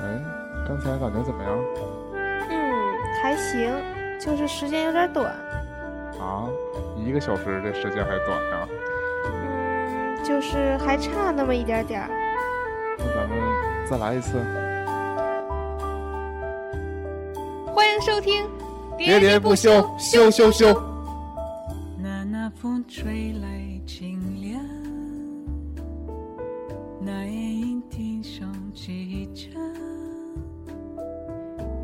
哎，刚才感觉怎么样？嗯，还行，就是时间有点短。啊，一个小时这时间还短啊呢、嗯，就是还差那么一点点儿。那咱们再来一次。欢迎收听《喋喋不休，休休休。那那风吹来清凉，那夜莺啼声齐唱，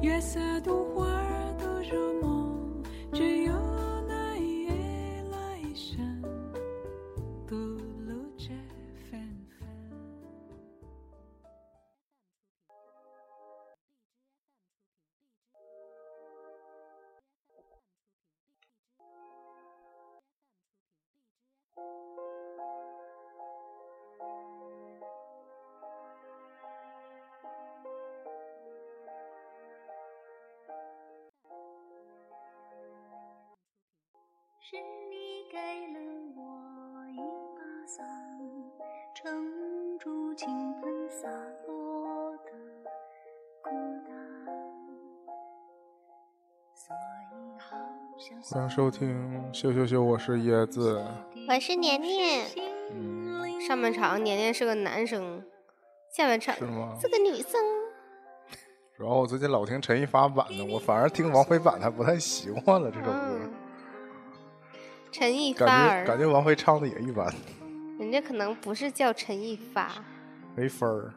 月色独花儿独入梦，只有那一夜来生，独路这芬芳。是你给了我一把伞，撑住倾盆洒落的孤单。所以好想欢迎收听休休休，我是椰子。我是年年，嗯，上半场年年是个男生，下半场是吗是个女生。主要我最近老听陈一发版的，我反而听王菲版的还不太习惯了这首歌嗯，，陈一感发觉感儿，觉王菲唱的也一般，人家可能不是叫陈一发，没分 儿。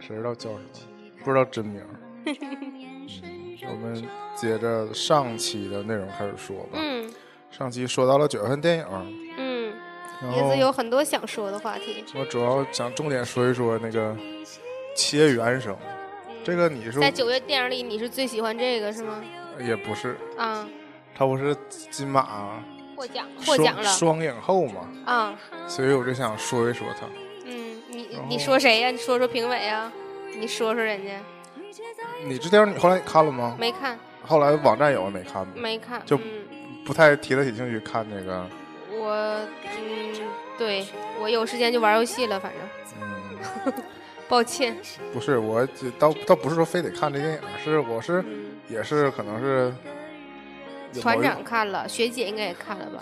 谁知道叫什么？不知道真 名。我们接着上期的内容开始说吧。嗯上期说到了九月份电影，嗯，然也是有后很多想说的话题。我主要想重点说一说那个《七与安生》，这个你是在九月电影里，你是最喜欢这个是吗？也不是，啊，他不是金马获奖获奖双了双影后嘛，啊，所以我就想说一说他。嗯，你然后你说谁呀、你说说评委啊？你说说人家你这电影你后来你看了吗？没看后来网站有没看的，没看，就嗯，不太提得起兴趣看那个，我嗯，对我有时间就玩游戏了，反正嗯， 抱歉，不是我这倒倒不是说非得看这电影，是我是也是可能是有团某一嗯长看了，学姐应该也看了吧？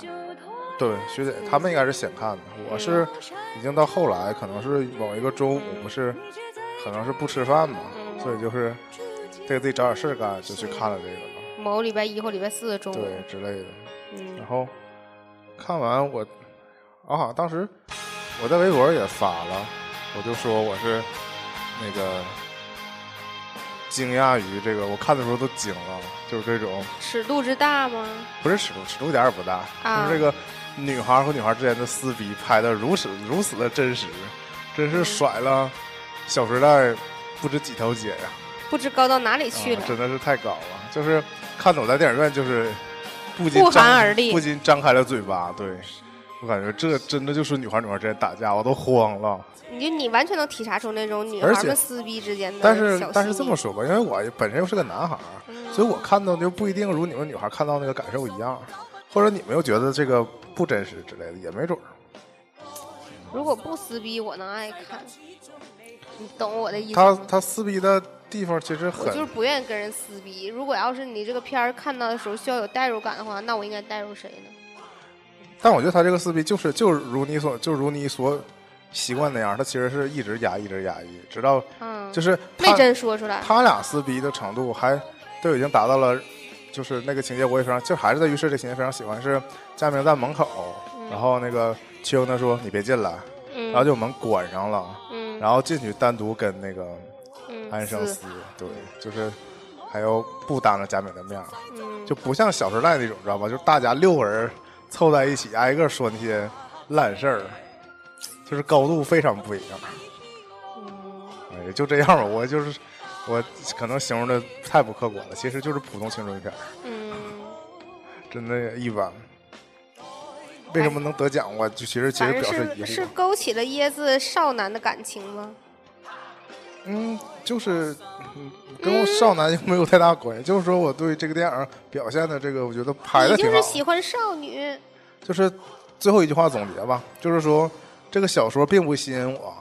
对学姐他们应该是先看的，我是已经到后来可能是某一个中午不是可能是不吃饭嘛，所以就是得给自己找点事儿干，就去看了这个了，某礼拜一或礼拜四的中午，对之类的。然嗯后看完我，啊，好像当时我在微博也发了，我就说我是那个惊讶于这个，我看的时候都惊了，就是这种尺度之大吗？不是尺度尺度一点儿也不大，啊就是这个女孩和女孩之间的撕逼拍的如此如此的真实，真是甩了《小时代》不知几条街呀、不知高到哪里去啊了，真的是太高了，就是看得我在电影院就是不禁不寒张而栗不禁张开了嘴巴。对，我感觉这真的就是女孩女孩之间打架，我都慌了。你就你完全能体察出那种女而孩且们撕逼之间的但是小嗯但细是这腻么说吧，因为我本身又是个男孩儿，所以我看到就不一定如你们女孩看到那个感受一样，或者你们又觉得这个不真实之类的，也没准儿。如果不撕逼，我能爱看，你懂我的意思他吗？他撕逼的地方其实我很就是不愿意跟人撕逼。如果要是你这个片儿看到的时候需要有代入感的话，那我应该代入谁呢？但我觉得他这个撕逼就是就是如你所就如你所习惯那样，他其实是一直压抑，一直压抑，直到嗯，就是没他真说出来。他俩撕逼的程度还都已经达到了，就是那个情节我也非常，就还是在浴室这情节非常喜欢，是佳明在门口，然后那个秋英他说你别进来，嗯然后就把门关上了，嗯然后进去单独跟那个嗯，安生撕撕，对，就是还有不当着佳明的面儿，嗯就不像《小时代》那种，知道吧？就是大家六个人凑在一起，挨个说那些烂事儿，就是高度非常不一样。嗯哎，也就这样吧，我就是我可能形容的太不客观了，其实就是普通青春片儿，嗯，真的一般。为什么能得奖？我就其实其反实正表示是疑是惑。勾起了椰子少男的感情吗？嗯，就是嗯跟我少男又没有太大关系，就是说我对这个电影表现的这个，我觉得拍的你挺就好是。喜欢少女，就是最后一句话总结吧，就是说这个小说并不吸引我，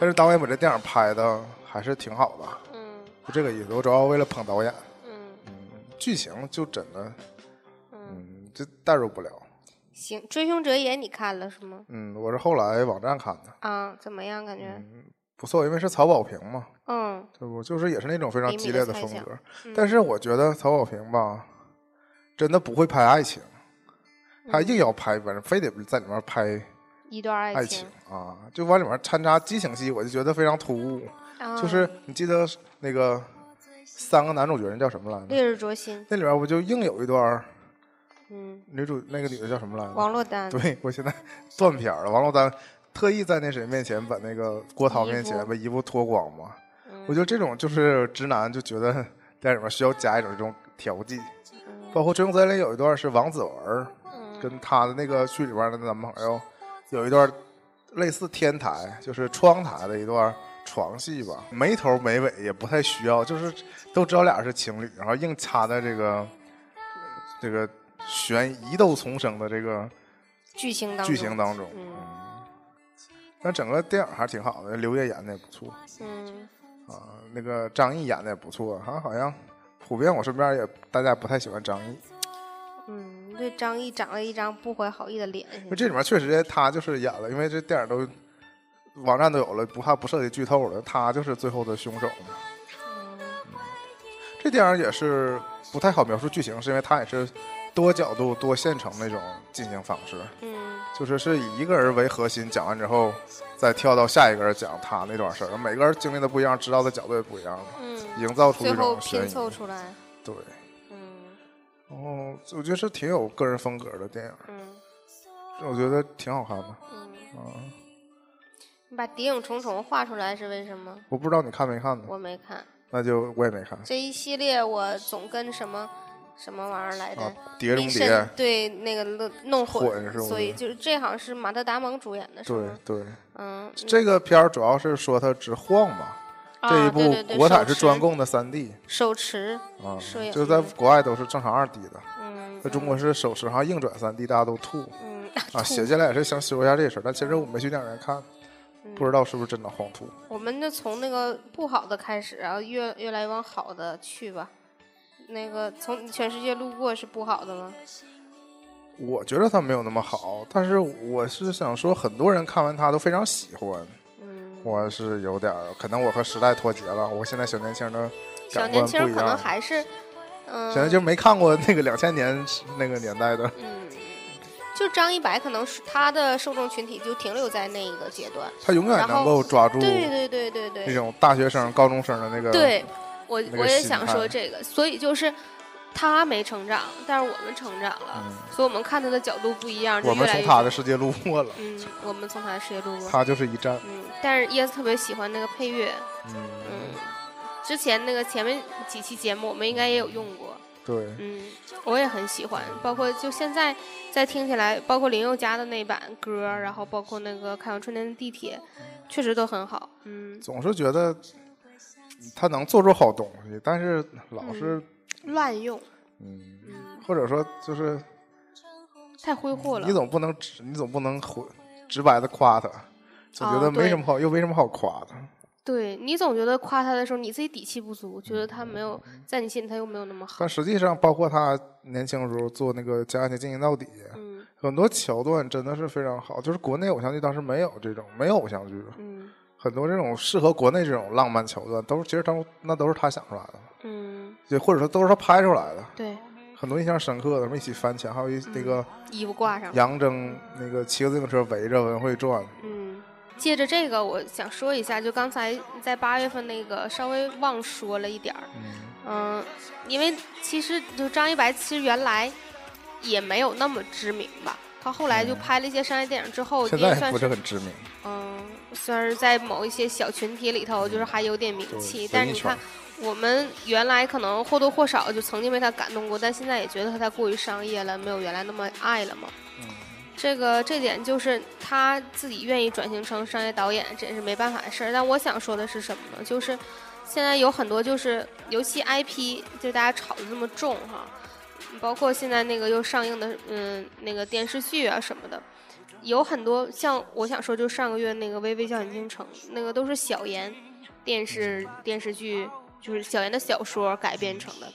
但是导演把这电影拍的还是挺好的，嗯就这个意思。我主要为了捧导演，嗯剧情就真的，嗯，嗯，就代入不了。行，《追凶者也》你看了是吗？嗯，我是后来网站看的，啊，怎么样？感觉？不错，因为是曹保平嘛，嗯对不？就是也是那种非常李米激的烈的猜风想格，嗯但是我觉得曹保平吧，真的不会拍爱情，嗯他硬要拍，反正非得在里面拍一段爱爱情啊，就往里面掺杂激情戏，我就觉得非常突兀。啊就是你记得那个三个男主角人叫什么来着？烈日灼心，那里面不就硬有一段儿嗯，女主那个女的叫什么来着？王珞丹，对我现在 断片儿了。王珞丹特意在那谁面前把那个郭涛面衣前服把衣服脱光嘛，嗯我觉得这种就是直男就觉得在里面需要加一种这种调剂，嗯包括《追梦森林》有一段是王子文儿跟他的那个剧里边的男朋友有一段类似天台就是窗台的一段。床戏吧，没头没尾，也不太需要，就是都知道俩是情侣，然后硬插在这个这个悬疑斗丛生的这个剧情当中，剧情当中，嗯嗯，但整个电影还是挺好的，刘烨演的也不错嗯啊，那个张译演的也不错，好像好像普遍我身边也大家不太喜欢张译，嗯，对张译长了一张不怀好意的脸，因为这里面确实他就是演了，因为这电影都网站都有了，不怕不涉及剧透了，他就是最后的凶手嘛。嗯这电影也是不太好描述剧情，是因为它也是多角度、多线程那种进行方式。嗯就是是以一个人为核心讲完之后，再跳到下一个人讲他那段事儿，每个人经历的不一样，知道的角度也不一样，嗯，营造出最一后种拼悬疑。凑出来，对，嗯哦，我觉得是挺有个人风格的电影，嗯我觉得挺好看的。嗯，嗯，你把谍影重重画出来是为什么？我不知道你看没看呢？我没看那就我也没看这一系列，我总跟什么什么玩意儿来着？啊。碟中密谍渗，对那个弄弄混是吗所以就是这好像是马特·达蒙主演的，是对吗？对，嗯，这个片儿主要是说他直晃嘛，这一啊、对部对对国产手是持专供的三 D 手持，啊摄影，就在国外都是正常二 D 的，嗯在中国是手持上硬转三 D，大家都吐。嗯， 啊，写下来也是想说一下这事儿，但其实我没去电影院看，嗯不知道是不是真的黄图。我们就从那个不好的开始，然后越越来越往好的去吧。那个从全世界路过是不好的吗？我觉得它没有那么好，但是我是想说，很多人看完它都非常喜欢。嗯我是有点儿，可能我和时代脱节了。我现在小年轻的小感年官轻不儿一可能样，还是，嗯、小年轻没看过呃那个两千年那个年代 的，嗯，就张一白可能是他的受众群体就停留在那一个阶段。他永远然后能够抓住对对对对对，那种大学生、高中生的那个。对，我、啊那个我也心想态说这个，所以就是他没成长，但是我们成长了，所以我们看他的角度不一样，嗯就我越们来从越他的世界路过了，嗯，我们从他的世界路过。他就是一站。嗯，但是椰子特别喜欢那个配乐，嗯，嗯，之前那个前面几期节目我们应该也有用过，对，嗯，我也很喜欢，包括就现在再听起来，包括林宥嘉的那版歌，然后包括那个开往春天的地铁，确实都很好，嗯，总是觉得他能做出好东西，但是老是滥用嗯或者说就是太挥霍了你，总不能直，你总不能回直白的夸他，总觉啊得没对什么好，又没什么好夸的。对你总觉得夸他的时候，你自己底气不足，觉得他没有在你心里他又没有那么好但，实际上，包括他年轻时候做那个《将爱情进行到底》，嗯很多桥段真的是非常好，就是国内偶像剧当时没有这种，没有偶像剧，嗯很多这种适合国内这种浪漫桥段，都是其实都那都是他想出来的，嗯，就或者说都是他拍出来的。对，嗯很多印象深刻的，什么一起翻墙，还有一那个衣服挂上，杨铮那个骑个自行车围着文慧转，嗯，借着这个，我想说一下，就刚才在八月份那个稍微忘说了一点儿，嗯，因为其实就张一白，其实原来也没有那么知名吧，他后来就拍了一些商业电影之后，嗯现也在也算不是是很知名。嗯，算是在某一些小群体里头，就是还有点名对气。文但艺是你圈看，我们原来可能或多或少就曾经被他感动过，但现在也觉得他太过于商业了，没有原来那么爱了嘛。这个这点就是他自己愿意转型成商业导演，这也是没办法的事儿。但我想说的是什么呢？就是现在有很多就是，尤其 IP，就大家炒的那么重哈，包括现在那个又上映的嗯那个电视剧啊什么的，有很多像我想说，就上个月那个《微微笑很倾城》，那个都是小言电视电视剧，就是小言的小说改编成的。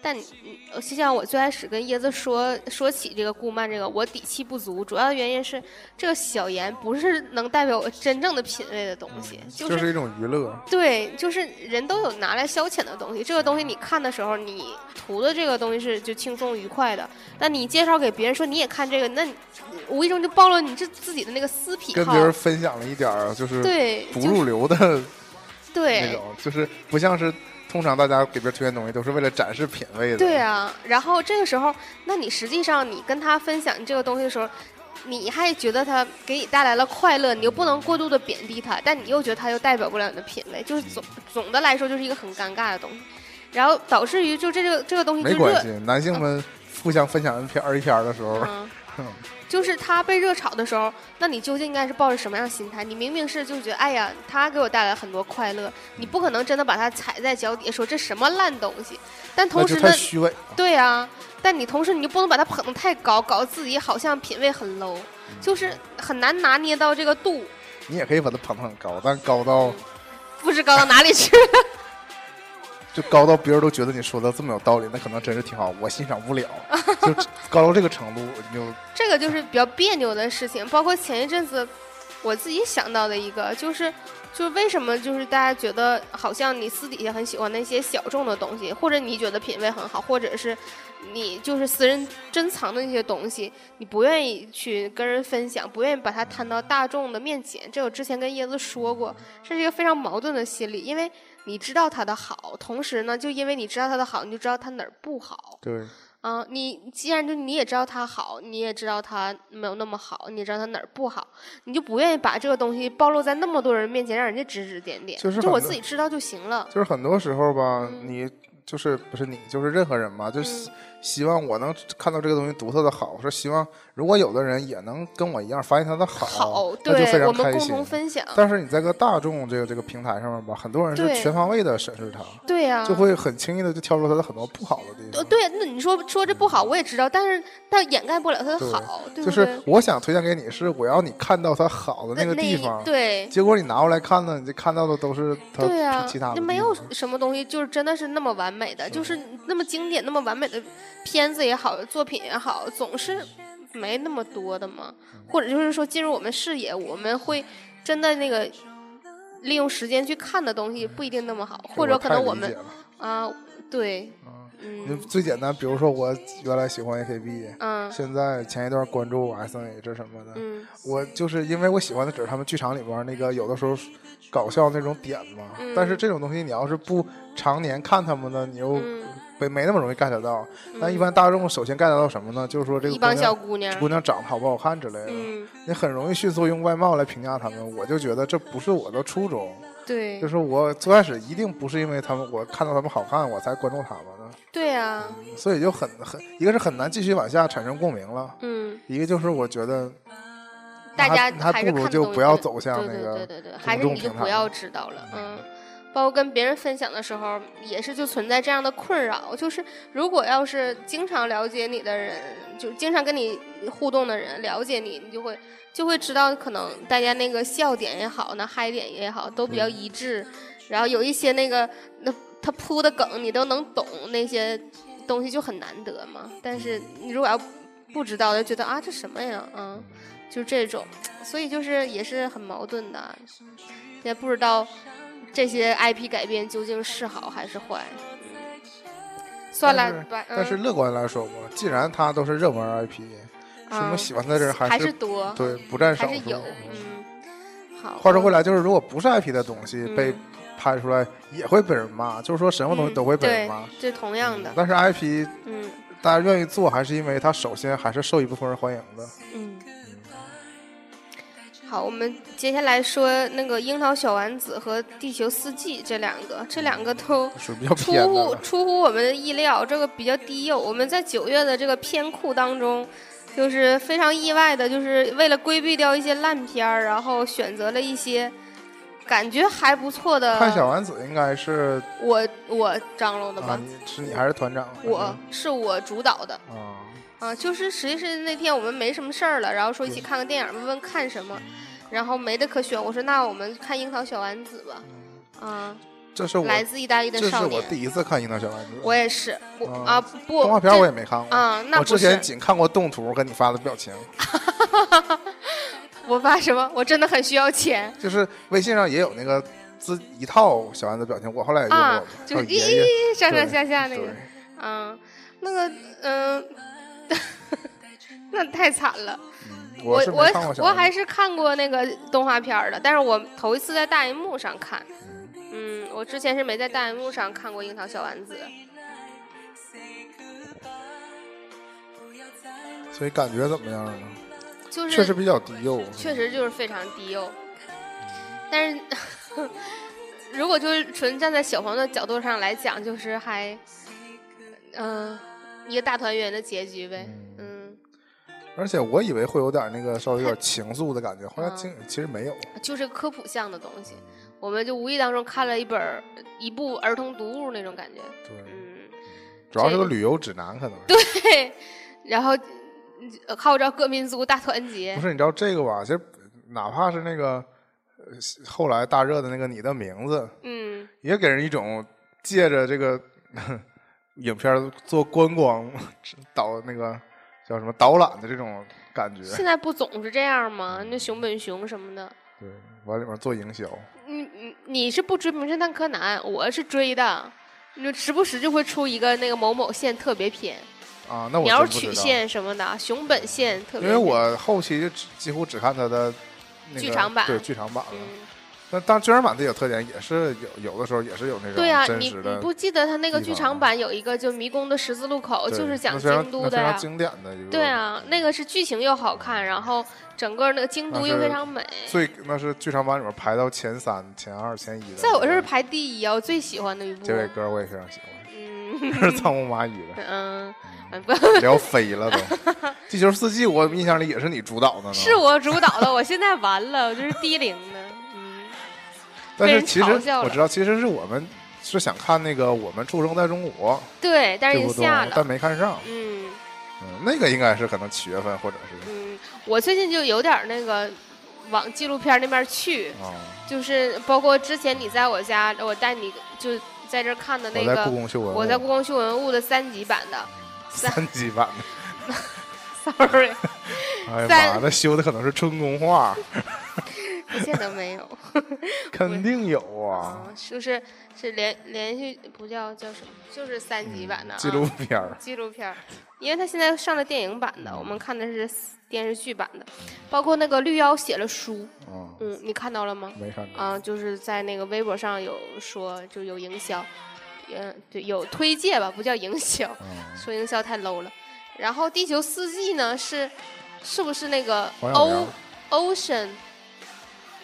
但你你呃就像我最开始跟椰子说说起这个顾漫这个，我底气不足，主要的原因是这个小言不是能代表我真正的品味的东西，就就是是一种娱乐。对，就是人都有拿来消遣的东西。这个东西你看的时候，你图的这个东西是就轻松愉快的，但你介绍给别人说你也看这个，那你无意中就暴露你这自己的那个私癖跟好别。人分享了一点儿，就是对，不就入是流的那对种，就是不像是通常大家给别人推荐东西都是为了展示品味的。对啊。然后这个时候，那你实际上你跟他分享这个东西的时候。你还觉得他给你带来了快乐，你又不能过度的贬低他，但你又觉得他又代表不了你的品味，就是总总的来说就是一个很尴尬的东西，然后导致于就这个这个东西就没关热系，男性们互相分享 N 片 R 片的时候，嗯， 就是他被热炒的时候，那你究竟应该是抱着什么样的心态？你明明是就觉得，哎呀，他给我带来很多快乐，你不可能真的把他踩在脚底下说这什么烂东西。但那同就时太呢，虚伪了。对啊，但你同时你就不能把他捧得太高，搞得自己好像品味很 low，就是很难拿捏到这个度，你也可以把它捧得很高，但高到不知高到哪里去。就高到别人都觉得你说的这么有道理，那可能真是挺好，我欣赏不了。 就高到这个程度，你就这个就是比较别扭的事情。包括前一阵子我自己想到的一个，就是就是为什么就是大家觉得好像你私底下很喜欢那些小众的东西，或者你觉得品味很好，或者是你就是私人珍藏的那些东西，你不愿意去跟人分享，不愿意把它摊到大众的面前。这我之前跟椰子说过，这是一个非常矛盾的心理，因为你知道它的好，同时呢，就因为你知道它的好，你就知道它哪儿不好。对，啊，你既然就你也知道它好，你也知道它没有那么好，你也知道它哪儿不好，你就不愿意把这个东西暴露在那么多人面前，让人家指指点点。就是就我很多自己知道就行了。就是很多时候吧，嗯你就是不是你就是任何人嘛，就希希望我能看到这个东西独特的好，我说希望如果有的人也能跟我一样发现它的好，好，哦那就非对，我常们开共心。同分享。但是你在个大众这个这个平台上面吧，很多人是对嗯全方位的审视它，对呀、就会很轻易的就挑出它的很多不好的地呃方。对，那你说说这不好，我也知道，但是但掩盖不了它的对好，对就不是对？我想推荐给你，是我要你看到它好的那个那地一方，对结果你拿过来看呢，你就看到的都是它对啊其他，的地那没有方什么东西就是真的是那么完美的，就是那么经典、那么完美的片子也好，作品也好，总是没那么多的嘛。嗯或者就是说进入我们视野，我们会真的那个利用时间去看的东西不一定那么好，对或者可能嗯我太我理们解了啊、对，你嗯最简单，比如说我原来喜欢 AKB，嗯现在前一段关注 SNH 什么的，嗯我就是因为我喜欢的只是他们剧场里边那个有的时候搞笑那种点嘛。嗯但是这种东西你要是不常年看他们呢，你又嗯没没那么容易 get 到。但一般大众首先 get 到什么呢？就是说这个一帮姑小娘姑娘，姑娘长得好不好看之类的，嗯，你很容易迅速用外貌来评价他们。我就觉得这不是我的初衷，对就是我最开始一定不是因为他们我看到他们好看我才关注他们的。对啊，所以就很很，一个是很难继续往下产生共鸣了，嗯，一个就是我觉得大那家还那还还不是如看就东西不要对走向那个对对对对对，主还是动你就平不台要知道了，嗯。包括跟别人分享的时候，也是就存在这样的困扰，就是如果要是经常了解你的人，就经常跟你互动的人了解你，你就会就会知道，可能大家那个笑点也好，那嗨点也好，都比较一致，然后有一些那个那他铺的梗你都能懂，那些东西就很难得嘛。嗯但是你如果要不知道，就觉得啊这什么呀，啊，就这种，所以就是也是很矛盾的，也不知道这些 IP 改编究竟是好还是坏。算嗯但了是吧，但是嗯乐观来说嘛，既然它都是热门 IP，说啊明喜欢的人还是多，对不占少还是数有。，嗯，好。话说回来，就是如果不是 IP 的东西嗯被拍出来，也会被人骂，就是说什么东西嗯都会被人骂。对，这同样的，但是 IP 嗯大家愿意做，还是因为它首先还是受一部分人欢迎的。嗯。好，我们接下来说那个《樱桃小丸子》和《地球四季》这两个，这两个都属于比较出偏的乎了，出乎我们的意料，这个比较低幼。我们在九月的这个片库当中，就是非常意外的，就是为了规避掉一些烂片儿，然后选择了一些感觉还不错的。看小丸子应该是我我张罗的吧，啊，你是你还是团长？我是我主导的，啊，啊，就是实际是那天我们没什么事儿了，然后说一起看个电影，问问看什么，然后没得可选，我说那我们看《樱桃小丸子》吧，啊，这是我来自意大利的这是少我年，第一次看《樱桃小丸子》，我也是，我啊啊不，动画片我也这没看过啊那我不之是前仅看过动图跟你发的表情，我发什么？我真的很需要钱 就是微信上也有那个自一套小丸子表情，我后来也用啊过，，就是还有爷爷咦上上对下下那个对，啊，那个嗯。 那太惨了，嗯我是我没看过小我丸子还是看过那个动画片儿的，但是我头一次在大荧幕上看，嗯，我之前是没在大荧幕上看过《樱桃小丸子》，所以感觉怎么样呢？就是确实比较低幼，确实就是非常低幼，但是 如果就是纯站在小黄的角度上来讲，就是还嗯、一个大团圆的结局呗，嗯，而且我以为会有点那个稍微有点情愫的感觉，嗯后来竟其实没有。就是科普向的东西，我们就无意当中看了一本儿一部儿童读物那种感觉，对，嗯。主要是个这个旅游指南，可能是对，然后呃号召各民族大团结不。是，你知道这个吧？其实哪怕是那个呃后来大热的那个《你的名字》，嗯，也给人一种借着这个 影片儿做观光 导那个叫什么导览的这种感觉。现在不总是这嗯样吗？那熊本熊什么的，对，往里面做营销，你你嗯你是不追《名侦探柯南》，我是追的。你就时不时就会出一个那个某某县特别篇，啊，那我鸟真不知取道，县什么的，熊本县特因别篇。为我后期就只几乎只看它的、那个、剧场版对剧场版了。嗯，那当然剧场版它有特点，也是有有的时候也是有那种对啊，真你实的。你不记得他那个地剧方场吗版有一个就迷宫的十字路口，对就是讲那非常京都那非的常呀。经典的一个。对，啊，那个是剧情又好看，然后整个那个京那都又非是常美。最那是剧场版里面排到前三、前二、前一的。在我这儿排第一啊，我最喜欢的一部。结尾歌我也非常喜 欢，嗯是仓木麻衣的，嗯， 聊飞了都。《地球四季》我印象里也是你主导的呢，是我主导的，我现在完了，我就是低龄的。嗯，但被是人其实嘲笑我了知道，其实是我们是想看那个《我们出生在中国 对，》但是这已部经动画下片，但了。没看上。嗯嗯，那个应该是可能七月份或者是嗯，我最近就有点儿那个往纪录片那边儿去，啊，就是包括之前你在我家，我带你就在这儿看的那我个，在故宫修文物，我在故宫修文物的三级版 的三级版的， ，sorry，哎呀三妈，那修的可能是春宫画， 现在没有。肯定有啊，啊， 就是是连连续不叫叫什么，就是三级版的、啊嗯纪录片儿。纪录片儿，因为他现在上了电影版的，我们看的是电视剧版的，包括那个绿妖写了书，嗯，嗯，你看到了吗？没看着。啊，就是在那个微博上有说，就有营销，嗯，对，有推介吧，不叫营销，嗯，说营销太 low 了。然后《地球四季》呢是是不是那个黄晓 O 明 Ocean，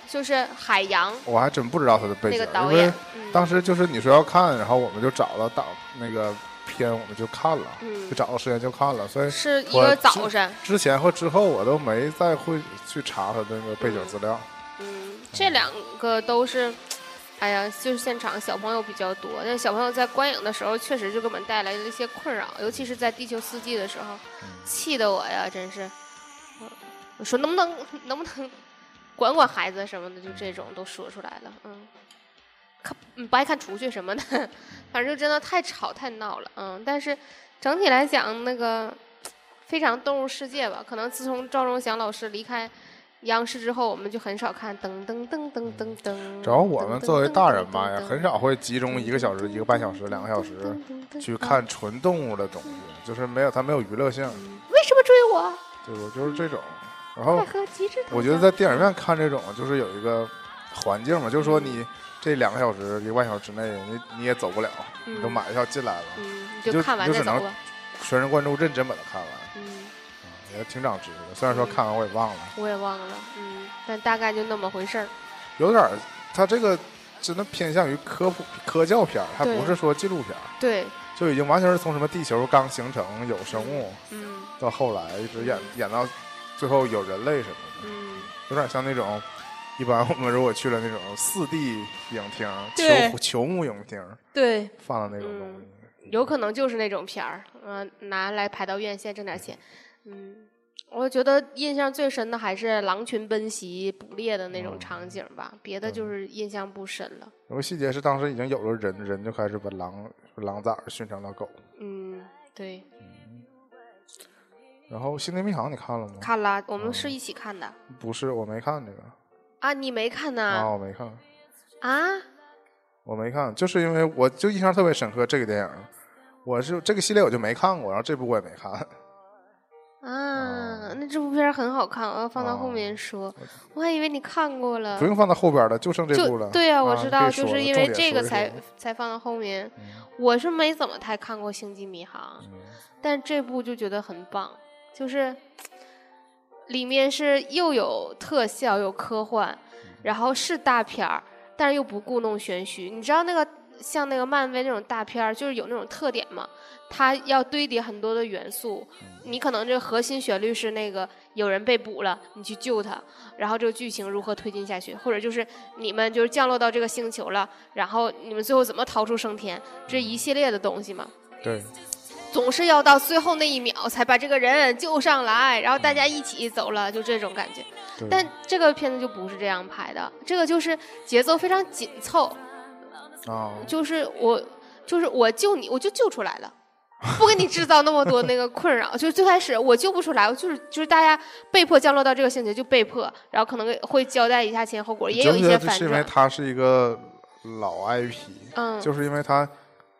就是海洋我还真不知道他的背那景，个导因为演，嗯。当时就是你说要看，然后我们就找了档那个片，我们就看了，嗯就找个时间就看了。所以是一我个知早晨，之前和之后我都没再会去查他的那个背景资料。嗯，这两个都是，哎呀，就是现场小朋友比较多，但小朋友在观影的时候确实就给我们带来了一些困扰，尤其是在地球四季的时候，气得我呀，真是，我我说能 不能能不能管管孩子什么的，就这种都说出来了，嗯。看，嗯，不爱看出去什么的， 反正就真的太吵太闹了，嗯。但是整体来讲，那个非常动物世界吧，可能自从赵忠祥老师离开央视之后，我们就很少看噔噔噔噔噔噔。嗯主要我们作为大人吧，噔也噔很少会集中一个小时、一个半小时、两个小时去看纯动物的东西，就是没有它没有娱乐性，为什么追我？对我就是这种。然后奈何极致。我觉得在电影院看这种，就是有一个环境嘛，就是说你这两个小时、一个半小时之内，你你也走不了，你都买票进来了，嗯，你就就看完就再只走能吧。全神贯注、认真把它看完，嗯，也挺长知识的。虽然说看完我也忘了，我也忘了。嗯，但大概就那么回事儿。有点儿，它这个真的偏向于科普、科教片儿，它对不是说纪录片儿，对，就已经完全是从什么地球刚形成有生物，嗯到后来一直演演到最后有人类什么的，嗯，有点像那种。一般我们如果去了那种四 D 影厅、对球球幕影厅，对，放的那种东西。有可能就是那种片儿，嗯、拿来排到院线挣点钱。嗯，我觉得印象最深的还是狼群奔袭捕猎的那种场景吧，别的就是印象不深了。有个细节是当时已经有了人，人就开始把狼狼崽儿训成了狗。嗯，对，然后《星际迷航》你看了吗？看了，我们是一起看的、不是，我没看这个啊，你没看啊，呐？我没看，啊，我没看，就是因为我就印象特别深刻这个电影，我是这个系列我就没看过，然后这部我也没看。啊，那这部片儿很好看，我要放到后面说。我还以为你看过了不，用放到后边了，就剩这部呃就了。对啊，我你知可以道，说就是了因重为点这说个一才说才放到后面。嗯我是没怎么太看过《星际迷航》但这部就觉得很棒，就是里面是又有特效，有科幻，嗯然后是大片儿，但是又不故弄玄虚。你知道那个像那个漫威那种大片儿，就是有那种特点嘛，它要堆叠很多的元素。嗯你可能这核心旋律是那个有人被捕了，你去救他，然后这个剧情如何推进下去，或者就是你们就是降落到这个星球了，然后你们最后怎么逃出升天，这一系列的东西嘛。对，总是要到最后那一秒才把这个人救上来，然后大家一起走了，就这种感觉。对但这个片子就不是这样拍的，这个就是节奏非常紧凑，啊，就是我就是我救你，我就救出来了。不给你制造那么多那个困扰，就是最开始我救不出来，我就是就是大家被迫降落到这个星球就被迫，然后可能会交代一下前后果，也有一真些的反是因为转。它是一个老 IP，嗯就是因为它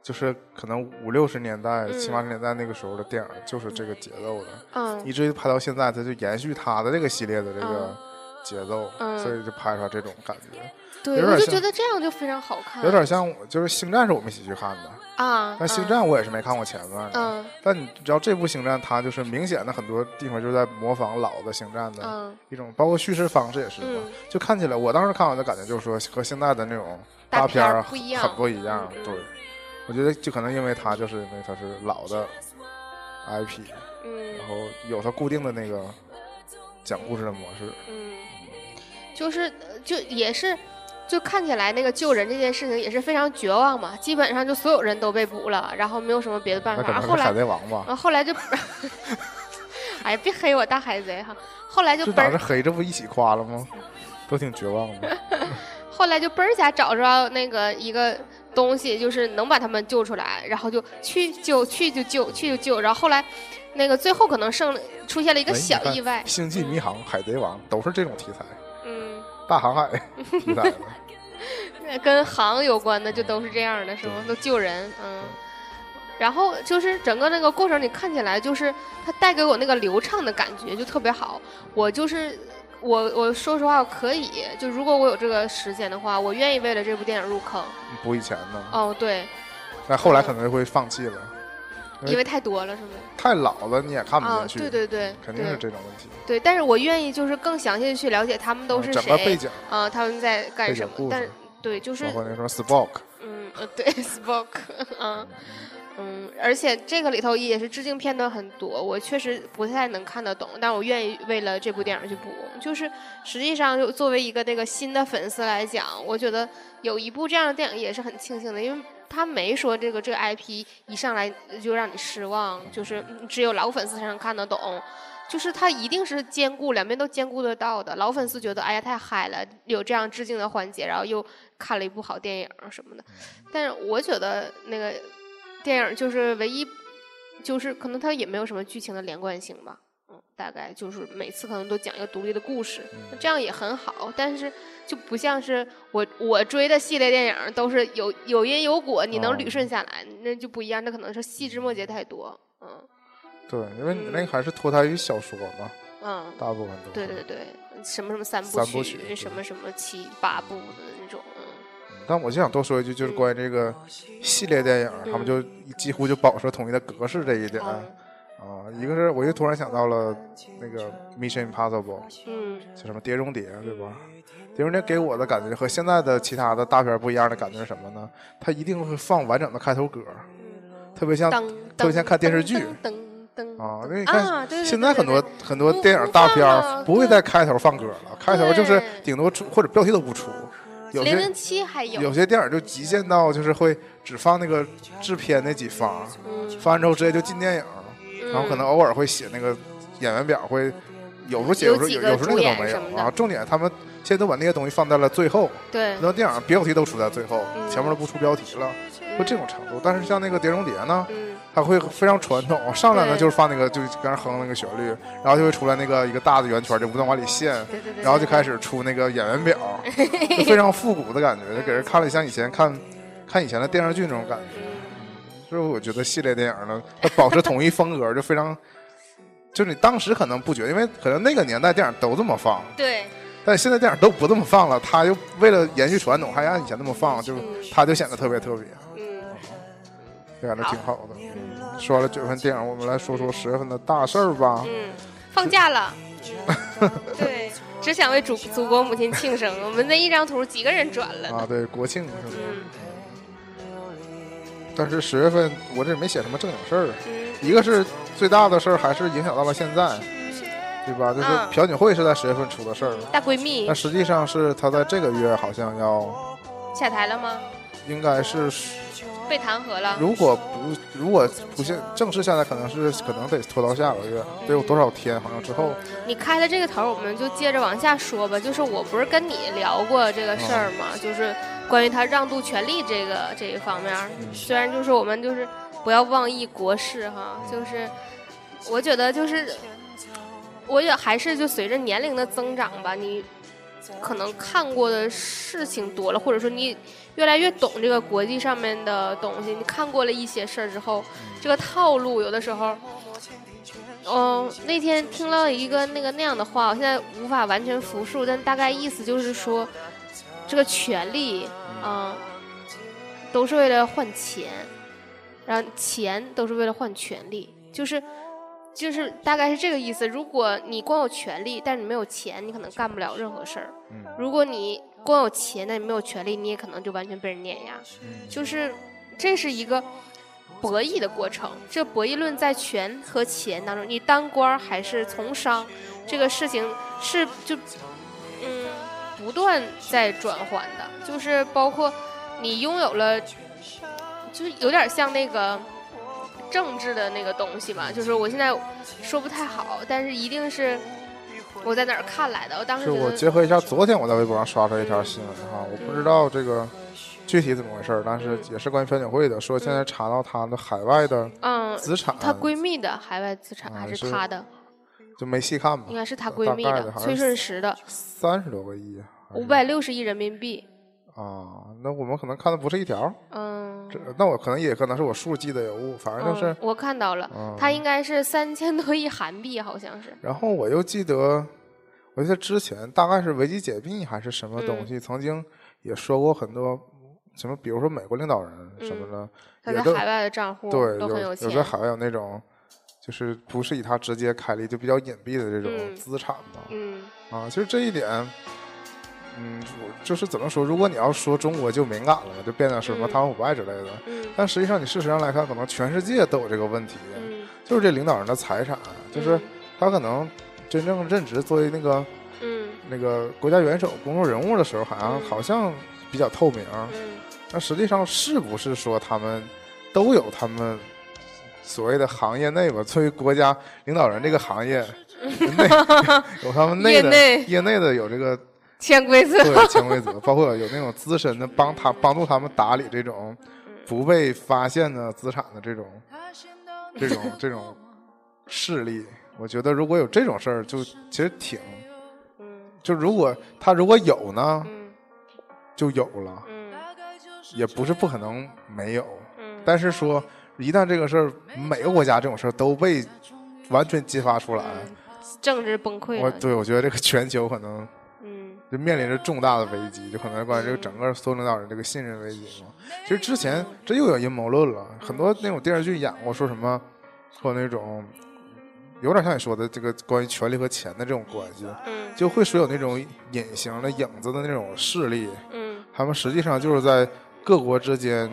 就是可能五六十年代、嗯七八十年代那个时候的电影就是这个节奏的，嗯一直拍到现在，它就延续它的这个系列的这个嗯节奏，嗯所以就拍出来这种感觉，对，有点我就像觉得这样就非常好看。有点像就是《星战》是我们一起去看的，啊，但《星嗯战》我也是没看过前面的。嗯但你知道这部《星战》，它就是明显的很多地方就是在模仿老的《星战》的嗯一种，包括叙事方式也是嘛嗯，就看起来我当时看完的感觉就是说和现在的那种大大片儿儿不一样很不一样嗯。嗯对，我觉得就可能因为它就是因为它是老的 IP，嗯然后有它固定的那个讲故事的模式。嗯，就是呃就也是，就看起来那个救人这件事情也是非常绝望嘛，基本上就所有人都被捕了，然后没有什么别的办那法。可嗯然能后是后来海，贼王吧？然后后来就， 哎呀，别黑我大海贼哈。后来就这嘣哪儿是，黑，这不一起夸了吗？都挺绝望的。后来就嘣儿一下找着那个一个东西，就是能把他们救出来，然后就去救，去就救，去就救。然后后来，那个最后可能剩出现了一个哎你小看意外，星际迷航、海贼王都是这种题材，嗯，大航海 题材的。那跟航有关的就都是这样的，是吗？都救人，嗯。然后就是整个那个过程，你看起来就是它带给我那个流畅的感觉就特别好。我就是我，我说实话，我可以就如果我有这个时间的话，我愿意为了这部电影入坑。补以前呢，哦，对，但后来可能会放弃了，哎因为太多了，是吗？太老了你也看不啊、进去。对对对，肯定是对这种哦问题。对，但是我愿意就是更详细的去了解他们都是谁，整个背景，啊、他们在背干景什么故？事但是对，就是包括那什么 Spock，嗯，呃，对 ，Spock，嗯，嗯，而且这个里头也是致敬片段很多，我确实不太能看得懂，但我愿意为了这部电影去补。就是实际上，就作为一个这个新的粉丝来讲，我觉得有一部这样的电影也是很庆幸的，因为他没说这个这个 IP 一上来就让你失望，就是嗯只有老粉丝才能看得懂。就是它一定是兼顾两边都兼顾得到的。老粉丝觉得哎呀太嗨了，有这样致敬的环节，然后又看了一部好电影什么的。但是我觉得那个电影就是唯一，就是可能它也没有什么剧情的连贯性吧。嗯，大概就是每次可能都讲一个独立的故事，这样也很好。但是就不像是我我追的系列电影都是有有因有果，你能哦捋顺下来，那就不一样。那可能是细枝末节太多。嗯对，因为你那个还是脱胎于小说嘛，嗯。大部分都是对对。对，什么什么三部三曲，部曲对什么什么七八部的那种，嗯但我就想多说一句，就是关于这个系列电影，他们就几乎就保持了统一的格式这一点啊。嗯一个是我又突然想到了那个《Mission Impossible》，嗯，叫什么《碟中谍》，对吧？《碟中谍》给我的感觉和现在的其他的大片不一样的感觉是什么呢？它一定会放完整的开头歌，特别像噔特噔别像看电视剧。噔噔噔啊，那噔你啊，看，对对现在对很多对很多不电不影大放片了儿不会对在开头放歌了，开头就是对顶多出或者标题都不出，有零些零七还有有些电影就极限到就是会只放那个制片那几方，嗯放完之后直接就进电影了，然后可能偶尔会写那个演员表，会有时候写，有有时候几有个有时候那主个演都没什么有的啊。重点他们现在都把那些东西放在了最后，嗯对嗯很多电影别有题都出在最后，前面都不出标题了，会这种程度。但是像那个《碟中谍》呢，它会非常传统，上来呢嗯对就是放那个就是跟那哼那个旋律，然后就会出来那个一个大的圆圈，就不断往里陷，对对对然后就开始出那个演员表，就非常复古的感觉，就给人看了像以前看看以前的电视剧那种感觉。所以我觉得系列电影呢，它保持统一风格就非常，就是你当时可能不觉得，因为可能那个年代电影都这么放，对但现在电影都不这么放了，他又为了延续传统，还按以前那么放，就他就显得特别特别，嗯就感觉挺好的。说完了九月份电影，我们来说说十月份的大事儿吧。嗯，放假了，对，只想为祖祖国母亲庆生。我们那一张图几个人转了呢？啊，对，国庆是吧？嗯但是十月份我这没写什么正经事儿，啊嗯一个是最大的事儿还是影响到了现在，对吧？就是嗯朴槿惠是在十月份出的事儿，大闺蜜但实际上是她在这个月好像要，下台了吗？应该是被弹劾了。如果不如果不现正式下来，可能是可能得拖到下个月，得有多少天好像之后，你开了这个头儿，我们就接着往下说吧。就是我不是跟你聊过这个事啊儿吗？就是关于他让渡权力这个这一方面儿，虽然就是我们就是不要妄议国事哈，就是我觉得就是我也还是就随着年龄的增长吧，你可能看过的事情多了，或者说你越来越懂这个国际上面的东西，你看过了一些事儿之后，这个套路有的时候。嗯，那天听到一个那个那样的话，我现在无法完全复述，但大概意思就是说，这个权利，嗯、都是为了换钱，然后钱都是为了换权利，就是就是大概是这个意思。如果你光有权利，但是你没有钱，你可能干不了任何事儿；如果你光有钱，但你没有权利，你也可能就完全被人碾压。就是这是一个博弈的过程。这博弈论在权和钱当中，你当官儿还是从商，这个事情是就嗯不断在转换的，就是包括你拥有了，就是有点像那个。政治的那个东西嘛，就是我现在说不太好，但是一定是我在哪儿看来的。我当时是觉我得结合一下昨天我在微博上刷出来一条新闻哈，我不知道这个具体怎么回事儿，但是也是关于朴槿惠的，说现在查到她的海外的嗯，资产，她闺蜜的海外资产啊还是是她的，就没细看吧，应该是她闺蜜大概的的，好像崔是顺实的，三十多个亿还是五百六十亿人民币。啊，那我们可能看的不是一条，嗯，这那我可能也可能是我数记的有误，反正就是嗯、我看到了，它应该是三千多亿韩币，好像是。然后我又记得，我记得之前大概是维基解密还是什么嗯东西，曾经也说过很多什么，比如说美国领导人什么的，嗯他也在都海外的账户对都有很钱有，在海外有那种，就是不是以他直接开立，就比较隐蔽的这种嗯资产吧。嗯啊，其实这一点，嗯，我就是怎么说，如果你要说中国就敏感了，就变得什么嗯贪污腐败之类的，嗯但实际上你事实上来看，可能全世界都有这个问题。嗯就是这领导人的财产，就是嗯他可能真正任职作为那个嗯那个国家元首、公众人物的时候，好像好像比较透明，嗯但实际上是不是说他们都有他们所谓的行业内吧？作为国家领导人这个行业内 有他们内的嗯业内业内的有这个潜规则。对潜规则，包括有那种资深的帮他帮助他们打理这种嗯不被发现的资产的这种这种这种势力。我觉得如果有这种事儿，就其实挺，就如果他如果有呢，嗯就有了，嗯也不是不可能没有。嗯但是说，一旦这个事儿每个国家这种事儿都被完全揭发出来，政治崩溃我了。对我觉得这个全球可能嗯就面临着重大的危机，就可能关于这个整个所有领导人这个信任危机嘛。其实之前这又有阴谋论了，很多那种电视剧演过，说什么说那种有点像你说的这个关于权力和钱的这种关系，嗯就会说有那种隐形的影子的那种势力，嗯他们实际上就是在各国之间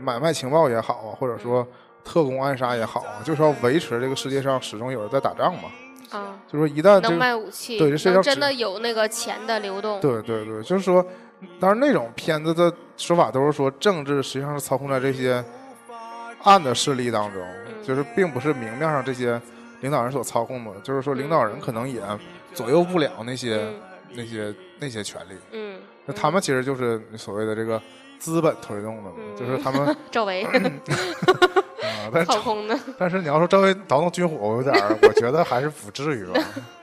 买卖情报也好啊，或者嗯说特工暗杀也好啊，就是要维持这个世界上始终有人在打仗嘛。啊，就说一旦这能个卖武器，对这世界上能真只的有那个钱的流动。对对对，就是说，但是那种片子的说法都是说政治实际上是操控在这些暗的势力当中，嗯就是并不是明面上这些领导人所操控的，就是说领导人可能也左右不了那些、那些那些权利。嗯，那他们其实就是所谓的这个资本推动的嘛，嗯就是他 们 赵薇啊，但是操控的，但是你要说赵薇倒腾军火，我有点儿，我觉得还是不至于 吧，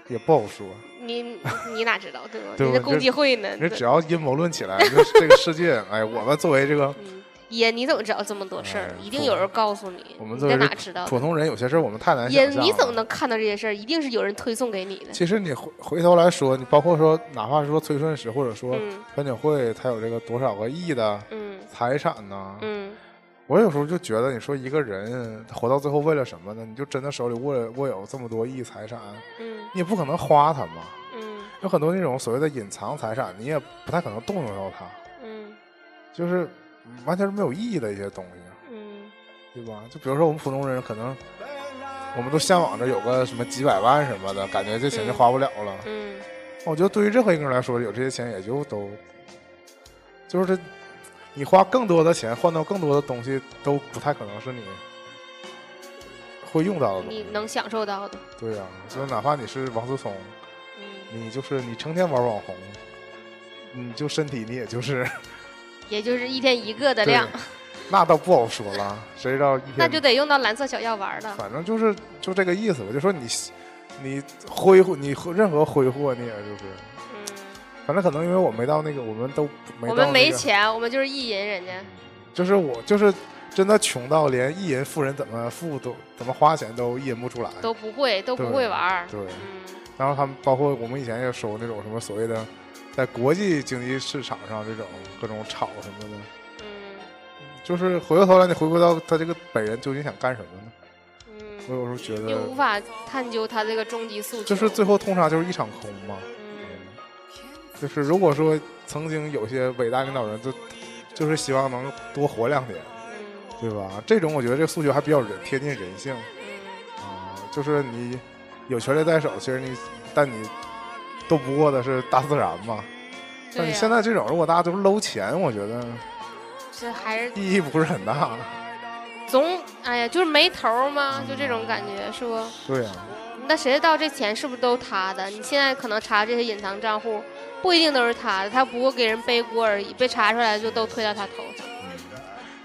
也不好说。 你你哪知道对吧？对你的我共这济会呢？这对只要阴谋论起来，就是这个世 界，哎，我们作为这个嗯，爷，你怎么知道这么多事儿哎？一定有人告诉你，我们你作在为哪知道的？普通人，有些事儿我们太难爷，想象了。你怎么能看到这些事儿？一定是有人推送给你的。其实你回回头来说，你包括说，哪怕说崔顺实，或者说嗯樊锦慧，他有这个多少个亿的嗯财产呢？嗯我有时候就觉得，你说一个人他活到最后为了什么呢？你就真的手里握握有这么多亿财产，嗯你也不可能花它嘛。嗯有很多那种所谓的隐藏财产，你也不太可能动用到它，嗯就是完全是没有意义的一些东西，嗯对吧？就比如说我们普通人，可能我们都向往着有个什么几百万什么的，感觉这钱就花不了了。嗯我觉得对于任何一个人来说，有这些钱也就都，就是你花更多的钱换到更多的东西，都不太可能是你会用到的东你西。能享受到的。对呀、所以哪怕你是王思聪，嗯，你就是你成天玩网红，你就身体你也就是也就是一天一个的对量，， 那倒不好说了，谁知道一天那就得用到蓝色小药丸了。反正就是就这个意思吧，就说你你挥霍你任何挥霍你也就是，嗯，反正可能因为我没到那个，我们都没我到、那个、们没钱，我们就是意淫人家。就是我就是真的穷到连意淫富人怎么富都怎么花钱都意淫不出来。都不会，都不对会玩儿。对嗯然后他们包括我们以前也收那种什么所谓的，在国际经济市场上这种各种炒什么的，嗯就是回过头来你回归到他这个本人究竟想干什么呢？我嗯，有时候觉又无得，法探究他这个终极诉求。就是最后通常就是一场空嘛。嗯就是如果说曾经有些伟大领导人就就是希望能多活两天，嗯对吧？这种我觉得这个诉求还比较人贴近人性。嗯啊，就是你有权利在手，其实你但你斗不过的是大自然嘛。但对啊你嗯呀现在这种，如果大家都搂钱，我觉得这还是意义不是很大。总哎呀，就是没头儿嘛，就这种感觉是不？对呀、啊那谁知道这钱是不是都他的？你现在可能查这些隐藏账户，不一定都是他的，他不过给人背锅而已，被查出来就都推到他头上。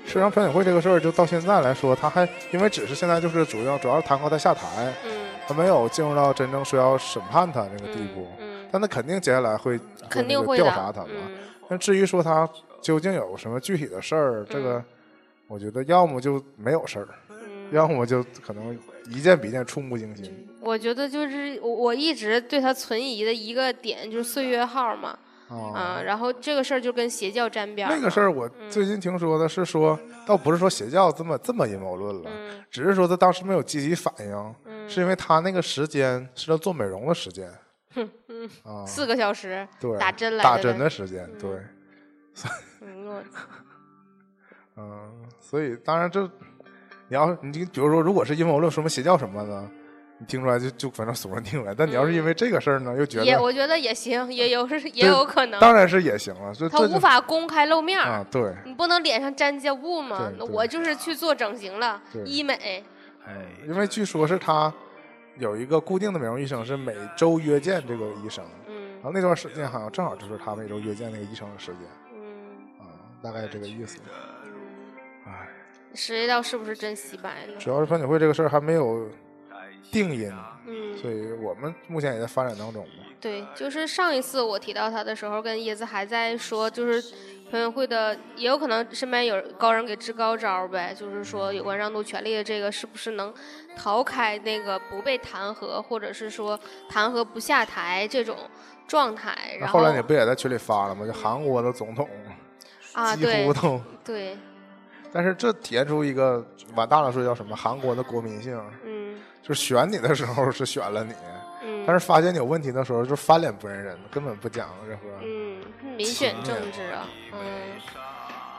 事实上，朴槿惠这个事儿，就到现在来说，他还因为只是现在就是主要主要是弹劾他下台，嗯他没有进入到真正说要审判他那个地步。嗯，但他肯定接下来会肯定会会调的。查他嘛。嗯但至于说他究竟有什么具体的事儿，这个我觉得要么就没有事儿，嗯要么就可能一件比一件触目惊心我觉得就是我我一直对他存疑的一个点就是岁月号嘛，啊。啊，然后这个事儿就跟邪教沾边儿那个事了，儿我最近听说的是说，倒不是说邪教这么这么阴谋论了，嗯只是说他当时没有积极反应，嗯是因为他那个时间是他做美容的时间，啊，四个小时，对，嗯打针来打的针呗的时间，对，嗯，我嗯，所以当然这，你要是你就比如说，如果是阴谋论什么邪教什么的，你听出来就就反正耸人听闻。但你要是因为这个事儿呢，又觉嗯也得我觉得也行，也有 是也这有可能，当然是也行了，这他这就无法公开露面儿，啊，对，你不能脸上沾家雾嘛对。那对我就是去做整形了对，医美，哎，因为据说是他有一个固定的美容医生，是每周约见这个医生，嗯然后那段时间好像正好就是他每周约见那个医生的时间啊、嗯，大概这个意思。哎，谁知道是不是真洗白了？主要是樊锦慧这个事儿还没有定音，嗯，所以我们目前也在发展当中嘛。对，就是上一次我提到他的时候，跟椰子还在说，就是朋友会的，也有可能身边有高人给支高招儿呗，就是说有关让渡权利的这个是不是能逃开那个不被弹劾，或者是说弹劾不下台这种状态。那然后来你不也在群里发了吗？就韩国的总统啊，几对乎 都，对，但是这体现出一个往大了说叫什么？韩国的国民性，嗯就是选你的时候是选了你，嗯，但是发现你有问题的时候就翻脸不认人，根本不讲任何。嗯，民选政治啊，嗯，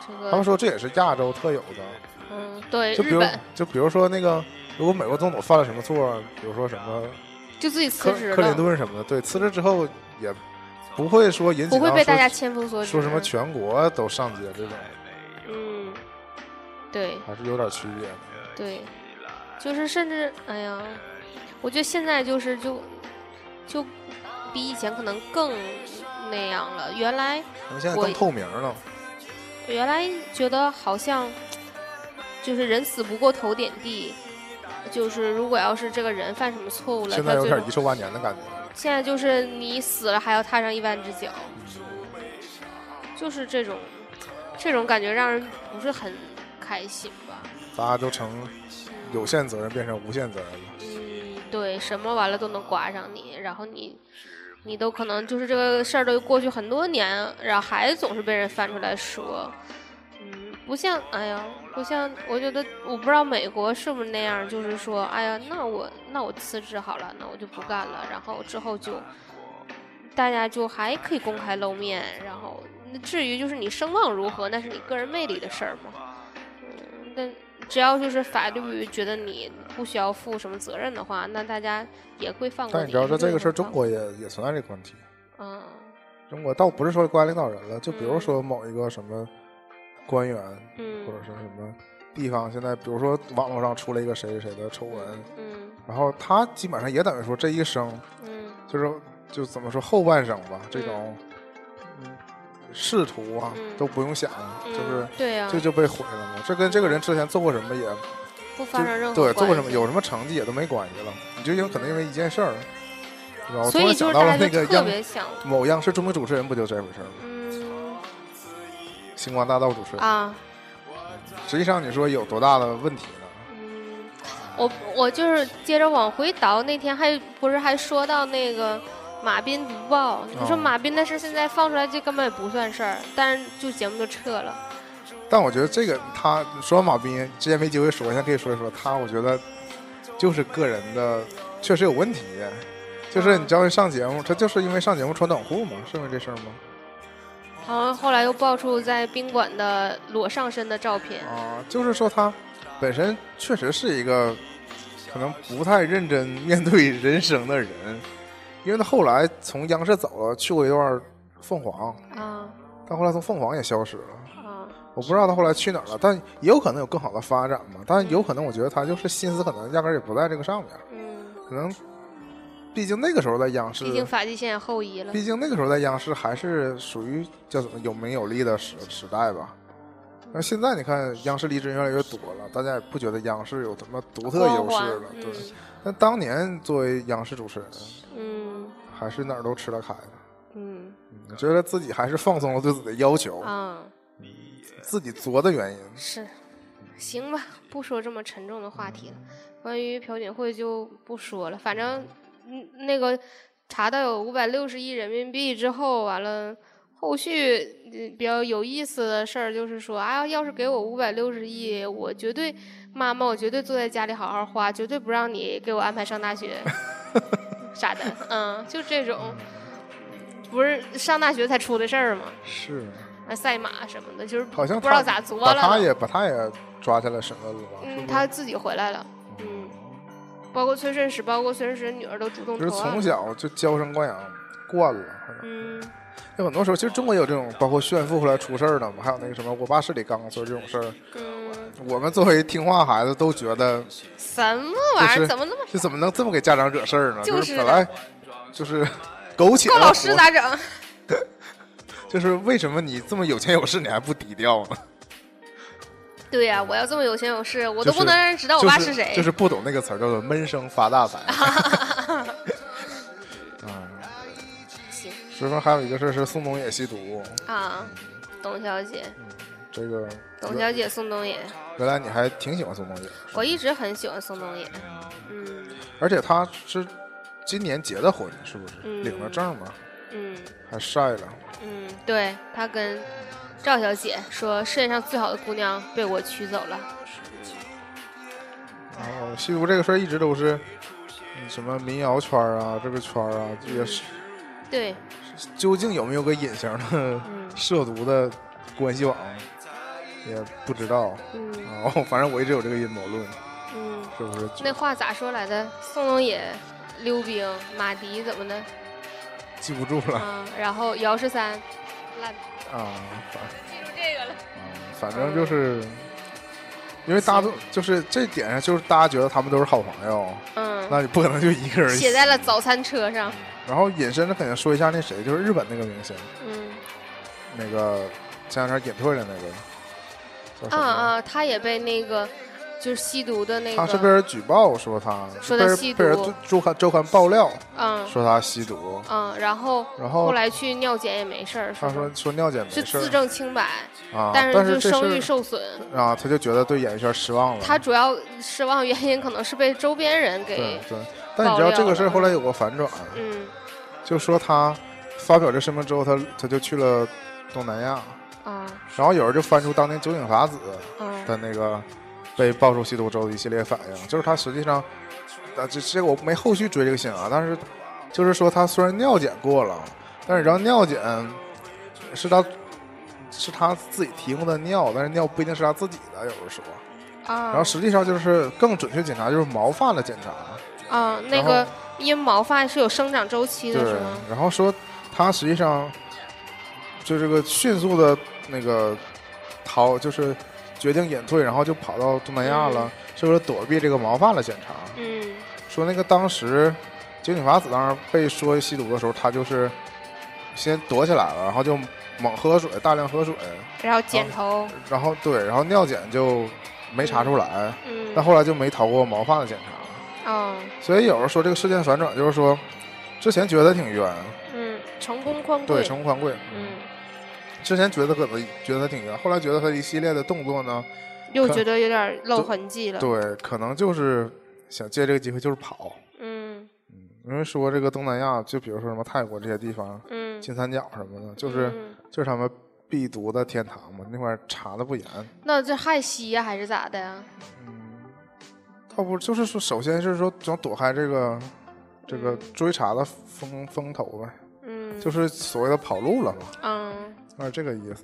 这他们个说这也是亚洲特有的，嗯，对，就比日如本就比如说那个，如果美国总统犯了什么错，比如说什么就自己克辞职克林了，顿什么的，对，辞职之后也不会说引起不会到被说大家千夫所指。说什么全国都上街这种，嗯，对还是有点区别的。对，就是甚至哎呀，我觉得现在就是就就比以前可能更那样了。原来因为现在我更透明了，原来觉得好像就是人死不过头点地，就是如果要是这个人犯什么错误了，现他在有最点后遗臭万年的感觉。现在就是你死了还要踏上一万只脚，就是这种这种感觉让人不是很开心吧？大家都从有限责任变成无限责任了。嗯，对，什么完了都能刮上你，然后你你都可能就是这个事儿都过去很多年，然后还总是被人翻出来说。嗯，不像，哎呀，不像，我觉得我不知道美国是不是那样，就是说，哎呀，那我那我辞职好了，那我就不干了，然后之后就大家就还可以公开露面，然后那至于就是你声望如何，那是你个人魅力的事儿嘛。嗯，但只要就是法律觉得你不需要负什么责任的话，那大家也会放过但你。你知道，也说会这个事儿，放中国也也存在这个问题。嗯中国倒不是说关领导人了，就比如嗯说某一个什么官员，嗯或者是什么地方，现在比如说网络上出了一个谁谁谁的丑闻，嗯然后他基本上也等于说这一生嗯就是就怎么说后半生吧，这种嗯仕途啊嗯都不用想，嗯，就是对呀、这就被毁了嘛。这跟这个人之前做过什么也不发生任就何对做过关什么系有什么成绩也都没关系了，你就因为可能因为一件事儿，对吧？我突所以然就想是到大了家那就个特央别想，某央视著名主持人不就这回事儿吗？嗯星光大道主持人。啊，实际上，你说有多大的问题呢？嗯，我我就是接着往回倒，那天还不是还说到那个马斌读报，你说哦马斌的事现在放出来，这根本也不算事儿，但是就节目就撤了，但我觉得这个他说马斌之前没机会说，现在可以说一说他。我觉得就是个人的确实有问题，就是你知道上节目，他就是因为上节目穿短裤嘛，是因为这事儿吗？好像后来又爆出在宾馆的裸上身的照片，啊，就是说他本身确实是一个可能不太认真面对人生的人，因为他后来从央视走了，去过一段凤凰，啊但后来从凤凰也消失了。啊，我不知道他后来去哪儿了，但也有可能有更好的发展嘛。但有可能，我觉得他就是心思可能压根儿也不在这个上面，嗯，可能，毕竟那个时候在央视，毕竟发际线也后移了，毕竟那个时候在央视还是属于叫什么有名有利的时时代吧。那现在你看，央视离职越来越多了，大家也不觉得央视有什么独特光优环势了，对。嗯但当年作为央视主持人，嗯还是哪儿都吃得开的。嗯我觉得自己还是放松了对自己的要求，啊，自己作的原因。是，行吧，不说这么沉重的话题了。关于朴槿惠就不说了，反正嗯那个查到有五百六十亿人民币之后，完了后续呃比较有意思的事儿就是说，啊，要是给我五百六十亿，我绝对妈妈，我绝对坐在家里好好花，绝对不让你给我安排上大 学啥的，嗯，就这种。不是上大学才出的事儿吗？是。啊，赛马什么的，就是好像不知他道咋作把了。他也把他也抓起来审问了吧？是嗯，不他自己回来了，嗯，包括崔顺实，包括崔顺实的女儿都主动就是投啊案从了，小就娇生惯养惯了。好像嗯有很多时候，其实中国也有这种，包括炫富后来出事儿的嘛，还有那个什么“我爸是李刚”说这种事儿。嗯，我们作为听话孩子都觉得，什么玩意就儿？是怎么那么这怎么能这么给家长惹事儿呢？就就是本的来就是苟且告的老师活咋整？ 就是为什么你这么有钱有势，你还不低调呢？对呀、我要这么有钱有势，我就都不能让人知道我就爸是是谁。就是不懂那个词儿叫做闷声发 大财。嗯，行师傅还有一个事儿是宋冬野吸毒，啊，董小姐，这个董小姐，宋冬野，原来你还挺喜欢宋冬野，我一直很喜欢宋冬野，嗯而且他是今年结的婚，是不是？嗯领了证嘛，嗯还晒了。嗯，对她跟赵小姐说，世界上最好的姑娘被我娶走了，然后吸毒这个事儿一直都是嗯什么民谣圈儿啊，这个圈儿啊，也是嗯对，究竟有没有个隐形的嗯 涉毒的关系网，也不知道。嗯然后反正我一直有这个阴谋论，嗯。是不是？那话咋说来的？宋冬野、溜冰、马迪怎么的？记不住了嗯，然后姚十三，烂，啊，反记住这个了。啊反正就是，嗯因为大众就是这点上，就是大家觉得他们都是好朋友，嗯，那你不可能就一个人写在了早餐车上。然后引申的肯定说一下那谁，就是日本那个明星，嗯，那个前两天隐退的那个，叫什啊么？啊，他也被那个就是吸毒的那个，他是被人举报说他，说被他人吸被人毒周刊周刊爆料嗯说他吸毒，嗯，然后然后后来去尿检也没事儿，他是吧说说尿检没是事儿自证清白，啊，但但就是这声事誉受损。儿啊，他就觉得对演艺圈失望了。他主要失望原因可能是被周边人对给，对，但你知道爆料这个事儿了后来有个反转，嗯就说他发表这声明之后，他他就去了东南亚，啊然后有人就翻出当年酒井法子嗯的那个被爆出吸毒之后的一系列反应，就是他实际上，啊，这这个我没后续追这个新闻啊，但是就是说他虽然尿检过了，但是你知道尿检是他是他自己提供的尿，但是尿不一定是他自己的，有的时候。啊，然后实际上就是更准确检查就是毛发的检查，啊那然后个因为毛发是有生长周期的，对是吗？，然后说他实际上就这个迅速的那个逃，就是决定隐退，然后就跑到东南亚了，是为了躲避这个毛发的检查。嗯说那个当时酒井法子当时被说吸毒的时候，他就是先躲起来了，然后就猛喝水，大量喝水，然后剪头，然后对，然后尿检就没查出来，嗯但后来就没逃过毛发的检查。啊所以有人说这个事件反转，就是说之前觉得挺冤，嗯，成功宽对，贵，乘风还贵，嗯，之前觉得可能觉得挺冤，后来觉得他一系列的动作呢，又可觉得有点露就痕迹了，对，可能就是想借这个机会就是跑，嗯因为说这个东南亚，就比如说什么泰国这些地方，嗯，金三角什么的，就是、嗯就是他们必毒的天堂嘛，那块儿查的不严，那这害吸呀还是咋的呀？倒不就是说，首先是说想躲开这个这个追查的风风头呗，嗯就是所谓的跑路了嘛，嗯那是这个意思。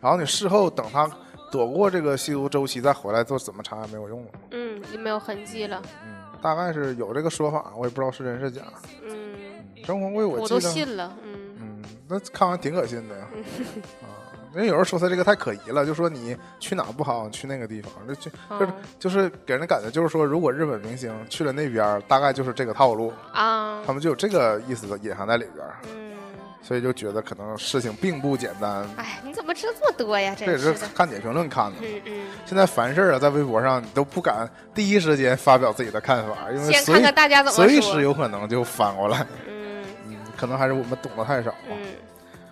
然后你事后等他躲过这个吸毒周期再回来，做怎么查也没有用了。嗯嗯，也没有痕迹了，大概是有这个说法，我也不知道是真是假。嗯，张光贵我记我得，都信嗯了，嗯。嗯，那看完挺可信的呀。 啊，因为有人说他这个太可疑了，就说你去哪不好，你去那个地方，就去就是、嗯就是给人的感觉就是说，如果日本明星去了那边儿，大概就是这个套路，啊他，们就有这个意思的隐含在里边儿，嗯，所以就觉得可能事情并不简单。哎，你怎么吃这么多呀？这也真是是的，看点评论看的。嗯嗯，现在凡事啊，在微博上你都不敢第一时间发表自己的看法，因为先随看看大家怎么随时说。有可能就反过来。嗯 嗯，可能还是我们懂得太少。嗯，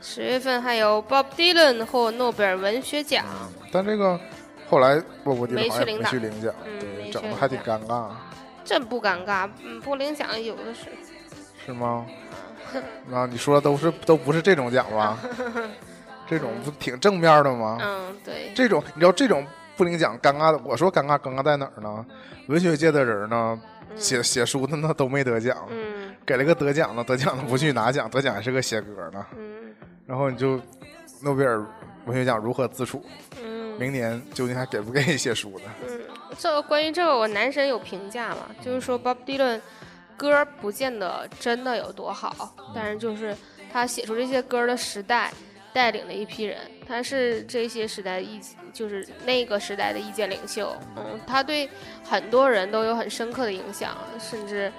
十月份还有 Bob Dylan 获诺贝尔文学奖，嗯但这个后来波波迪没好像去也领没奖去领奖，嗯对，没整的去领还挺尴奖尬，真不尴尬，嗯，不领奖有的是。是吗？ 那你说的都是都不是这种奖 吧？这种不挺正面的吗？嗯，对，这种你知道这种不领奖尴尬的，我说尴尬尴尬在哪儿呢？文学界的人呢，写写书的呢都没得奖，嗯给了个得奖的，得奖的不去拿奖，得奖还是个写歌呢，嗯然后你就诺贝尔文学奖如何自处？嗯明年究竟还给不给写书的？嗯，这个关于这个，我男神有评价嘛，就是说 Bob Dylan 歌儿不见得真的有多好，但是就是他写出这些歌儿的时代。带领了一批人，他是这些时代意，就是那个时代的意见领袖。嗯，他对很多人都有很深刻的影响，甚至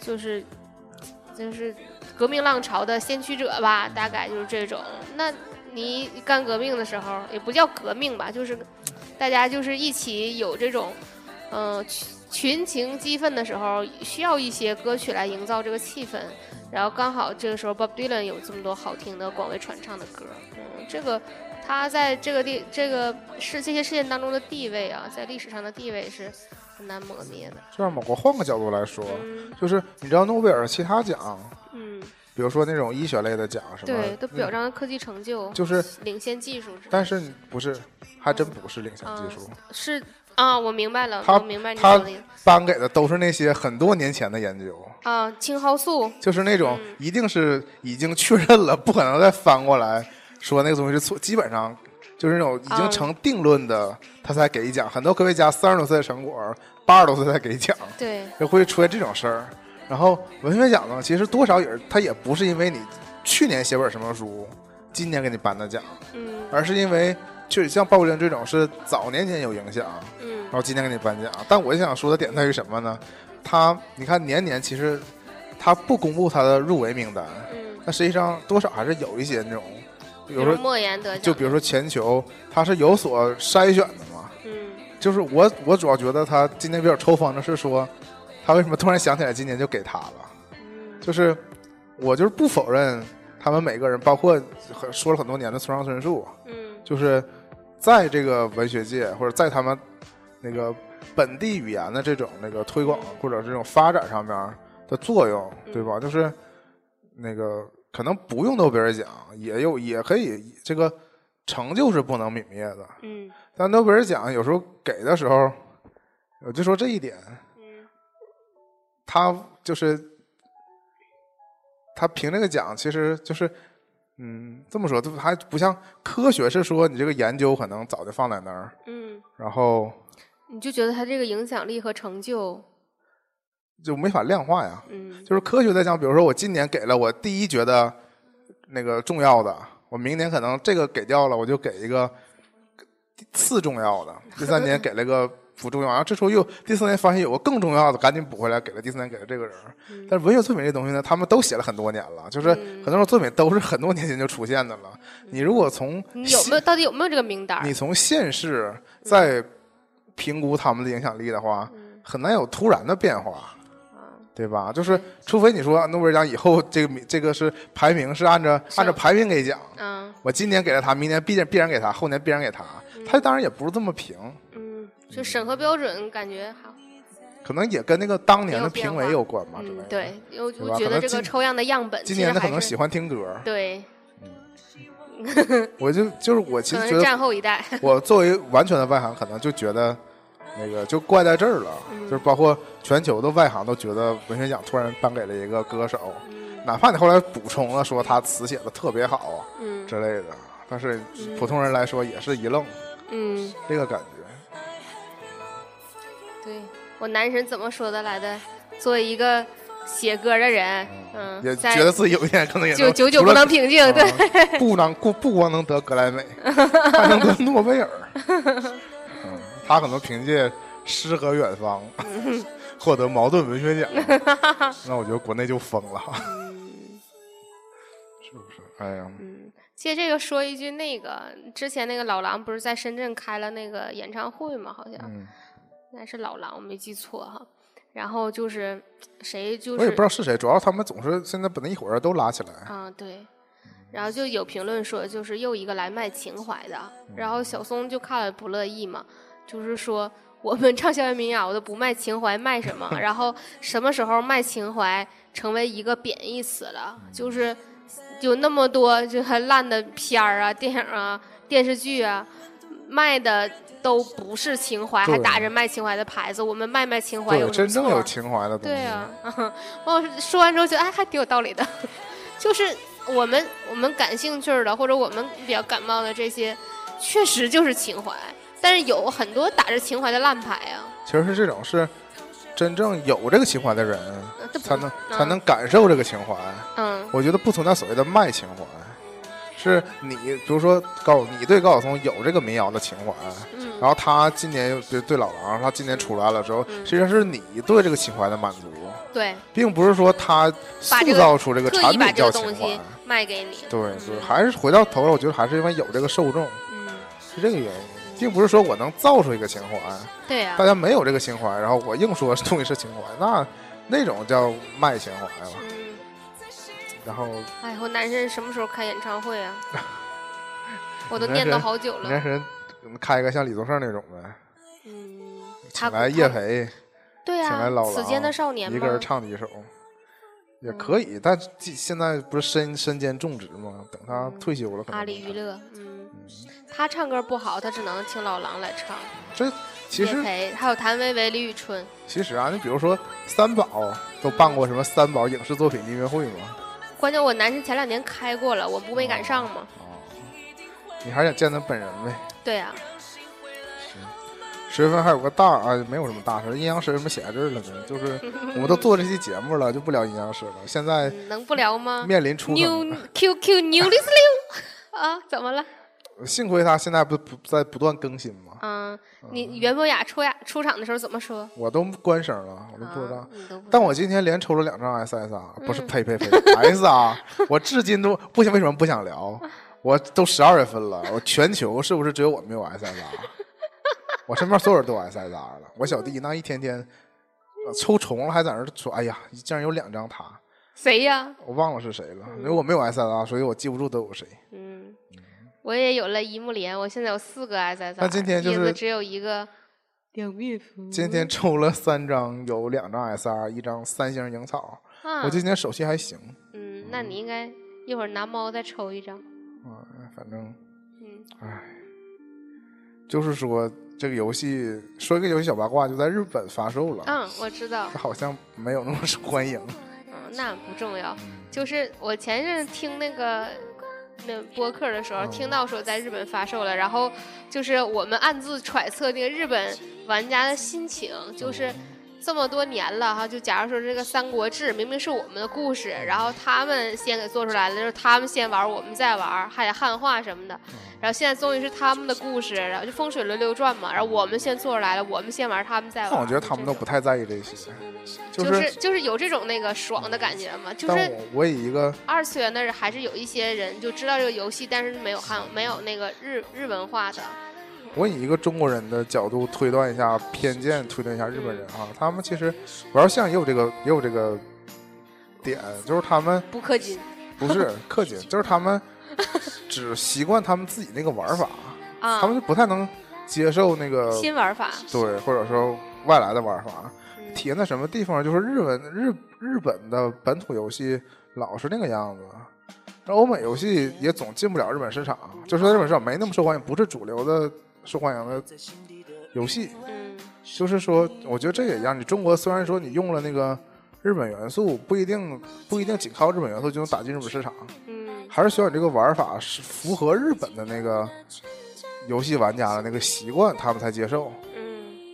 就是就是革命浪潮的先驱者吧，大概就是这种。那你干革命的时候，也不叫革命吧，就是大家就是一起有这种，嗯、群群情激愤的时候，需要一些歌曲来营造这个气氛。然后刚好这个时候，Bob Dylan 有这么多好听的、广为传唱的歌，嗯，这个他在这个地、这个事、这些事件当中的地位啊，在历史上的地位是很难磨灭的。就让某国换个角度来说，嗯就是你知道诺贝尔其他奖，嗯，比如说那种医学类的奖什么，对，都表嗯彰了科技成就，就是领先技术之类的。但是你不是，还真不是领先技嗯术，是啊，我明白了，他我明白你他说的意思颁给的都是那些很多年前的研究，啊，青蒿素，就是那种嗯一定是已经确认了，不可能再翻过来说那个东西是错，基本上。就是那种已经嗯成定论的，他才给奖。很多科学家三十多岁的成果，八十多岁才给奖。对，就会出现这种事儿。然后文学奖呢，其实多少也是它也不是因为你去年写本什么书，今年给你颁的奖，嗯而是因为确实像鲍勃林这种是早年间有影响，然嗯后今天给你颁奖。但我想说的点在于什么呢？他你看年年其实他不公布他的入围名单，嗯，但实际上多少还是有一些那种，比如比如说莫言得奖，就比如说全球，它是有所筛选的嘛。嗯就是我我主要觉得他今天比较抽风的是说，他为什么突然想起来今年就给他了？嗯就是我就是不否认他们每个人，包括很说了很多年的村上春树，啊嗯就是在这个文学界或者在他们那个本地语言的这种那个推广或者这种发展上面的作用，对嗯吧？就是那个可能不用诺贝尔奖，也有也可以这个成就是不能泯灭的。嗯但诺贝尔奖有时候给的时候，我就说这一点，嗯他就是他评这个奖，其实就是嗯，这么说，就还不像科学是说你这个研究可能早就放在那儿，嗯，然后你就觉得他这个影响力和成就，就没法量化呀。嗯就是科学在讲，比如说我今年给了我第一觉得那个重要的，我明年可能这个给掉了，我就给一个次重要的，第三年给了个不重要，然后这时候又第四年发现有个更重要的，赶紧补回来给了第四年给了这个人。嗯但是文学作品这东西呢，他们都写了很多年了，就是很多时候作品都是很多年前就出现的了。你如果从嗯你有没有到底有没有这个名单儿？你从现世嗯再评估他们的影响力的话，嗯很难有突然的变化，啊对吧？就是除非你说诺贝尔奖以后这个名这个是排名是按照按照排名给奖，嗯我今年给了他，明年必然必然给他，后年必然给他，他当然也不是这么评，嗯，就审核标准感觉好。可能也跟那个当年的没有变评化委有关啊嘛之类嗯的。，，对，我对吧我可觉得能这个今抽样的样本今其实年他还可能是喜欢听歌，对，我就就是我其实可能觉是得战后一 代。我作为完全的外行，可能就觉得那个就怪在这儿了，嗯就是包括全球的外行都觉得文学奖突然颁给了一个歌手，哪怕你后来补充了说他词写的特别好啊嗯之类的，但是普通人来说也是一愣，嗯，这个感觉。对我男神怎么说的来的？作为一个写歌的人，嗯，也在觉得自己有一天可能也就能久久除不了能平静，呃对，啊不能不不光能得格莱 美，还能得诺贝尔。嗯，他可能凭借《诗和远 方》获得茅盾文学奖，那我觉得国内就疯了，嗯是不是？哎呀，借这个说一句，那个之前那个老狼不是在深圳开了那个演唱会吗？好像嗯，应该是老狼，我没记错哈。然后就是谁就我也是不知道是谁，主要他们总是现在把那一伙人都拉起来，啊，对。嗯然后就有评论说，就是又一个来卖情怀的。嗯然后小松就看了不乐意嘛，就是说我们唱校园民谣的不卖情怀 卖什么？然后什么时候卖情怀成为一个贬义词了？嗯就是有那么多就很烂的片儿啊、电影啊、电视剧啊，卖的都不是情怀，还对打着卖情怀的牌子。我们卖卖情怀对，有什真么正错有啊情怀的东西。对啊， 我说完之后觉得哎，还挺有道理的， 就是我们我们感兴趣儿的或者我们比较感冒的这些，确实就是情怀，但是有很多打着情怀的烂牌啊，其实是这种是真正有这个情怀的人呃这不才能嗯才能感受这个情怀。嗯我觉得不存在所谓的卖情怀，是你比如说高，你对高晓松有这个民谣的情怀，嗯然后他今年又对对老狼，他今年出来了之后，嗯实际上是你对这个情怀的满足，对，并不是说他把塑这个造出这个特产意把品叫这个情东怀西。卖给你，对，就是还是回到头来，我觉得还是因为有这个受众，嗯，是这个原因，并不是说我能造出一个情怀，对啊大，家没有这个情怀，然后我硬说东西是情怀，那那种叫卖情怀了。嗯，然后哎，我男神什么时候开演唱 会啊？我都你男念叨神好久你那了，人开一个像李宗盛那种呗。嗯，他请来叶培，对请来啊老，此狼，间的少年一嘛个，人唱几首嗯也可以，但是现在不是身身兼重职吗？等他退休了，可能嗯阿里就娱乐，嗯，他唱歌不好，他只能听老狼来唱。这其叶实培还有谭维维、李宇春，其实啊，你比如说三宝都办过什么三宝影视作品音乐会吗？关键我男神前两年开过了，我不没赶上哦嘛。你还是想见他本人呗？对啊，十月份还有个大啊，没有什么大事，阴阳师为什么写在这儿了呢？就是我们都做这期节目了，就不聊阴阳师了。现在能不聊吗面临出嗯？New 坑， QQ New 六四六 啊，怎么了？幸亏他现在不不在不断更新嘛，嗯，你袁博雅出雅出场的时候怎么说？我都关声了，我都不知道啊。嗯你都不但我今天连抽了两张 SSR，不是呸呸呸 SR，我至今都不想为什么不想聊？我都十二月份了，我全球是不是只有我没有 SSR？我身边所有人都有 SSR 了，我小弟那一天天呃抽重了还在那儿说，哎呀，竟然有两张他，谁呀？我忘了是谁了，因为我没有 SSR，所以我记不住都有谁。嗯，我也有了一木莲，我现在有四个 SSR，那今天就椰是子只有一个。两面福。今嗯天抽了三张，有两张 SR，一张三星萤草，啊我今天手气还行，嗯，那你应该一会儿拿猫再抽一张。啊，反正。嗯，唉，就是说这个游戏，说一个游戏小八卦，就在日本发售了，嗯，我知道它。好像没有那么受欢迎。嗯，那不重要。就是我前一阵听那个那播客的时嗯候，听到说在日本发售了，然后就是我们暗自揣测那个日本玩家的心情，嗯就是。这么多年了哈，就假如说这个《三国志》明明是我们的故事，然后他们先给做出来了，就是他们先玩，我们再玩，还得汉化什么的。嗯然后现在终于是他们的故事，然后就风水轮流转嘛。然后我们先做出来了，我们先玩，他们再玩。但我觉得他们都不太在意这些，嗯就就是，是就是有这种那个爽的感觉嘛，就但是我我以一个二次元的人还是有一些人就知道这个游戏，但是没有汉没有那个日日文化的，我以一个中国人的角度推断一下偏见，推断一下日本人哈，嗯他们其实玩像也有这个也有这个点，就是他们不氪金不 是氪金，就是他们只习惯他们自己那个玩法，啊他，们就不太能接受那个新玩法，对，或者说外来的玩法，啊体现在什么地方？就是日文日日本的本土游戏老是那个样子，然后欧美游戏也总进不了日本市场，就是在日本市场没那么受欢迎，不是主流的受欢迎的游戏。嗯就是说，我觉得这也一样。你中国虽然说你用了那个日本元素，不一定不一定仅靠日本元素就能打进日本市场，嗯还是需要你这个玩法是符合日本的那个游戏玩家的那个习惯，他们才接受。嗯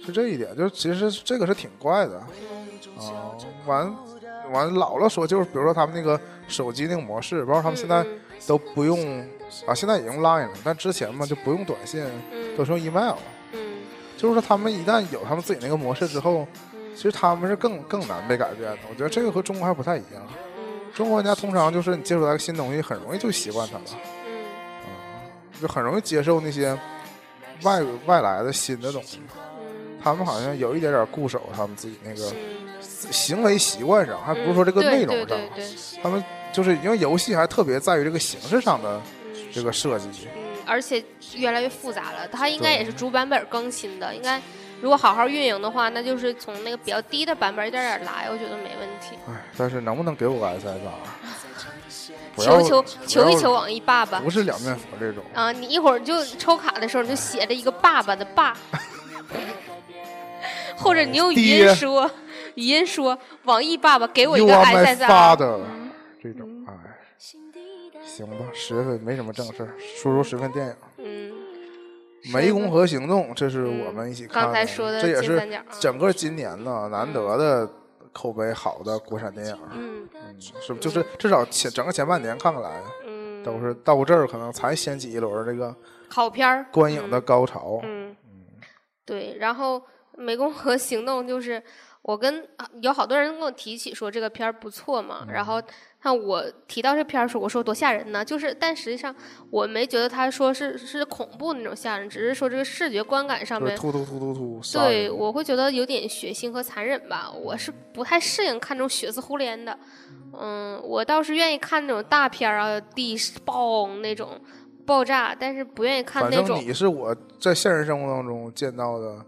是这一点，就是其实这个是挺怪的啊。完完老了说，就是比如说他们那个手机那个模式，包括他们现在嗯都不用啊，现在也用 Line 了，但之前嘛就不用短信，嗯都是用 email。嗯就是说他们一旦有他们自己那个模式之后，嗯其实他们是更更难被改变的。我觉得这个和中国还不太一样，嗯中国玩家通常就是你接触到一个新东西，很容易就习惯它了，嗯就很容易接受那些外外来的新的东西。嗯他们好像有一点点固守他们自己那个。嗯，行为习惯上，还不是说这个对内容上，对对对，他们就是因为游戏还特别在于这个形式上的这个设计。嗯，而且越来越复杂了。它应该对也是逐版本更新的，应该如果好好运营的话，那就是从那个比较低的版本一点点来，我觉得没问题。唉，哎但是能不能给我个 SSR？不 要求求求一求，网易爸不爸要不是两面佛这种。啊！你一会儿就抽卡的时候，你就写着一个爸爸的 爸，或者你用语爹音说，语音说网易爸爸给我一 You 个 are my SSR。 father，这种嗯唉，行吧，十月份没什么正事儿，说说十份电影。嗯《湄公河行动》，这是我们一起看刚才说的这也金是三角啊整个今年呢难得的口碑好的国产电影。嗯嗯，是不就是至少前整个前半年看过来，嗯，都是到这儿可能才掀起一轮这个好片儿。观影的高潮。嗯，对。然后《湄公河行动》就是我跟啊有好多人跟我提起说这个片儿不错嘛，嗯然后看我提到这片儿的时候，我说多吓人呢，就是但实际上我没觉得他说是是恐怖那种吓人，只是说这个视觉观感上就是面。突突突突突，杀对，人嗯我会觉得有点血腥和残忍吧，我是不太适应看这种血丝互连的。嗯，我倒是愿意看那种大片儿啊，地嘣那种爆炸，但是不愿意看反那正种你是我在现实生活当中见到的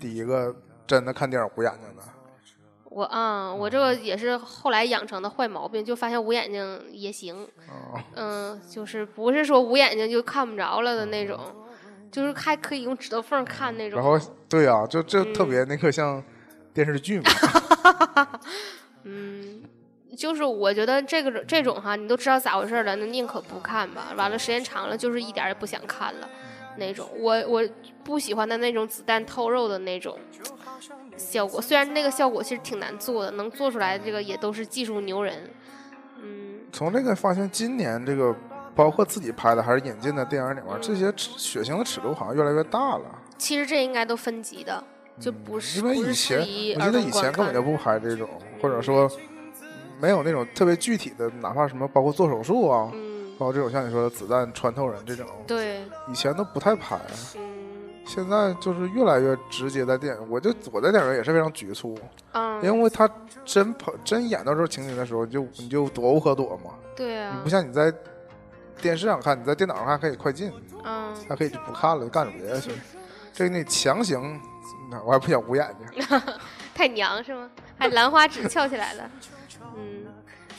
第一个真的看电影捂眼睛的。我啊、我哦这个也是后来养成的坏毛病，就发现捂眼睛也行，哦，嗯、就是不是说捂眼睛就看不着了的那种，就是还可以用指头缝看那哦然种。后对啊，就这特别那个像电视剧嘛，嗯，就是我觉得这个嗯这种哈，你都知道咋回事了，那宁可不看吧。完了，时间长了就是一点儿也不想看了。那种，我我不喜欢它那种子弹透肉的那种效果。虽然那个效果其实挺难做的，能做出来的这个也都是技术牛人。嗯，从这个发现，今年这个包括自己拍的还是引进的电影里面，这些尺血腥的尺度好像越来越大了。其实这应该都分级的，就不嗯是因为不是以前适宜我儿记得童以前观根本看就不拍这种，或者说没有那种特别具体的，哪怕什么包括做手术啊，嗯，包括这种像你说的子弹穿透人这种，对，以前都不太拍。嗯现在就是越来越直接在电影，我就我在电影院也是非常局促，嗯，因为他真拍真演到这种情景的时候，你就你就躲无可躲嘛，对你啊不，像你在电视上看，你在电脑上看可以快进，嗯，还可以就不看了，就干点别的去。这个你强行，那我还不想捂眼睛。 太娘是吗？还兰花指翘起来了。嗯，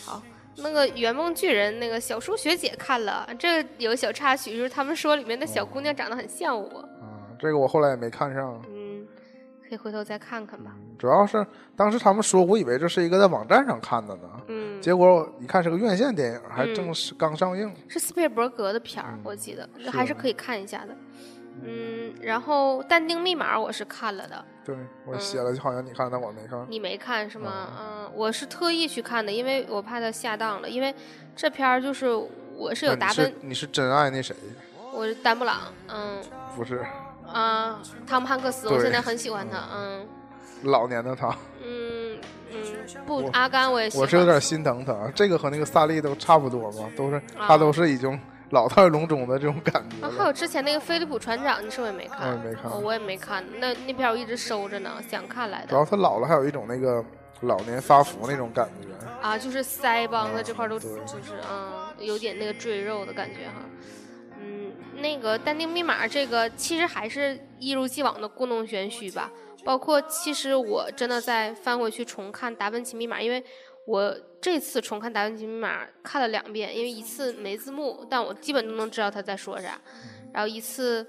好，那个《圆梦巨人》那个小叔学姐看了，这有个小插曲，就是他们说里面的小姑娘长得很像我。啊，这个我后来也没看上，嗯，可以回头再看看吧。主要是当时他们说，我以为这是一个在网站上看的呢，嗯，结果我一看是个院线电影，还嗯正是刚上映。是斯皮尔伯格的片儿，我记得嗯是还是吧可以看一下的。嗯，然后《但丁密码》我是看了的，对我写了，好像你看，但我没看。嗯你没看是吗？嗯，我是特意去看的，因为我怕它下档了。因为这片儿就是我是有那达啊你是芬，你是真爱那谁？我是丹布朗，嗯不是啊，汤姆汉克斯，对我现在很喜欢他，嗯老年的 他，嗯嗯，不我，阿甘我也喜欢，我是有点心疼他。这个和那个萨利都差不多嘛，都是他啊都是已经老态龙钟的这种感觉啊，还了。有之前那个菲利普船长，你是不是也没看？我嗯也没看哦我也没看。那那片儿我一直收着呢，想看来主的要他老了，还有一种那个老年发福那种感觉。啊，就是腮帮子这块儿都对就是嗯，有点那个赘肉的感觉哈。嗯，那个《但丁密码》这个其实还是一如既往的故弄玄虚吧。包括其实我真的在翻回去重看《达芬奇密码》，因为我这次重看《达芬奇密码》看了两遍，因为一次没字幕，但我基本都能知道他在说啥。然后一次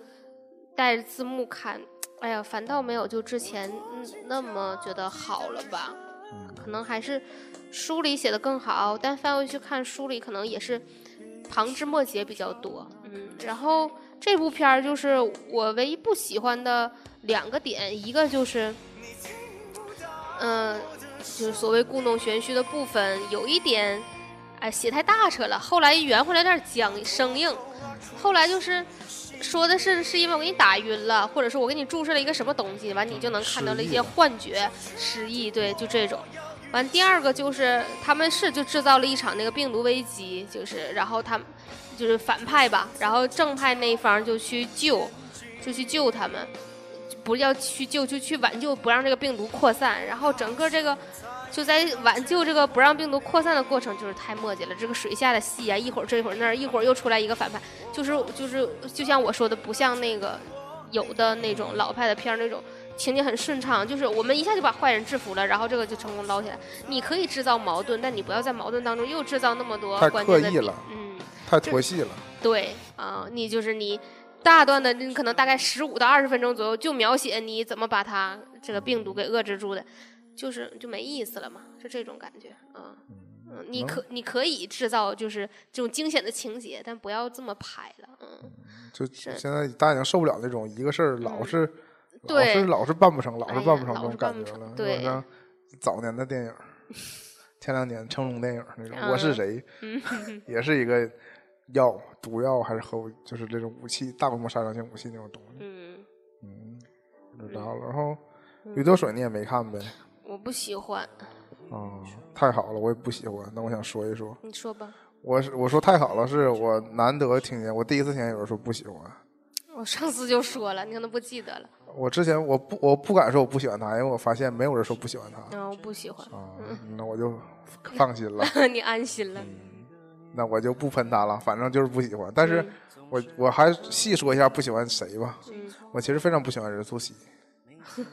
带着字幕看，哎呀，反倒没有就之前嗯那么觉得好了吧？可能还是书里写的更好，但翻回去看书里可能也是旁枝末节比较多。嗯，然后这部片儿就是我唯一不喜欢的两个点，一个就是，嗯、就是所谓故弄玄虚的部分，有一点，哎，写太大扯了。后来圆回来有点僵生硬，后来就是说的是是因为我给你打晕了，或者说我给你注射了一个什么东西，完你就能看到了一失忆些了幻觉、失忆，对，就这种。完，第二个就是他们是就制造了一场那个病毒危机，就是然后他们就是反派吧，然后正派那一方就去救，就去救他们，不要去救，就去挽救，不让这个病毒扩散。然后整个这个就在挽救这个不让病毒扩散的过程，就是太墨迹了。这个水下的戏啊，一会儿这一会儿那儿，一会儿又出来一个反派，就是就是就像我说的，不像那个有的那种老派的片儿那种。情节很顺畅，就是我们一下就把坏人制服了，然后这个就成功捞起来。你可以制造矛盾，但你不要在矛盾当中又制造那么多太关刻键的意点了嗯，太拖戏了。对啊、你就是你大段的，你可能大概十五到二十分钟左右就描写你怎么把它这个病毒给遏制住的，就是就没意思了嘛，是这种感觉啊。嗯，你可你可以制造就是这种惊险的情节，但不要这么拍了。嗯，就是现在大家已经受不了那种一个事儿老是、老对是老是办不成，老哎是呀办不成这老种是感办不觉成了。对就像早年的电 影，前两年成龙电影那种《我是 嗯谁》也是一个药毒药还是核，就是这种武器大规模杀伤性武器那种东西。嗯，嗯，不知道了。然后《宇宙水》你也没看呗？我不喜欢，啊、太好了，我也不喜欢。那我想说一说，你说吧。我是我说太好了，是我难得听见，我第一次听见有人说不喜欢。我上次就说了，你可能不记得了。我之前我不我不敢说我不喜欢他，因为我发现没有人说不喜欢他然后嗯不喜欢，啊，那我就放心了， 你安心了。那我就不喷他了，反正就是不喜欢。但是我我还细说一下不喜欢谁吧，我其实非常不喜欢任素汐，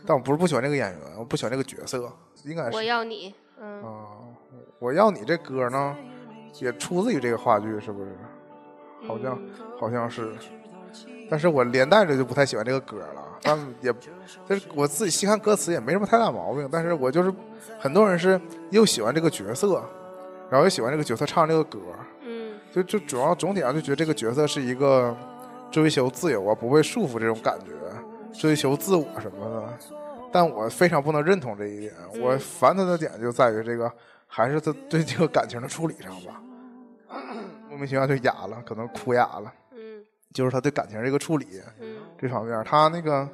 但我不是不喜欢这个演员，我不喜欢这个角色，应该我是要你，嗯，啊，我要你这歌呢，也出自于这个话剧，是不是？好像好像是，但是我连带着就不太喜欢这个歌了，但也，就是我自己细看歌词也没什么太大毛病，但是我就是很多人是又喜欢这个角色，然后又喜欢这个角色唱这个歌，嗯就就主要总体上就觉得这个角色是一个追求自由啊，不被束缚这种感觉，追求自我什么的。但我非常不能认同这一点，我烦他的点就在于这个，还是他对这个感情的处理上吧， 莫名其妙就哑了，可能哭哑了。嗯就是他对感情这个处理嗯，这方面，他那个，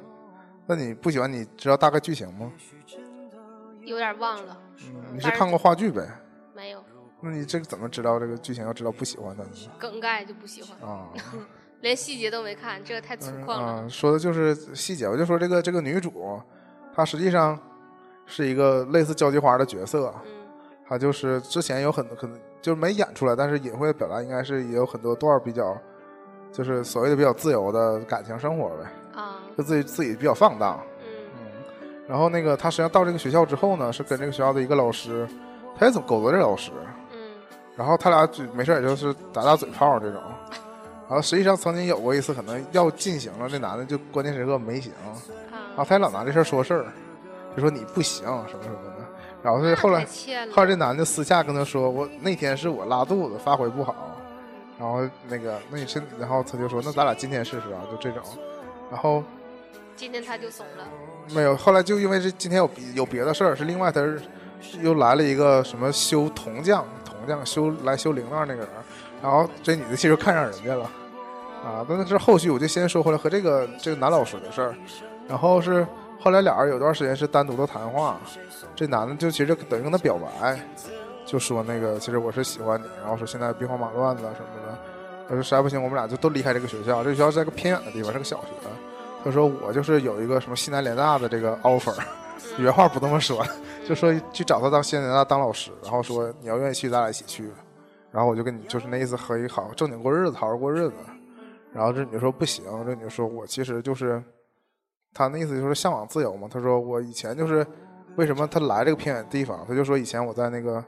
那你不喜欢，你知道大概剧情吗？嗯有点忘了，你是看过话剧呗？没有那你这个怎么知道这个剧情？要知道不喜欢他呢？梗概就不喜欢，啊连细节都没看，这个太粗犷了。啊，说的就是细节，我就说这个这个女主，她实际上是一个类似交际花的角色，啊嗯她就是之前有很多可能就是没演出来，但是隐晦表达应该是也有很多段比较，就是所谓的比较自由的感情生活呗，啊就自己自己比较放荡。嗯然后那个他实际上到这个学校之后呢，是跟这个学校的一个老师，他也总狗子这老师，嗯然后他俩就没事儿也就是打打嘴炮这种。然后实际上曾经有过一次，可能要进行了，这男的就关键时刻没行，然后啊，他也老拿这事儿说事儿，就说你不行什么什么的。然后那是后来太欠了后来这男的私下跟他说，我那天是我拉肚子发挥不好，然后那个那你身，然后他就说那咱俩今天试试啊，就这种。然后今天他就怂了，没有，后来就因为这今天有别有别的事儿，是另外他是又来了一个什么修铜匠，铜匠修来修铃铛那个人，然后这女的其实看上人家了，啊，但是后续我就先说回来和这个这个男老师的事儿，然后是后来俩人有段时间是单独的谈话，这男的就其实等于跟她表白，就说那个其实我是喜欢你，然后说现在兵荒马乱的什么的，他说实在不行我们俩就都离开这个学校，这学校在个偏远的地方，是个小学。他说我就是有一个什么西南联大的这个 offer，原话不这么说，就说去找他当西南联大当老师，然后说你要愿意去，咱俩一起去。然后我就跟你就是那意思，和一好正经过日子，好好过日子。然后这女的说不行，这女的说我其实就是，她那意思就是向往自由嘛。她说我以前就是为什么她来这个偏远地方，她就说以前我在那个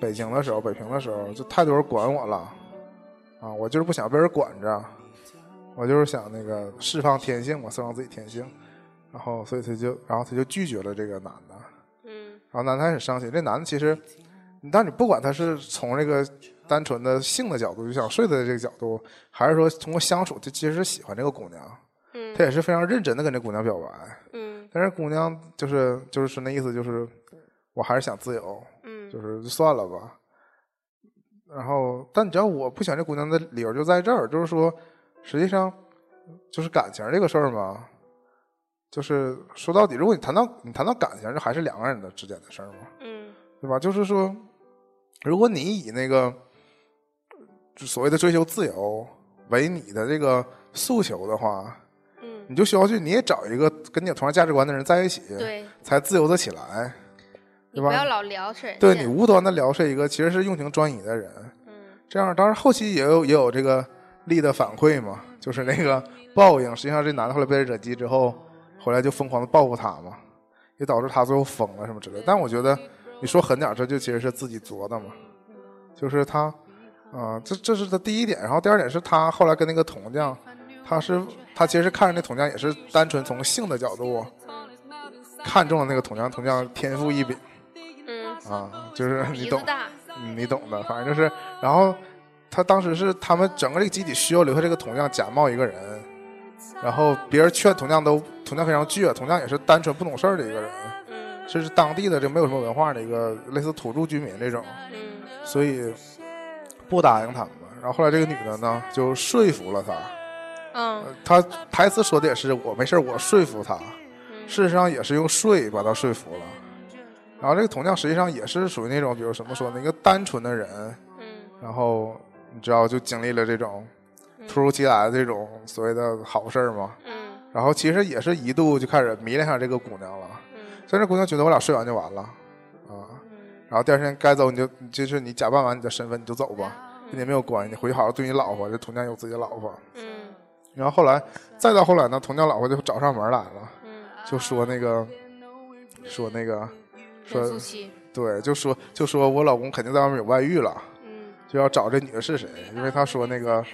北京的时候，北平的时候，就太多人管我了，啊，我就是不想被人管着。我就是想那个释放天性嘛，释放自己天性，然后所以他就，然后他就拒绝了这个男的，嗯然后男的还很伤心。这男的其实，但你不管他是从这个单纯的性的角度，就想睡的这个角度，还是说通过相处，他其实是喜欢这个姑娘，嗯他也是非常认真的跟这姑娘表白，嗯但是姑娘就是就是那意思就是，我还是想自由，嗯就是就算了吧。然后，但你知道我不喜欢这姑娘的理由就在这儿，就是说，实际上就是感情这个事儿嘛，就是说到底，如果你谈到你谈到感情，这还是两个人的之间的事儿嘛，嗯对吧？就是说，如果你以那个就所谓的追求自由为你的这个诉求的话，嗯，你就需要去你也找一个跟你有同样价值观的人在一起，对，才自由的起来。你对吧不要老聊扯人家，对你无端的聊是一个其实是用情专一的人，嗯这样当然后期也有也有这个力的反馈嘛，就是那个报应。实际上这男的后来被人惹急之后，回来就疯狂的报复他嘛，也导致他最后疯了什么之类的。但我觉得你说狠点儿，这就其实是自己作的嘛，就是他，啊、这这是他第一点。然后第二点是他后来跟那个铜匠，他是他其实是看着那铜匠也是单纯从性的角度看中了那个铜匠，铜匠天赋异禀嗯，啊，就是你鼻懂子。大，嗯，你懂的，反正就是，然后他当时是他们整个这个集体需要留下这个铜匠假冒一个人，然后别人劝铜匠都铜匠非常倔，铜匠也是单纯不懂事儿的一个人，嗯这是当地的这没有什么文化的一个类似土著居民这种，嗯所以不答应他们。然后后来这个女的呢就说服了他，呃嗯她台词说的也是我没事儿我说服他，嗯事实上也是用睡把他说服了。然后这个铜匠实际上也是属于那种，比如什么说呢，一个单纯的人，嗯然后你知道就经历了这种突如其来的这种所谓的好事儿嘛。嗯然后其实也是一度就开始迷恋上这个姑娘了，嗯所以这姑娘觉得我俩睡完就完了啊。嗯然后第二天该走你就你就是你假扮完你的身份你就走吧，跟你没有关系，你回去好好对你老婆。这佟江有自己的老婆。嗯然后后来再到后来呢，佟江老婆就找上门来了，嗯，就说那个说那个说严肃期，对，就说就说我老公肯定在外面有外遇了。嗯就要找这女的是谁，因为他说那个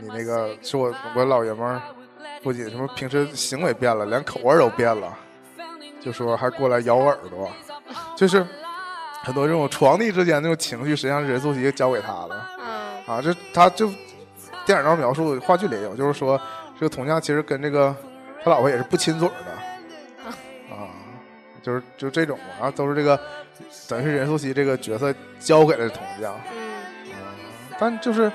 你那个是我我老爷们儿，不仅什么平时行为变了，连口味儿都变了，就说还过来咬我耳朵，就是很多这种床弟之间那种情绪，实际上是任素汐教给他的嗯啊，这他就电影上描述，话剧里也有，就是说这个佟佳其实跟这个他老婆也是不亲嘴儿的，嗯啊，就是就这种嘛，然后都是这个等于是任素汐这个角色交给了佟佳，嗯，但就是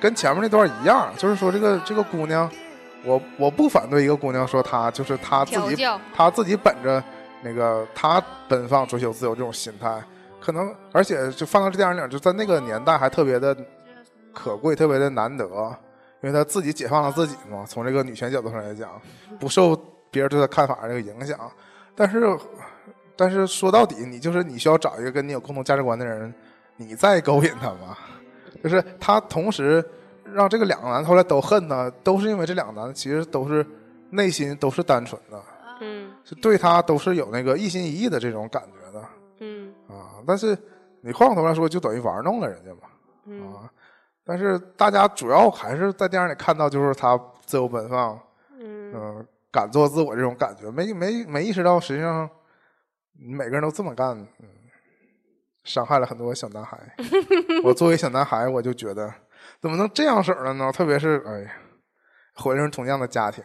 跟前面那段一样，就是说这个这个姑娘，我我不反对一个姑娘说她就是她自调己教，她自己本着那个她奔放追求自由这种心态，可能而且就放到这电影里，就在那个年代还特别的可贵，特别的难得，因为她自己解放了自己嘛。从这个女权角度上来讲，不受别人对她看法这个影响，但是。但是说到底，你就是你需要找一个跟你有共同价值观的人，你再勾引他嘛。就是他同时让这个两个男的后来都恨他，都是因为这两个男的其实都是内心都是单纯的，嗯是对他都是有那个一心一意的这种感觉的嗯啊。但是你换过头来说，就等于玩弄了人家嘛嗯啊。但是大家主要还是在电影里看到，就是他自由奔放，嗯，嗯、敢做自我这种感觉，没没没意识到实际上每个人都这么干，嗯，伤害了很多小男孩。我作为小男孩，我就觉得怎么能这样式儿的呢？特别是哎呀，回生同样的家庭，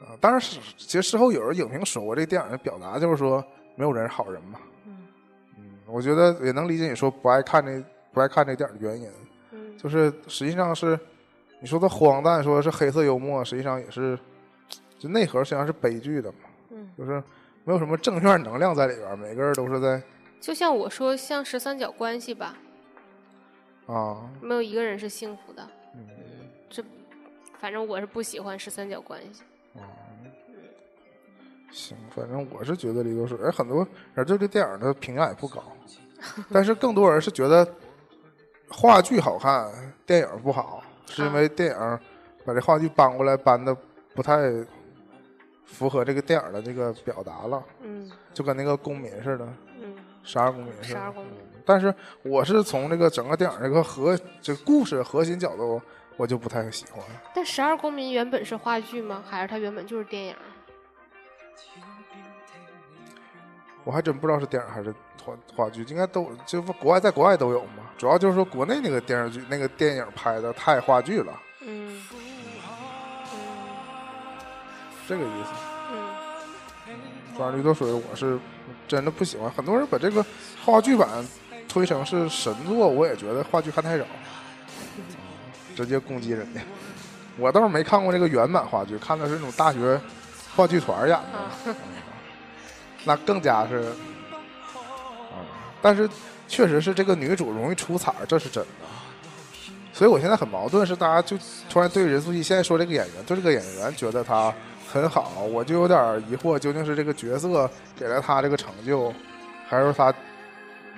啊、当然是其实事后有人影评说过，这电影的表达就是说没有人是好人嘛。嗯，我觉得也能理解你说不爱看这不爱看这电影的原因，嗯就是实际上是你说的荒诞，说是黑色幽默，实际上也是就内核实际上是悲剧的嘛，嗯就是没有什么正面能量在里边儿，每个人都是在就像我说，像十三角关系吧，啊，没有一个人是幸福的。嗯这，反正我是不喜欢十三角关系。行，反正我是觉得李多水，而很多人对这电影的评价也不高，但是更多人是觉得话剧好看，电影不好，是因为电影把这话剧搬过来搬的不太符合这个电影的这个表达了，嗯就跟那个公民似的。嗯十二公民是吧12公民嗯但是我是从这个整个电影这个核这个故事核心角度，我就不太喜欢。但《十二公民》原本是话剧吗？还是它原本就是电影？我还真不知道是电影还是话话剧，应该都就是国外在国外都有嘛。主要就是说国内那个电视剧那个电影拍的太话剧了，嗯这个意思。嗯反正绿豆水我是真的不喜欢，很多人把这个话剧版推成是神作，我也觉得话剧看太少，直接攻击人家。我倒是没看过这个原版话剧，看的是那种大学话剧团演的，啊那更加是，啊、但是确实是这个女主容易出彩儿，这是真的。所以我现在很矛盾，是大家就突然对任素汐现在说这个演员，对这个演员觉得她很好，我就有点儿疑惑，究竟是这个角色给了她这个成就，还是说她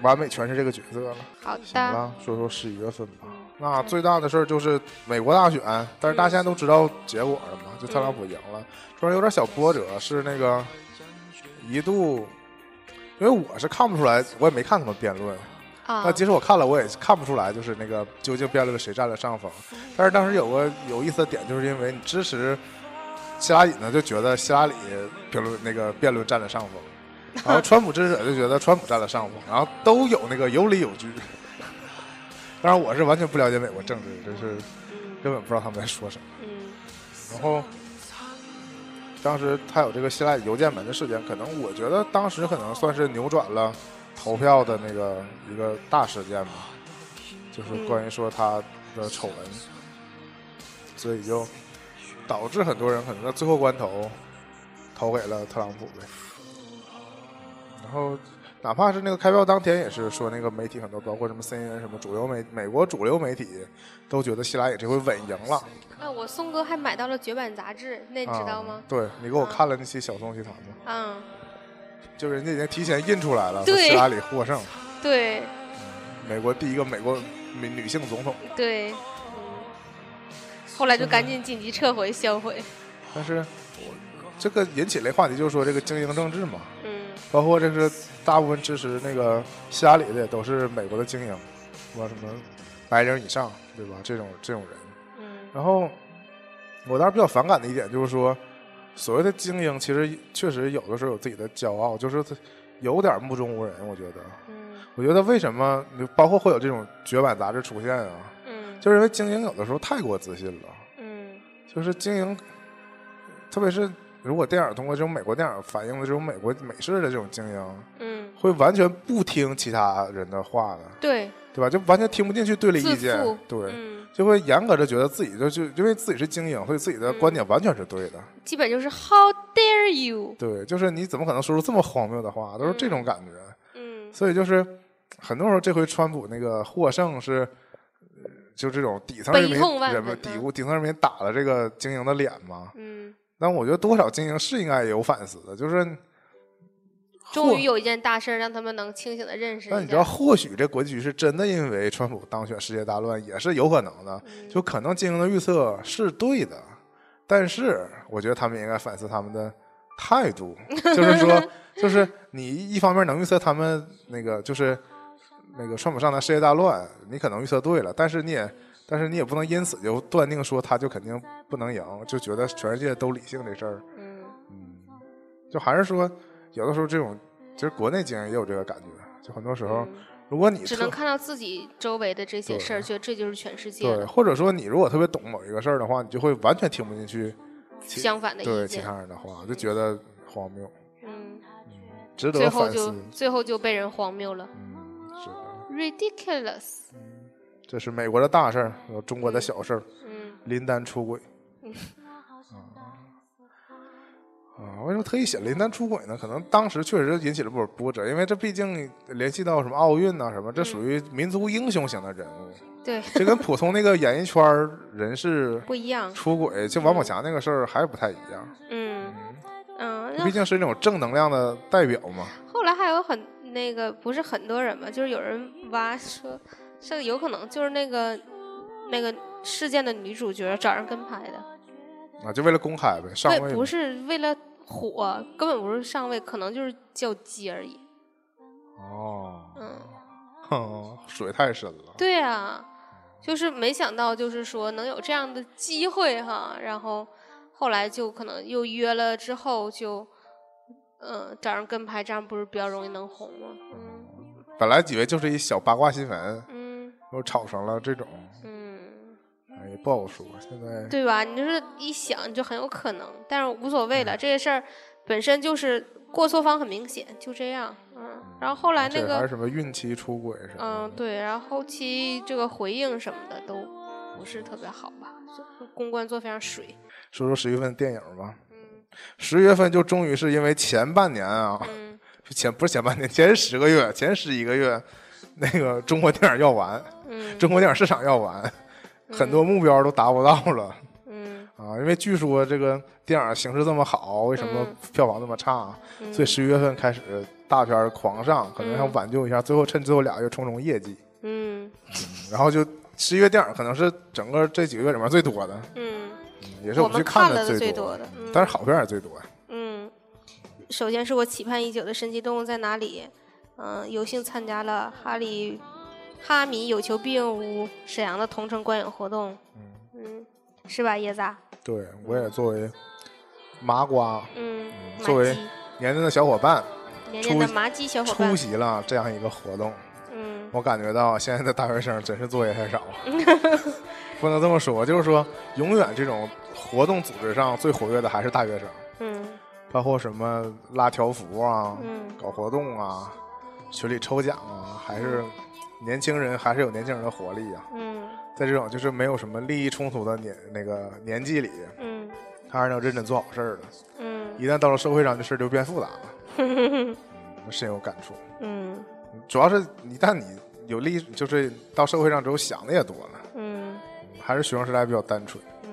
完美诠释这个角色了？好行的，吧，说说十一月份吧。那最大的事儿就是美国大选，但是大家现在都知道结果了嘛，就特朗普赢了，中间有点小波折，是那个一度，因为我是看不出来，我也没看他们辩论，啊那，即使我看了，我也看不出来，就是那个究竟辩论谁占了上风。但是当时有个有意思的点，就是因为你支持希拉里呢，就觉得希拉里评论那个辩论占了上风，然后川普支持者就觉得川普占了上风，然后都有那个有理有据。当然，我是完全不了解美国政治，就是根本不知道他们在说什么。嗯然后当时他有这个希腊邮件门的事件，可能我觉得当时可能算是扭转了投票的那个一个大事件吧，就是关于说他的丑闻，所以就导致很多人可能在最后关头投给了特朗普呗。然后哪怕是那个开票当天，也是说那个媒体很多，包括什么 CNN 什么主流媒美国主流媒体都觉得希拉里这回稳赢了。哎，我松哥还买到了绝版杂志，那你哎知道吗啊？？对你给我看了那期小宋集团吗？嗯，就人家已经提前印出来了，说对希拉里获胜，对美国第一个美国女女性总统。对，嗯，后来就赶紧紧急撤回销毁。但是我这个引起类话题就是说这个精英政治嘛，嗯包括这是大部分支持那个希拉里的也都是美国的精英，什么什么白领以上，对吧？这种这种人，嗯然后我当时比较反感的一点就是说，所谓的精英其实确实有的时候有自己的骄傲，就是他有点目中无人，我觉得。嗯我觉得为什么就包括会有这种绝版杂志出现啊，嗯就是因为精英有的时候太过自信了，嗯就是经营，特别是如果电影通过这种美国电影反映的这种美国美式的这种经营，嗯，会完全不听其他人的话的，对，对吧？就完全听不进去对立意见自负，对，嗯，就会严格的觉得自己就就因为自己是经营，所以自己的观嗯点完全是对的。基本就是 How dare you？对，就是你怎么可能说出这么荒谬的话？都是这种感觉。嗯所以就是很多时候，这回川普那个获胜是，呃就这种底层人民悲痛万人分们底嗯部底层人民打了这个经营的脸嘛。嗯，但我觉得多少经营是应该有反思的，就是终于有。有一件大事儿让他们能清醒的认识一下。但你知道，或许这国际局势真的因为川普当选世界大乱也是有可能的，就可能经营的预测是对的，但是我觉得他们应该反思他们的态度，就是说，就是你一方面能预测他们那个就是那个川普上台世界大乱，你可能预测对了，但是你也。但是你也不能因此就断定说他就肯定不能赢，就觉得全世界都理性这事儿，嗯就还是说，有的时候这种，其实国内经营也有这个感觉，就很多时候，嗯如果你只特能看到自己周围的这些事儿，觉得这就是全世界对，了。或者说你如果特别懂某一个事儿的话，你就会完全听不进去其相反的对意其见，他人的话，就觉得荒谬，嗯，值最得后反就思。最后就被人荒谬了嗯，是的， ，ridiculous。这是美国的大事儿，有中国的小事儿，嗯，林丹出轨。啊啊！为什么特意写林丹出轨呢？可能当时确实引起了波波折，因为这毕竟联系到什么奥运呐、什么，这属于民族英雄型的人物，嗯对，这跟普通那个演艺圈儿人士不一样。出轨，就王宝强那个事儿还不太一样。嗯嗯，毕那竟是那种正能量的代表嘛。后来还有很那个，不是很多人嘛，就是有人挖说，这个有可能就是那个那个事件的女主角找人跟拍的，啊，就为了公开呗，上位对，嘛不是为了火，根本不是上位，可能就是较鸡而已。哦，嗯。哼， 水太深了。对嗯啊，就是没想到，就是说能有这样的机会哈，然后后来就可能又约了之后就，嗯、找人跟拍，这样不是比较容易能红吗？本来以为就是一小八卦新闻，嗯又炒成了这种，嗯，哎，也不好说。现在对吧？你就是一想就很有可能，但是无所谓嗯了，这个事儿本身就是过错方很明显，就这样。嗯，然后后来那这还是个，什么孕期出轨什么的，嗯，对，然后后期这个回应什么的都不是特别好吧，就公关做非常水。说说十月份电影吧。嗯十月份就终于是因为前半年啊，嗯。前不是前半年，前十个月，前十一个月，那个中国电影要完，嗯中国电影市场要完，很多目标都达不到了。嗯啊，因为据说这个电影形势这么好，为什么嗯票房那么差？啊嗯所以十一月份开始大片儿狂上，可能想嗯挽救一下，最后趁最后俩月冲冲业绩。嗯然后就十一月电影可能是整个这几个月里面最多的，嗯也是我们去们看的了的最多多的嗯但是好片儿也最多。嗯，首先是我期盼已久的《神奇动物在哪里》，嗯，有幸参加了哈利哈米有求必应屋沈阳的同城观影活动，嗯，是吧，椰子啊？对我也作为麻瓜嗯，麻作为鸡，年轻的小伙伴，年年的出麻鸡小伙出伴，席了这样一个活动，嗯我感觉到现在的大学生真是作业太少， 不能这么说，就是说永远这种活动组织上最活跃的还是大学生，嗯包括什么拉条幅啊、嗯搞活动啊、群里抽奖啊，还是年轻人还是有年轻人的活力啊。嗯在这种就是没有什么利益冲突的年那个年纪里，嗯他还是能认真做好事儿的。嗯一旦到了社会上，这事儿就变复 杂了，嗯深有感触。嗯主要是一旦你有利益，就是到社会上之后想的也多了，嗯还是学生时代比较单纯。嗯，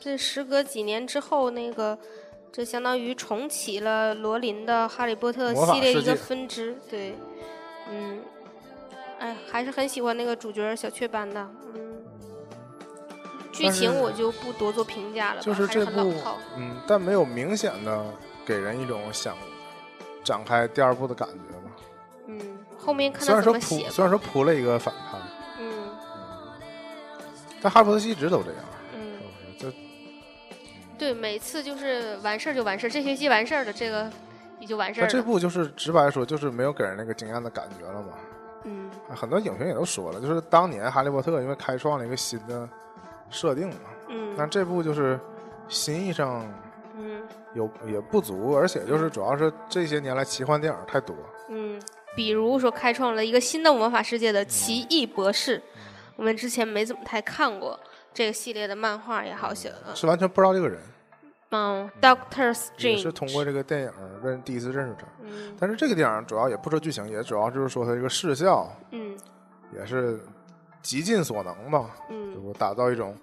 这时隔几年之后，那个这相当于重启了罗琳的《哈利波特魔》法系列世一个界分支。对，嗯，哎，还是很喜欢那个主角小雀斑的。嗯，剧但是情我就不多做评价了吧，就是还是这很老部套。，嗯，但没有明显的给人一种想展开第二部的感觉吧。嗯，后面看虽他然怎说么铺写，吧。虽然说铺了一个反派，嗯嗯但哈利波特系一直都这样，嗯，就对，每次就是完事儿就完事儿，这学期完事儿了，这个也就完事儿但了。啊这部就是直白说，就是没有给人那个惊艳的感觉了嘛。啊嗯很多影评也都说了，就是当年哈利波特因为开创了一个新的设定嘛，嗯但这部就是心意上嗯有也不足，而且就是主要是这些年来奇幻电影太多，嗯，比如说开创了一个新的魔法世界的《奇异博士》，我们之前没怎么太看过这个系列的漫画也好，写是完全不知道这个人，嗯，Doctor 也是 Strange，通过这个电影认第一次认识他。嗯但是这个电影主要也不说剧情，也主要就是说他这个视效嗯也是极尽所能吧，就嗯我打造一种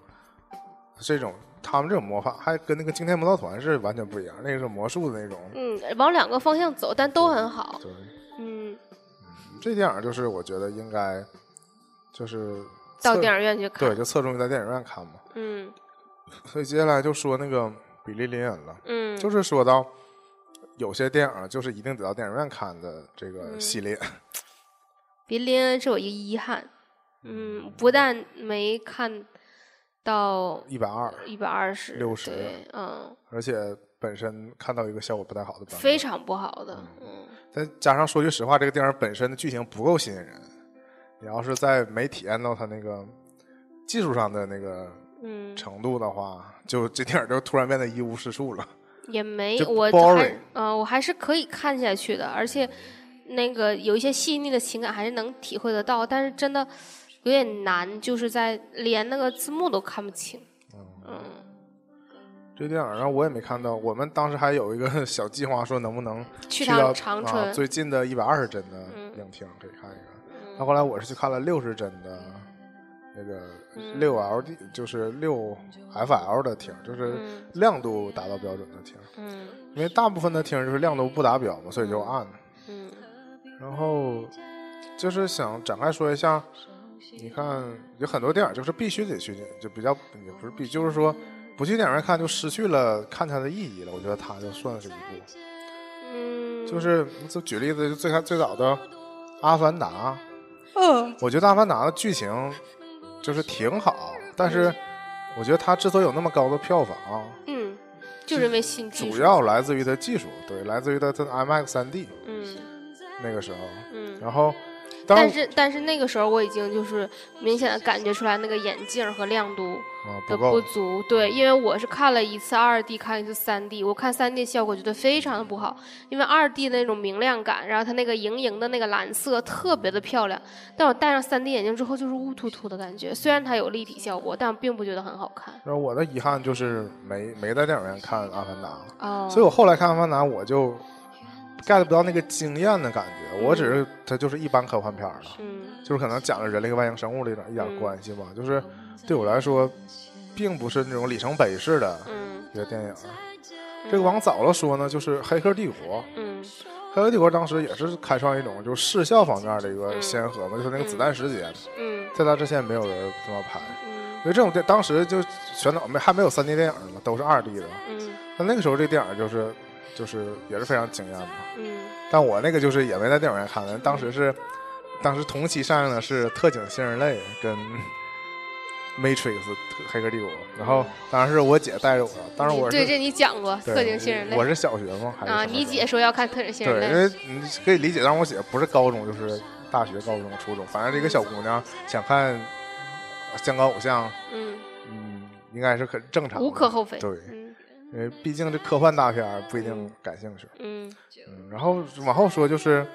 这种他们这种魔法，还跟那个惊天魔盗团是完全不一样，那个是魔术的那种，嗯，往两个方向走，但都很好，就是嗯，这电影就是我觉得应该就是到侧电影院去对，看，就侧重于在电影院看嘛。嗯所以接下来就说那个比利林恩了，嗯，就是说到有些电影就是一定得到电影院看的这个系嗯列，比利恩是我一个遗憾，嗯，不但没看到一百二，一百二十， 60对，嗯，而且本身看到一个效果不太好的版本，非常不好的，嗯再加上说句实话，这个电影本身的剧情不够吸引人，你要是在没体验到它那个技术上的那个嗯，程度的话，就这电影就突然变得一无是处了。也没，就我 boring 还呃，我还是可以看下去的，而且那个有一些细腻的情感还是能体会得到，但是真的有点难，就是在连那个字幕都看不清。嗯，这电影上我也没看到，我们当时还有一个 小计划，说能不能去趟到长啊春嗯最近的一百二十帧的影厅可以看一看。但后来我是去看了六十帧的那个嗯六 LD，、就是六 FL 的厅，就是亮度达到标准的厅。嗯因为大部分的厅就是亮度不达标嘛，所以就暗。嗯然后就是想展开说一下，你看有很多电影就是必须得去，就比较也不是必，就是说不去电影院看就失去了看它的意义了。我觉得它就算是一部，嗯，就是就举例子，就最开最早的《阿凡达》，嗯我觉得《阿凡达》的剧情就是挺好，但是我觉得它之所以有那么高的票房，嗯，就是因为新技术主要来自于它技术，对，来自于它它的 IMAX 3D 嗯那个时候，嗯。然后。当然但是但是那个时候我已经就是明显的感觉出来那个眼镜儿和亮度，啊，的不不够，足，对，因为我是看了一次二 D，看了一次三 D，我看三 D 效果觉得非常的不好，因为二 D 的那种明亮感，然后它那个莹莹的那个蓝色特别的漂亮，但我戴上三 D 眼镜之后就是乌突突的感觉，虽然它有立体效果，但我并不觉得很好看。然后我的遗憾就是没没在电影院看《阿凡达》哦，所以我后来看《阿凡达》，我就 get 不到那个惊艳的感觉。我只是它就是一般科幻片儿了，嗯就是可能讲了人类跟外星生物的一点一点嗯关系吧。就是对我来说，并不是那种里程碑式的嗯一个电影。这个往早了说呢，就是《黑客帝国》。嗯《黑客帝国》当时也是开创一种就是视效方面的一个先河嘛，就是那个子弹时间，嗯在它之前没有人这么拍。嗯所以这种电当时就全都没还没有三 D 电影嘛，都是二 D 的。嗯但那个时候这电影就是就是也是非常惊艳嘛。嗯但我那个就是也没在电影院看的，当时是当时同期上映的是《特警新人类》跟《Matrix》黑客帝国，然后当时是我姐带着我，当时我你是对这你讲过《对特警新人类我》是小学嘛还是啊，什么你时候姐说要看《特警新人对，类因》，为你可以理解，当时我姐不是高中就是大学、高中、初中，反正这个小姑娘想看香港偶像。嗯，嗯，应该是可正常的，无可厚非。对，嗯因为毕竟这科幻大片儿不一定感兴趣。嗯嗯，然后往后说就是《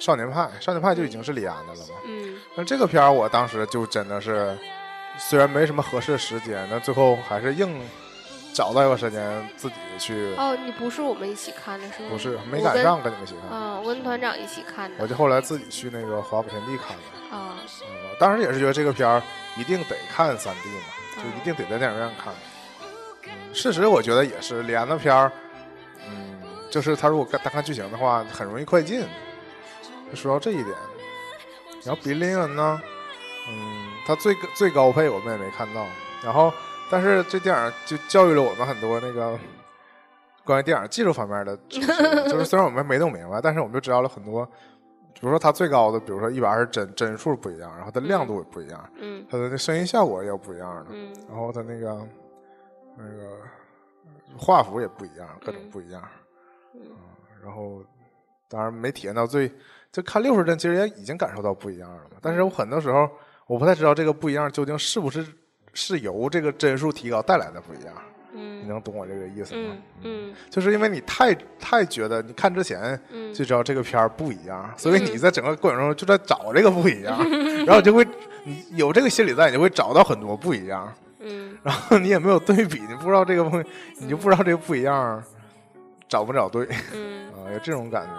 少年派》，《少年派》就已经是李安的了嘛。嗯但这个片儿我当时就真的是，虽然没什么合适的时间，但最后还是硬找到一个时间自己去，哦，你不是我们一起看的是吗？不是没我赶跟上跟你们一起看，嗯，我跟团长一起看我的。就后来自己去那个华府天地看了。啊，嗯我当时也是觉得这个片儿一定得看三 D 嘛，就一定得在电影院看。嗯事实我觉得也是，李安的片儿，嗯，就是他如果单看剧情的话，很容易快进。就说到这一点，然后比利林恩呢，嗯，他最最高配我们也没看到。然后，但是这电影就教育了我们很多那个关于电影技术方面的知识，就是虽然我们没弄明白，但是我们就知道了很多。比如说它最高的，比如说一百二十帧帧数不一样，然后它亮度也不一样，嗯它的那声音效果也不一样的，嗯然后它那个那个画幅也不一样，各种不一样。嗯然后当然没体验到最，就看六十嗯帧其实也已经感受到不一样了嘛。但是我很多时候我不太知道这个不一样究竟是不是是由这个帧数提高带来的不一样。你嗯能懂我这个意思吗？嗯嗯就是因为你太太觉得你看之前嗯就知道这个片儿不一样，所以你在整个过程中就在找这个不一样，然后你就会你有这个心理在，你就会找到很多不一样，嗯然后你也没有对比，你不知道这个不，你就不知道这个不一样找不找对 啊、嗯有这种感觉。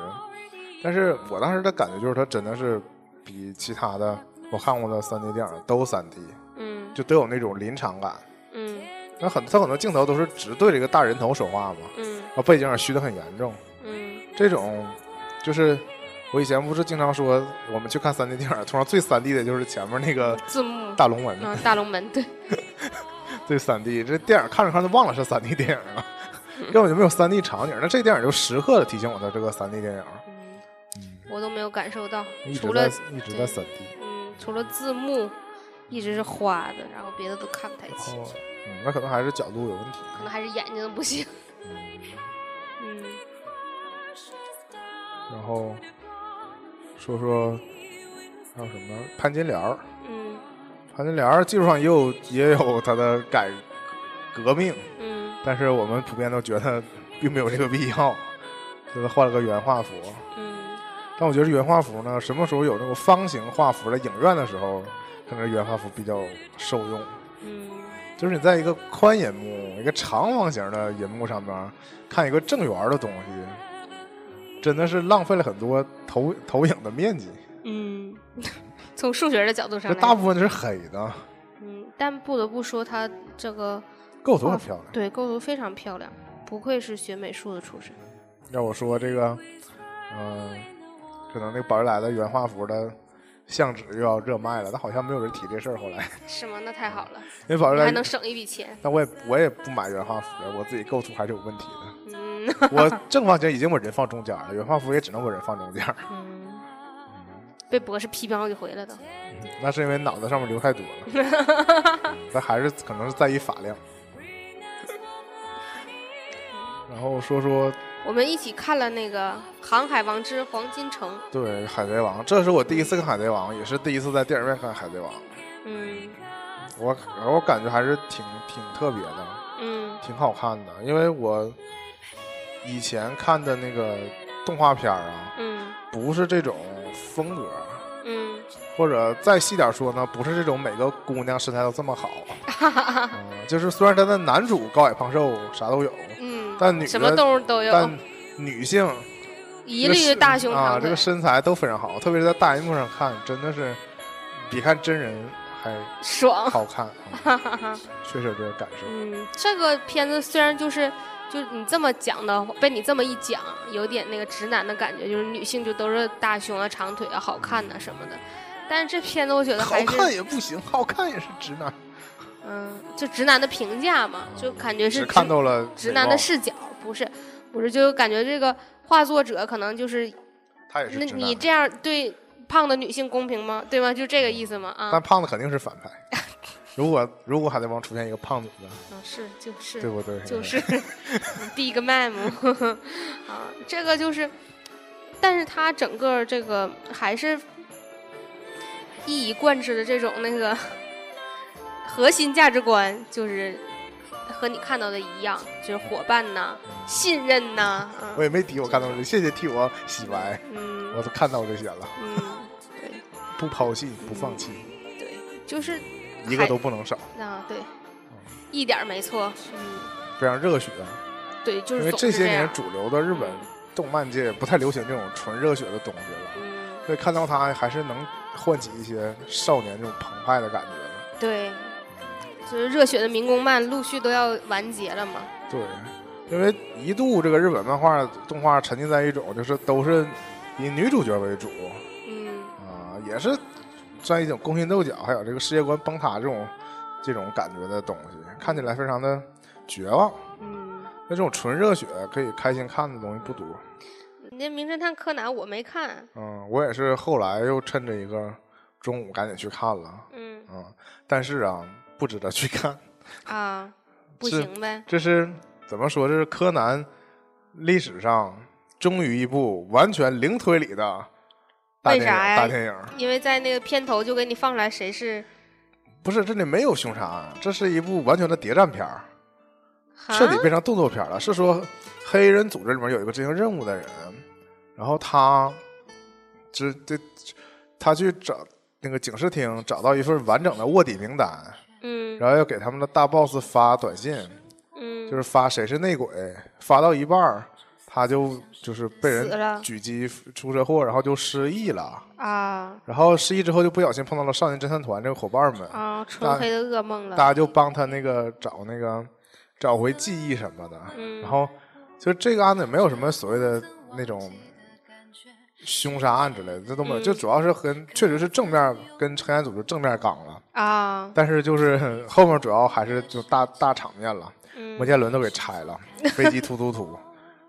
但是我当时的感觉就是，它真的是比其他的我看过的三 D 电影都三 D，嗯就都有那种临场感。嗯那很它很多镜头都是直对着一个大人头说话嘛，嗯然后背景也虚的很严重。嗯这种就是我以前不是经常说，我们去看三 D 电影，通常最三 D 的就是前面那个字幕大龙纹，啊，大龙门对，最三 D。这电影看着看着就忘了是三 D 电影 了，根本就没有三 D 场景。那这电影就时刻的提醒我的这个三 D 电影嗯，我都没有感受到一，直除在了一直在三 D。嗯除了字幕一直是花的，然后别的都看不太清，哦，嗯，那可能还是角度有问题。可能还是眼睛不行。嗯然后说说还有什么潘金莲儿。嗯潘金莲儿技术上也有也有它的改革命，嗯但是我们普遍都觉得并没有这个必要， 就是换了个原画幅。嗯但我觉得原画幅呢，什么时候有那种方形画幅的影院的时候，可能原画幅比较受用。嗯就是你在一个宽银幕、一个长方形的银幕上面看一个正圆的东西，真的是浪费了很多投 投影的面积。嗯， 从数学的角度上这来大讲，部分是黑的，嗯，但不得不说它这个构图很漂亮。对构图非常漂亮，不愧是学美术的出身。要我说这个，嗯、可能那个宝丽来的原画幅的相纸又要热卖了，但好像没有人提这事儿。后来， 是吗？那太好了，因为宝丽你还来能，省一笔钱。但我也我也不买原画幅了，我自己构图还是有问题的。嗯我正方形已经把人放中间了，原画幅也只能把人放中间儿，嗯，被博士批评好几回了都。那是因为脑子上面留太多了， 但还是可能是在意发量。然后说说我们一起看了那个《航海王之黄金城》，对《海贼王》，这是我第一次看《海贼王》，也是第一次在电影院看《海贼王》。嗯我我感觉还是挺挺特别的，嗯挺好看的。因为我以前看的那个动画片儿啊，嗯不是这种风格，嗯或者再细点说呢，不是这种每个姑娘身材都这么好。 嗯就是虽然他的男主高矮胖瘦啥都有，嗯，但女什么的动物都有，但女性一这个律身大胸啊，长这个腿。身材都非常好，特别是在大荧幕上看，真的是比看真人还爽，好看。嗯 确实有这个感受。嗯，这个片子虽然就是，就你这么讲的，被你这么一讲，有点那个直男的感觉，就是女性就都是大胸啊、长腿啊、好看呐、什么的。但是这片子我觉得好还看是，也不行，好看也是直男。嗯，就直男的评价嘛，就感觉是只直看到了直美男的貌，视角，不是，不是，就感觉这个画作者可能就是，他也是那直你男，这样对胖的女性公平吗？对吗？就这个意思吗？啊但，胖子肯定是反派。如果如果海贼王出现一个胖女的，啊是就是对不对？就是 Big Mom 啊，这个就是，但是它整个这个还是一以贯之的这种那个核心价值观，就是和你看到的一样，就是伙伴呐、信任呐、啊我，也没提，我看到这，谢谢替我洗白，嗯我都看到这些了，嗯，对不抛弃，不放弃，对，就是一个都不能少，啊对，一点儿没错，嗯，非常热血。啊对，就因是为总这是些样年主流的日本动漫界不太流行这种纯热血的东西了，嗯。所以看到他还是能唤起一些少年这种澎湃的感觉的。对，就是热血的民工漫陆续都要完结了嘛。对，因为一度这个日本漫画动画沉浸在一种就是都是以女主角为主嗯啊、也是在一种勾心斗角，还有这个世界观崩塌这种这种感觉的东西，看起来非常的绝望。嗯，那这种纯热血可以开心看的东西不多。那《名侦探柯南》我没看，嗯，我也是后来又趁着一个中午赶紧去看了。嗯嗯，但是啊，不值得去看。啊，不是行呗，这是怎么说？这是柯南历史上终于一部完全零推理的大为电影。啥呀大电影，因为在那个片头就给你放出来谁是不是这里没有凶杀案，这是一部完全的谍战片儿，啊彻底变成动作片儿了。是说黑衣人组织里面有一个执行任务的人，然后他这这他去找那个警视厅找到一份完整的卧底名单，嗯然后要给他们的大 boss 发短信，嗯，就是发谁是内鬼，发到一半儿他就就是被死人了狙击出车祸，然后就失忆了。啊然后失忆之后就不小心碰到了少年侦探团这个伙伴们，啊，纯大黑的噩梦大了。家就帮他那个找那个找回记忆什么的。嗯然后就这个案子也没有什么所谓的那种凶杀案之类的，这都没有，嗯就主要是跟确实是正面跟黑暗组织正面刚了，啊，但是就是后面主要还是就大大场面了，嗯摩天轮都给拆了，飞机突突突。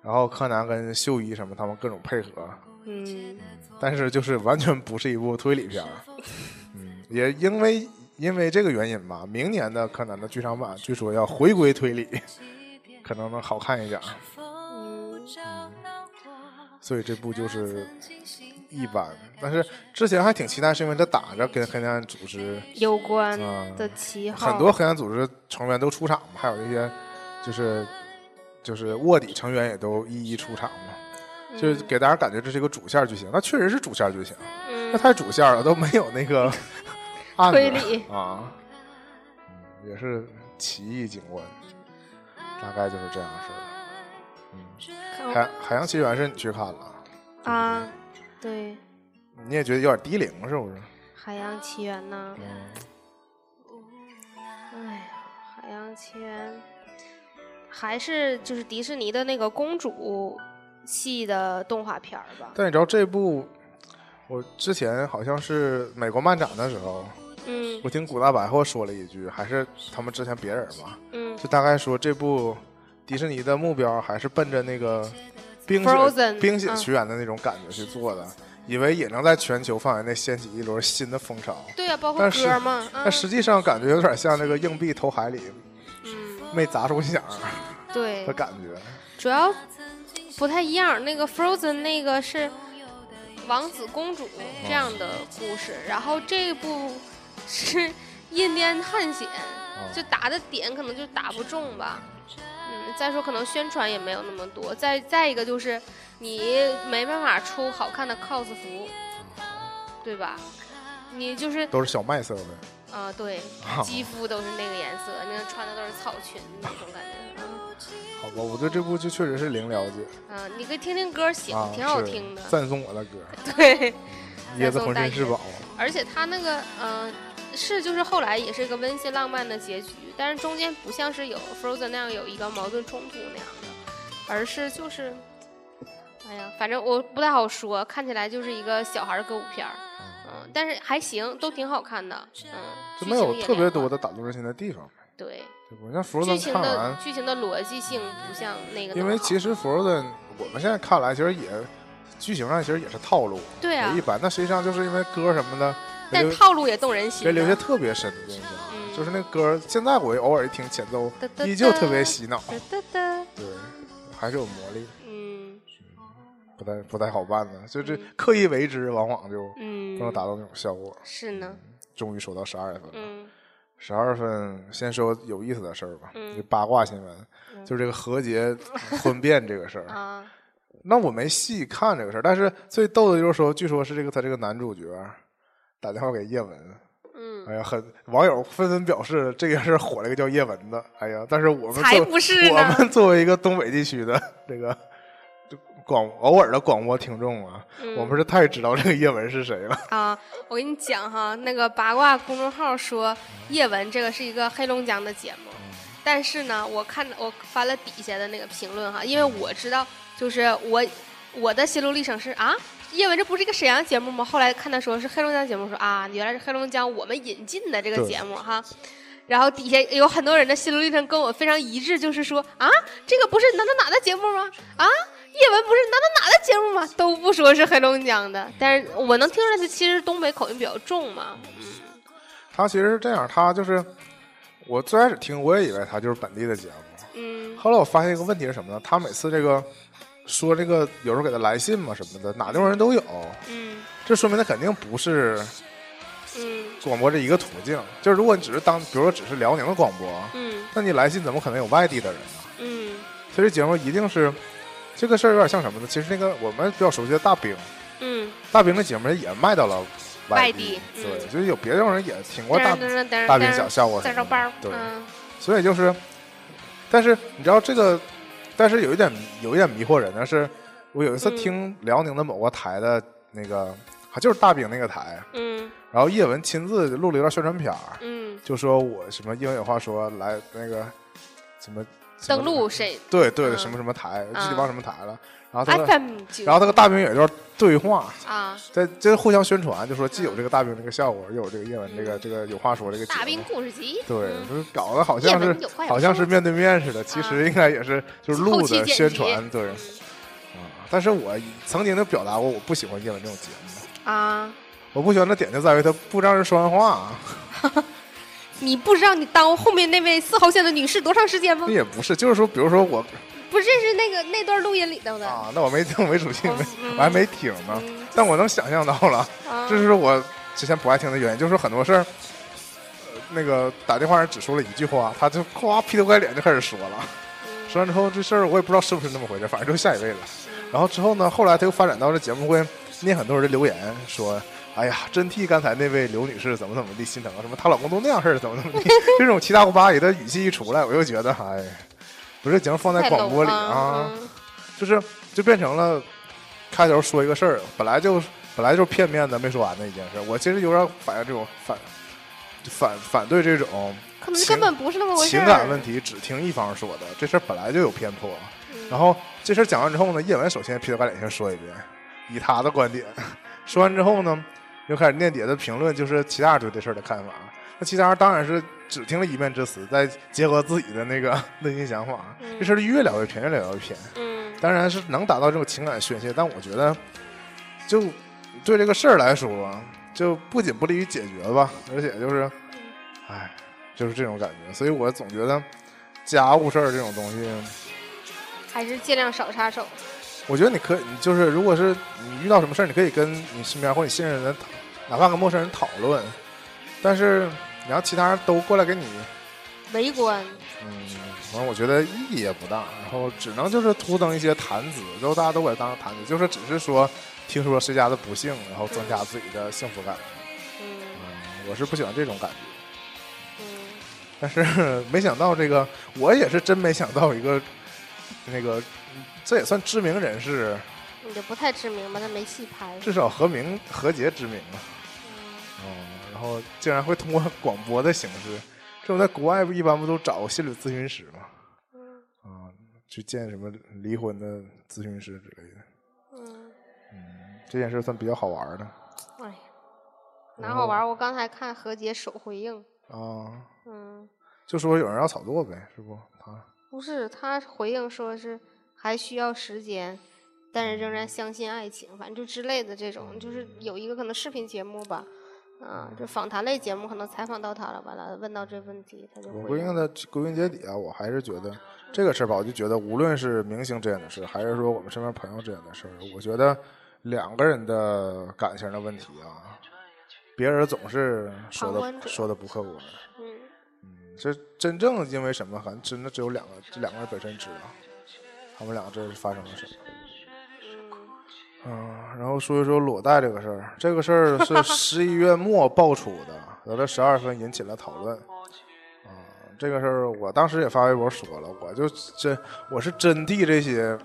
然后柯南跟秀一什么，他们各种配合，嗯但是就是完全不是一部推理片儿。嗯，也因为因为这个原因吧，明年的柯南的剧场版据说要回归推理，可能能好看一点儿。所以这部就是一般，但是之前还挺期待，是因为它打着跟黑暗组织，有关嗯的旗号，很多黑暗组织成员都出场嘛，还有那些就是就是卧底成员也都一一出场嘛，就是给大家感觉这是一个主线剧情，那确实是主线剧情。啊嗯那太主线了，都没有那 个案子推理啊，嗯也是奇异景观，大概就是这样式的。嗯看我海海洋奇缘是你去看了，啊，对，你也觉得有点低龄是不是？海洋奇缘呐，嗯，哎呀，海洋奇缘还是就是迪士尼的那个公主系的动画片儿吧？但你知道这部，我之前好像是美国漫展的时候，嗯我听古大白话说了一句，还是他们之前别人吧，嗯就大概说这部迪士尼的目标还是奔着那个冰雪 Frozen，冰雪嗯奇缘的那种感觉去做的，以为也能在全球范围内掀起一轮新的风潮。对啊呀、包括但是歌嘛，但嗯实际上感觉有点像那个硬币投海里嗯，没砸出响对的，感觉。主要不太一样。那个 Frozen 那个是王子公主这样的故事，然后这部是印第安探险，就打的点可能就打不中吧。嗯，再说可能宣传也没有那么多，再再一个就是你没办法出好看的 cos 服，对吧？你就是都是小麦色的，啊、对，肌肤都是那个颜色，那个穿的都是草裙那种感觉。嗯好吧，我对这部剧确实是零了解嗯、你可以听听歌行，啊，挺好是听的。赞颂我的歌，对，椰子浑身是宝，而且他那个嗯、呃是就是后来也是一个温馨浪漫的结局，但是中间不像是有 Frozen 那样有一个矛盾冲突那样的，而是就是，哎呀，反正我不太好说，看起来就是一个小孩儿歌舞片儿，嗯，但是还行，都挺好看的，嗯，就没有剧情也特别良多好的打动人心的地方。对对不？像《福尔剧顿》情看完的，剧情的逻辑性不像那个那么好，因为其实《福尔顿》，我们现在看来其实也剧情上其实也是套路，对啊也一般。但实际上就是因为歌什么的，别但留套路也动人心啊别的，留下特别深的印象。嗯就是那歌，现在我偶尔一听前奏哒哒，哒依旧特别洗脑。哒哒哒，对，还是有魔力，嗯不太不太好办的，就是刻意为之，往往就不能嗯，达到那种效果。是呢，终于说到十二月份了，嗯十二月份先说有意思的事儿吧，嗯就八卦新闻，就是这个和解 婚变这个事儿。啊那我没细看这个事儿，但是最逗的就是说，据说是这个他这个男主角打电话给叶文，嗯。哎呀，很网友纷纷表示这个事儿火了一个叫叶文的，哎呀，但是我们才作不是我呢们作为一个东北地区的这个这广偶尔的广播听众啊，嗯我们是太知道这个叶文是谁了，啊，我跟你讲哈，那个八卦公众号说叶文这个是一个黑龙江的节目，但是呢，我看我翻了底下的那个评论哈，因为我知道，就是我我的心路历程是啊，叶文这不是一个沈阳节目吗？后来看他说是黑龙江节目，说啊，原来是黑龙江我们引进的这个对节目哈。然后底下有很多人的心路历程跟我非常一致，就是说啊，这个不是哪哪哪的节目吗？啊，叶文不是哪哪哪的节目吗？都不说是黑龙江的，但是我能听出来他其实东北口音比较重嘛。他其实是这样，他就是我最开始听我也以为他就是本地的节目，嗯后来我发现一个问题是什么呢？他每次这个说这个有时候给他来信嘛什么的，哪地方人都有，嗯这说明他肯定不是嗯广播这一个途径。就是如果你只是当，比如说只是辽宁的广播，嗯那你来信怎么可能有外地的人呢？嗯所以这节目一定是这个事儿有点像什么呢？其实那个我们比较熟悉的大饼，嗯，大饼的节目也卖到了外地地，对，嗯所以有别的人也听过大大大饼小笑话什在么这的包，，对，嗯所以就是，但是你知道这个，但是有一点有一点迷惑人的是，我有一次嗯听辽宁的某个台的那个，还就是大饼那个台，嗯然后叶文亲自录了一段宣传片儿，嗯，就说我什么英语有话说来那个什么什么登录谁对对的嗯哎什么什么台，啊具体忘什么台了，然后他的。 ？FM 九然后他跟大饼有一段对话，啊，在这互相宣传，就说既有这个大饼这个效果，又有这个叶文这个这个有话说这个节目大兵故事集，对，嗯就是搞得好像叶是文有话要好像是说面对面似的，其实应该也是就是录后期的剪宣辑传，对。啊，但是我曾经就表达过，我不喜欢叶文这种节目。啊，我不喜欢的点就在于他不让人说完话，啊你不知道你耽误后面那位四号线的女士多长时间吗 那？也不是，就是说，比如说我不是，这是那个那段录音里头的。啊，那我没我没主听，没嗯我还没听呢，嗯但我能想象到了，啊这是我之前不爱听的原因，就是很多事儿，呃那个打电话人只说了一句话，他就夸劈头盖脸就开始说了，嗯说完之后这事儿我也不知道是不是那么回事，反正就下一位了。然后之后呢，后来他又发展到这节目会念很多人的留言，说。哎呀，真替刚才那位刘女士怎么怎么地心疼啊！什么她老公都那样式儿，怎么怎 么地，这种七大姑八爷的语气一出来，我就觉得，哎，不是节目放在太广播里冷了啊，嗯就是就变成了开头说一个事儿，本来就本来就是片面的没说完的一件事儿。我其实有点反这种反反反对这种可能情根本不是那么回事情儿感问题只听一方说的，这事儿本来就有偏颇。嗯然后这事儿讲完之后呢，叶文首先劈头盖脸先说一遍，以他的观点， 说完之后呢，又开始念底的评论，就是其他人对这事儿的看法。那其他人当然是只听了一面之词，再结合自己的那个 内心想法，这事儿就越聊越偏，越聊越偏。嗯当然是能达到这种情感宣泄，但我觉得，就对这个事儿来说，就不仅不利于解决吧，而且嗯就是，哎，就是这种感觉。所以我总觉得家务事儿这种东西，还是尽量少插手。我觉得你可以，你就是如果是你遇到什么事儿，你可以跟你身边或你信任的人讨，哪怕跟陌生人讨论，但是你让其他人都过来给你，围观，嗯，反正我觉得意义也不大，然后只能就是徒增一些谈资，就大家都把它当成谈资，就是只是说听说谁家的不幸，然后增加自己的幸福感。嗯嗯，我是不喜欢这种感觉，嗯，但是没想到这个，我也是真没想到一个那个，这也算知名人士，也不太知名吧，他没戏拍。至少何明何洁知名啊。嗯，然后竟然会通过广播的形式，这种在国外不一般不都找心理咨询师吗？嗯啊、去见什么离婚的咨询师之类的。嗯，这件事算比较好玩的哎呀，哪哦好玩儿？我刚才看何洁手回应，啊，嗯，就说有人要炒作呗，是不？啊，不是，他回应说是还需要时间，但是仍然相信爱情，反正就之类的这种，就是嗯有一个可能视频节目吧。啊，就访谈类节目可能采访到他了，完了问到这问题，他就我回归应根的归根结底啊，我还是觉得这个事儿吧，我就觉得无论是明星之间的事儿，还是说我们身边朋友之间的事儿，我觉得两个人的感情的问题啊，别人总是说旁观的者说的不客观。嗯这真正因为什么，好像真的只有两个，这两个人本身知道，他们两个这是发生了什么。嗯，然后说一说裸贷这个事儿，这个事儿是 十一月末爆出的，到了十二分引起了讨论。啊、这个事儿我当时也发微博说了，我就真我是真替这些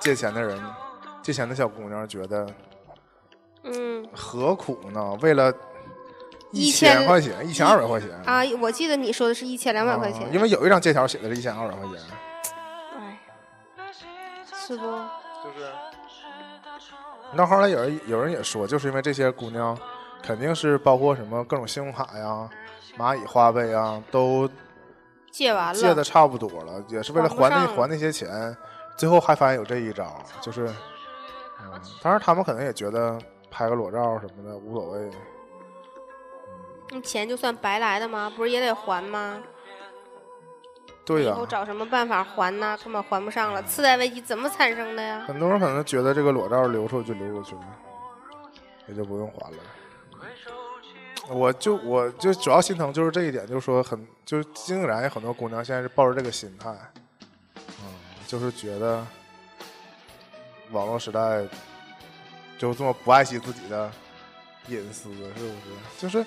借钱的人、借钱的小姑娘觉得嗯何苦呢？为了一一千千块钱、一千二百块钱啊，我记得你说的是一千两百块啊钱，因为有一张借条写的是一千二百块钱。哎，是不？就是，那后来有人有人也说，就是因为这些姑娘，肯定是包括什么各种信用卡呀、蚂蚁花呗呀，都借完了，借的差不多了，也是为了还那还不上还那些钱，最后还发现有这一招，就是，嗯，当然他们可能也觉得拍个裸照什么的无所谓，那钱就算白来的吗？不是也得还吗？对以呀、后找什么办法还呢？根本还不上了。次贷危机怎么产生的呀？很多人可能觉得这个裸照流出去就流出去了，也就不用还了。我就我就主要心疼就是这一点，就是说很就是竟然有很多姑娘现在是抱着这个心态，嗯，就是觉得网络时代就这么不爱惜自己的隐私，是不是？就是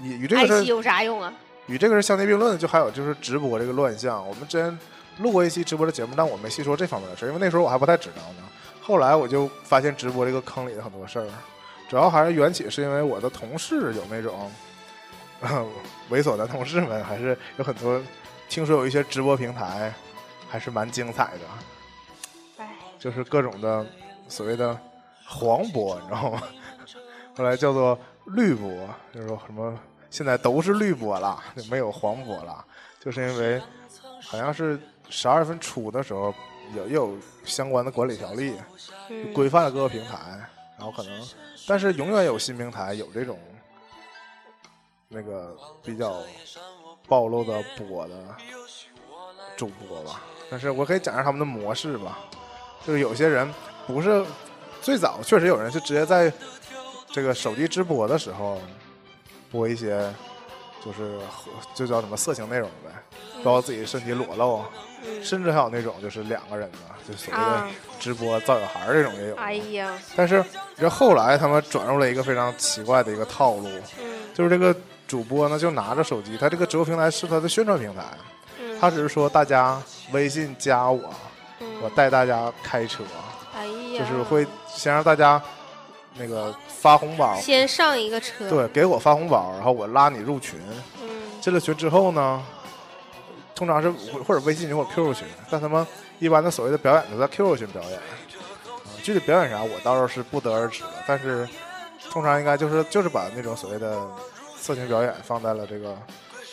与与这个爱事儿惜有啥用啊？与这个是相提并论的，就还有就是直播这个乱象。我们之前录过一期直播的节目，但我没细说这方面的事儿，因为那时候我还不太知道呢。后来我就发现直播这个坑里的很多事儿，主要还是缘起是因为我的同事有那种、 呃猥琐的同事们，还是有很多。听说有一些直播平台还是蛮精彩的，哎，就是各种的所谓的黄播，你知道吗？后来叫做绿播，就是说什么现在都是绿播了，就没有黄播了，就是因为好像是十二月份初的时候也也有相关的管理条例嗯规范了各个平台，然后可能但是永远有新平台有这种那个比较暴露的播的主播吧，但是我可以讲一下他们的模式吧，就是有些人不是最早确实有人是直接在这个手机直播的时候播一些就是就叫什么色情内容呗，嗯包括自己身体裸露，甚至还有那种就是两个人的，就所谓的啊直播造小孩儿这种也有。哎呀，但是你知道后来他们转入了一个非常奇怪的一个套路，嗯就是这个主播呢就拿着手机，他这个直播平台是他的宣传平台，嗯，他只是说大家微信加我，嗯我带大家开车，哎呀，就是会先让大家那个发红包，先上一个车，，对，给我发红包，然后我拉你入群，嗯进了群之后呢，通常是或者微信群或者 QQ 群，但他们一般的所谓的表演都在 QQ 群表演，啊具体表演啥我倒是不得而知了，但是通常应该就是就是把那种所谓的色情表演放在了这个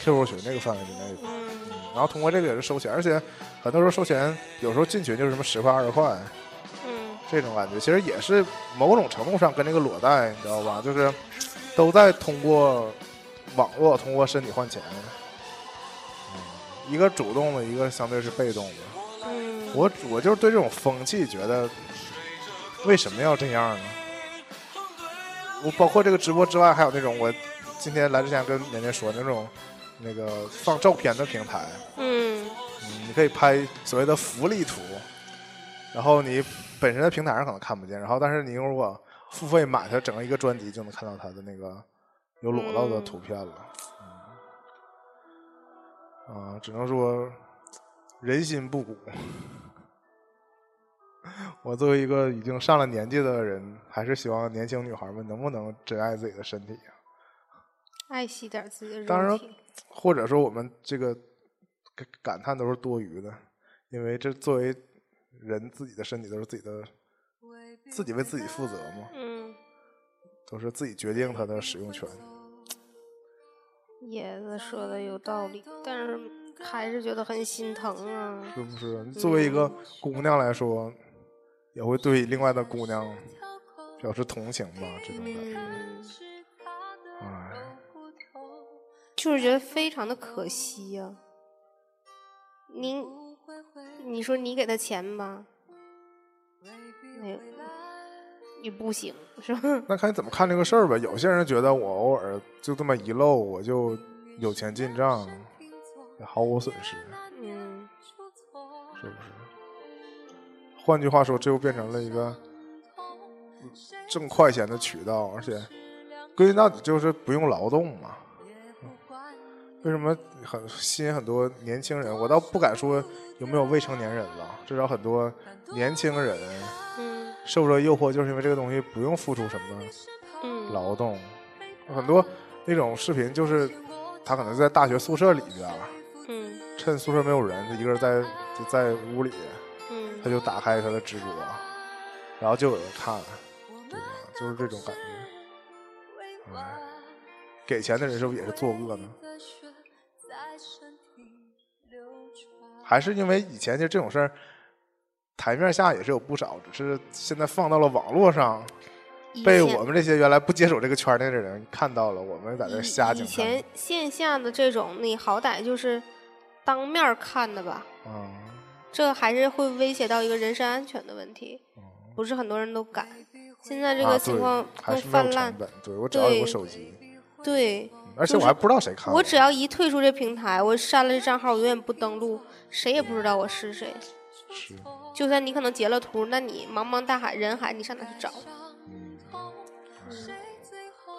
QQ 群这个范围之内，嗯，然后通过这个也是收钱，而且很多时候收钱，有时候进群就是什么十块二十块嗯这种感觉，其实也是某种程度上跟这个裸贷，你知道吧？就是都在通过网络、通过身体换钱，嗯、一个主动的，一个相对是被动的。嗯，我我就是对这种风气觉得，为什么要这样呢？我包括这个直播之外，还有那种我今天来之前跟年年说那种那个放照片的平台，嗯嗯你可以拍所谓的福利图，然后你本身在平台上可能看不见，然后但是你如果付费买它整个一个专辑，就能看到它的那个有裸露的图片了。嗯啊、只能说人心不古。我作为一个已经上了年纪的人，还是希望年轻女孩们能不能珍爱自己的身体啊爱惜点自己的当肉然体，或者说我们这个感感叹都是多余的，因为这作为人自己的身体都是自己的，自己为自己负责嘛，嗯，都是自己决定它的使用权。椰子说的有道理，但是还是觉得很心疼啊，是不是？作为一个姑娘来说，也会对另外的姑娘表示同情吧，这种感觉。嗯，哎，就是觉得非常的可惜呀、您，你说你给他钱吧，那也不行，是吧？哎那看你怎么看这个事儿吧。有些人觉得我偶尔就这么一露，我就有钱进账，也毫无损失。嗯，是不是？换句话说，这又变成了一个嗯挣快钱的渠道，而且归根到底就是不用劳动嘛。为什么很吸引很多年轻人？我倒不敢说有没有未成年人了，至少很多年轻人嗯受这诱惑，就是因为这个东西不用付出什么嗯，劳动。很多那种视频就是他可能在大学宿舍里边儿，嗯趁宿舍没有人，他一个人在就在屋里，嗯他就打开他的直播，然后就有人看，对吧？就是这种感觉。哎，给钱的人是不是也是作恶呢？还是因为以前就这种事儿，台面下也是有不少，只是现在放到了网络上，以被前我们这些原来不接手这个圈内的人看到了，我们在这以瞎以讲。前线下的这种，你好歹就是当面儿看的吧，嗯，这还是会威胁到一个人身安全的问题，不是很多人都敢。现在这哦啊个对情况还更是没有泛滥成，本，对我只要有个对手机，对，而且我还不知道谁看我只要一退出这平台，我删了这账号，我永远不登录，谁也不知道我是谁。是，就算你可能截了图，那你茫茫大海人海，你上哪去找？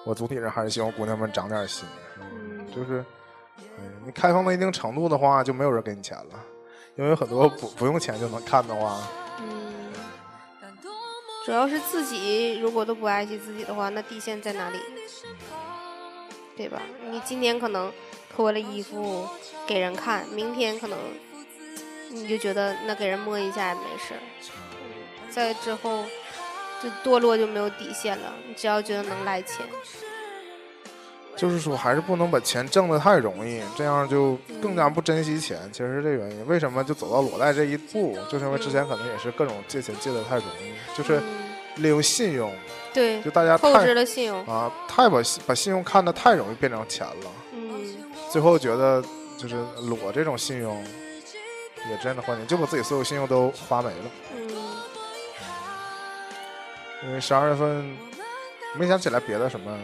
我总体上还是希望姑娘们长点心，嗯，就是，嗯，你开放到一定程度的话，就没有人给你钱了，因为有很多啊不不用钱就能看的话，嗯，主要是自己如果都不爱惜自己的话，那底线在哪里？对吧？你今天可能脱了衣服给人看，明天可能你就觉得那给人摸一下也没事儿，嗯再之后就堕落就没有底线了。你只要觉得能来钱，就是说还是不能把钱挣得太容易，这样就更加不珍惜钱。其实是这原因，为什么就走到裸贷这一步，就是因为之前可能也是各种借钱借得太容易，就是嗯，利用信用，对就，大家透支太了信用，啊太把信把信用看得太容易变成钱了，嗯，最后觉得就是裸这种信用。也真的花钱，就把自己所有信用都花没了。嗯，因为十二月份没想起来别的什么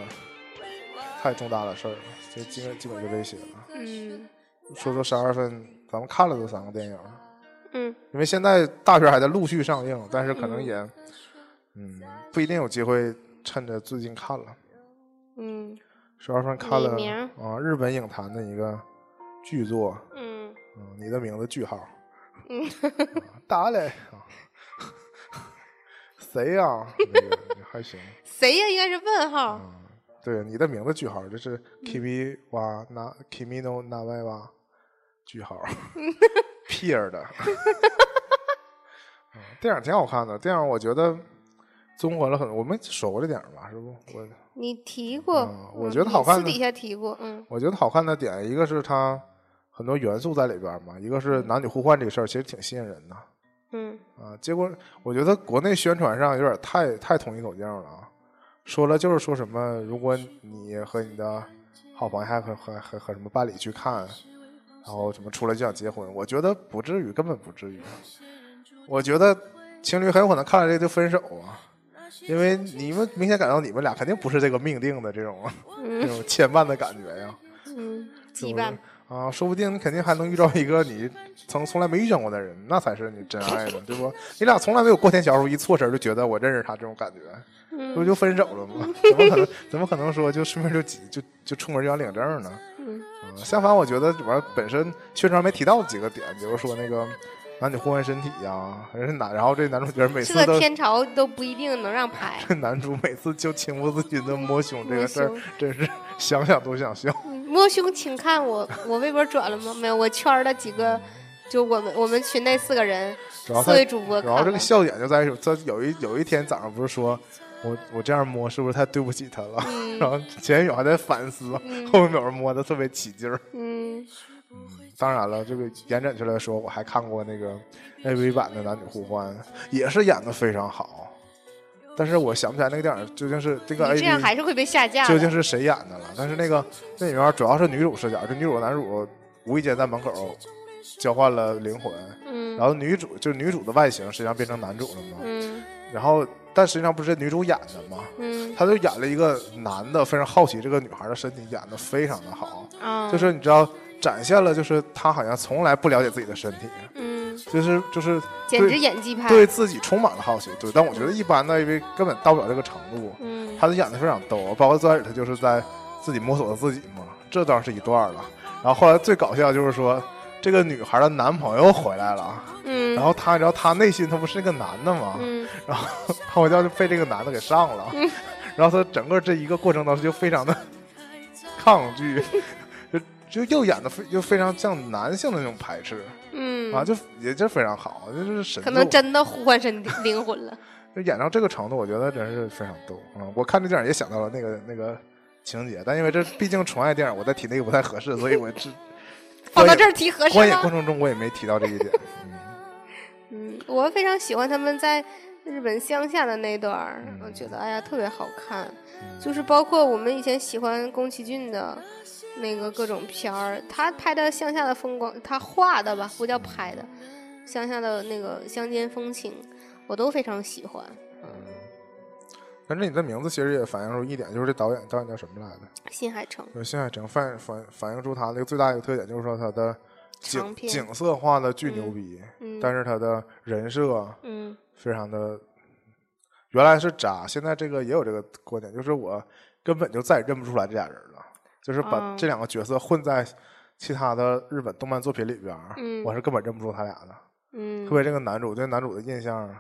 太重大的事儿了，就基本基本就这些了。嗯，说说十二月份咱们看了的三个电影，嗯，因为现在大片还在陆续上映，但是可能嗯也嗯不一定有机会趁着最近看了。嗯，十二月份看了李明儿啊日本影坛的一个巨作，嗯，嗯，你的名字句号，嗯， 打嘞啊，谁呀、那个还行。谁呀？应该是问号，嗯对，你的名字句号就是嗯 Kimi wa na Kimi no na wa wa 句号 ，Pier 的。嗯电影挺好看的，电影我觉得综合了很，我们说过这电影吧，是不？我你提过，嗯我嗯觉得你好看私的底下提过，嗯我觉得好看的点，一个是它很多元素在里边嘛，一个是男女互换这个事儿，其实挺吸引人的嗯啊。结果我觉得国内宣传上有点太太统一口径了啊，说了就是说什么，如果你和你的好朋友还和和和和什么伴侣去看，然后什么出来就想结婚，我觉得不至于，根本不至于。我觉得情侣很有可能看了这个就分手啊，因为你们明显感到你们俩肯定不是这个命定的这种、这种牵绊的感觉呀、嗯，是羁不绊是，啊，说不定你肯定还能遇到一个你曾从来没遇见过的人，那才是你真爱呢，对不？你俩从来没有过天桥时候一错身就觉得我认识他这种感觉，嗯不就分手了 吗？怎么可能？怎么可能说就顺便就挤就就出门就想领证呢？嗯啊，相反，我觉得里边本身宣传没提到几个点，比如说那个男女互换身体呀、还是男，然后这男主角每次这个都。天朝都不一定能让排。 男主每次就情不自禁的摸胸，这摸个事儿胸真是想想都想笑。摸胸，请看我， 我微博转了吗？没有，我圈儿了几个，就我们我们群内四个人，主要四他位主播看然后了。这个笑点就在于，他有一有一天早上不是说，我我这样摸是不是太对不起他了？嗯然后前一秒还在反思，后一秒摸的特别起劲儿。嗯当然了，这个严准确来说，我还看过那个 AV 版的《男女互换》，也是演的非常好，但是我想不起来那个电影究竟是这个你这样 AV 还是会被下架的。究竟是谁演的了。但是那个那里面主要是女主视角，就女主男主无意间在门口交换了灵魂，嗯然后女主就是女主的外形实际上变成男主了嘛。嗯然后但实际上不是女主演的吗？嗯她就演了一个男的，非常好奇这个女孩的身体，演的非常的好，啊，就是你知道展现了，就是她好像从来不了解自己的身体，嗯，就是就是简直对演技派。对自己充满了好奇，对，但我觉得一般的，因为根本到不了这个程度，嗯她就演的非常逗，包括最开始她就是在自己摸索自己嘛，这当然是一段了，然后后来最搞笑就是说。这个女孩的男朋友回来了，然嗯后她，然后她内心她不是那个男的吗？嗯然后他回家就被这个男的给上了，然后他整个这一个过程当中就非常的抗拒，就就又演的非就非常像男性的那种排斥、啊，嗯，就也就非常好，这就是神可作，能真的互换身体灵魂 了。就演到这个程度，我觉得真是非常逗啊、嗯我看这电影也想到了那个那个情节，但因为这毕竟纯爱电影，我在体内不太合适，所以我只放到观这影儿提合适观影吗过？程中我也没提到这一点。嗯，我非常喜欢他们在日本乡下的那段儿，我觉得哎呀特别好看，就是包括我们以前喜欢宫崎骏的那个各种片儿，他拍的乡下的风光，他画的吧，不叫拍的，乡下的那个乡间风情，我都非常喜欢。但是你的名字其实也反映出一点，就是这导演导演叫什么来着？新海诚，就是新海诚反反反映出他的最大一个特点，就是说他的长景篇景色画的巨牛逼，嗯但是他的人设嗯非常的，原来是渣，现在这个也有这个观点，就是我根本就再也认不出来这俩人了，就是把啊这两个角色混在其他的日本动漫作品里边儿，嗯我是根本认不出他俩的。嗯特，别这个男主，对男主的印象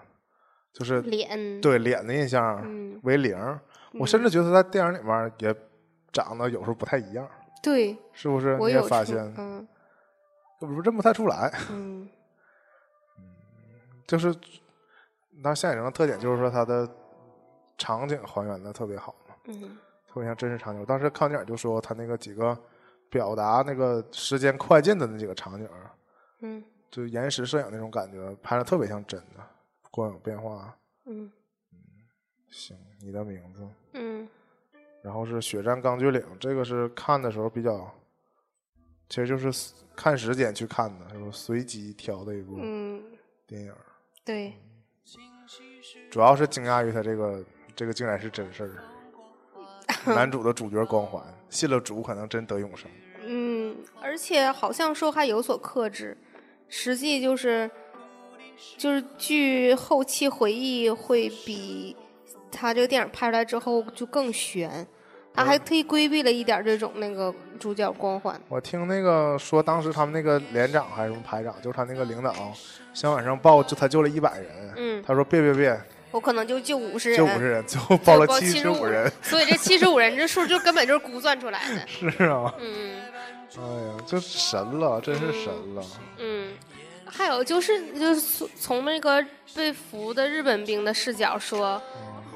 就是脸，对脸的印象嗯为零儿，我甚至觉得他在电影里面儿也长得有时候不太一样，对，是不是？我你也有发出现，嗯我认不太出来，嗯嗯就是那夏雨的特点就是说他的场景还原的特别好嘛，嗯特别像真实场景。我当时看电影就说他那个几个表达那个时间快进的那几个场景儿，嗯就延时摄影那种感觉，拍的特别像真的，光影变化。嗯行，你的名字。嗯然后是《血战钢锯岭》，这个是看的时候比较，其实就是 s- 看时间去看的，是吧？随机挑的一部嗯，电影儿，对，主要是惊讶于他这个这个竟然是真事 儿，男主的主角光环，信了主可能真得永生。嗯，而且好像说还有所克制，实际就是就是据后期回忆，会比他这个电影拍出来之后就更悬。他嗯还特意规避了一点这种那个主角光环，我听那个说，当时他们那个连长还是什么排长，就是他那个领导，想往上报，就他救了一百人，嗯他说别别别，我可能就就五十人，就五十人，最后报了报七十75五人，所以这七十五人这数就根本就是估算出来 的。是啊，嗯哎呀，这神了，真是神了。嗯，还有就是就是从从那个被俘的日本兵的视角说，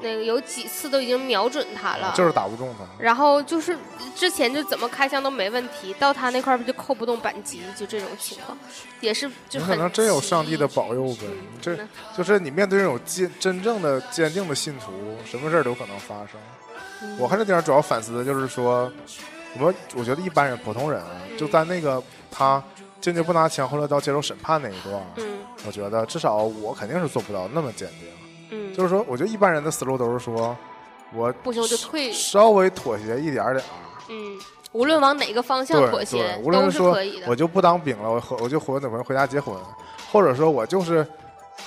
那个有几次都已经瞄准他了，嗯就是打不中他。然后就是之前就怎么开枪都没问题，到他那块儿就扣不动扳机，就这种情况，也是你就可很能真有上帝的保佑呗，你这就是你面对这种坚真正的坚定的信徒，什么事儿都可能发生。嗯我看这电影主要反思的就是说，我们我觉得一般人普通人啊，就嗯在那个他坚决不拿枪后来到接受审判那一段，嗯我觉得至少我肯定是做不到那么坚定。嗯，就是说，我觉得一般人的思路都是说，我不行我就退稍微妥协一点儿点儿。嗯，无论往哪个方向对妥协对，无论都是是说可以的我。就不当兵了，我和我就和我女朋友回家结婚，或者说我就是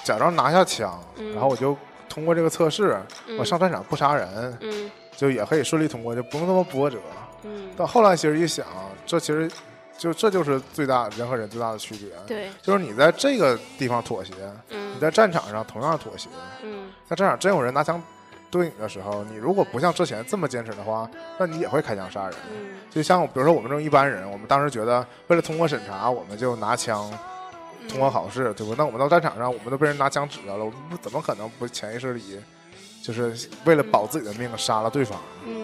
假装拿下枪，嗯然后我就通过这个测试，我嗯上战场不杀人，嗯就也可以顺利通过，就不用那么波折。嗯，到后来其实一想，这其实就这就是最大人和人最大的区别，对，就是你在这个地方妥协，你嗯在战场上同样妥协，嗯在战场真有人拿枪对你的时候，你如果不像之前这么坚持的话，那你也会开枪杀人。嗯就像我比如说我们这种一般人，我们当时觉得为了通过审查，我们就拿枪嗯通过考试，对吧？那我们到战场上，我们都被人拿枪指着了，我们不怎么可能不潜意识里就是为了保自己的命杀了对方？嗯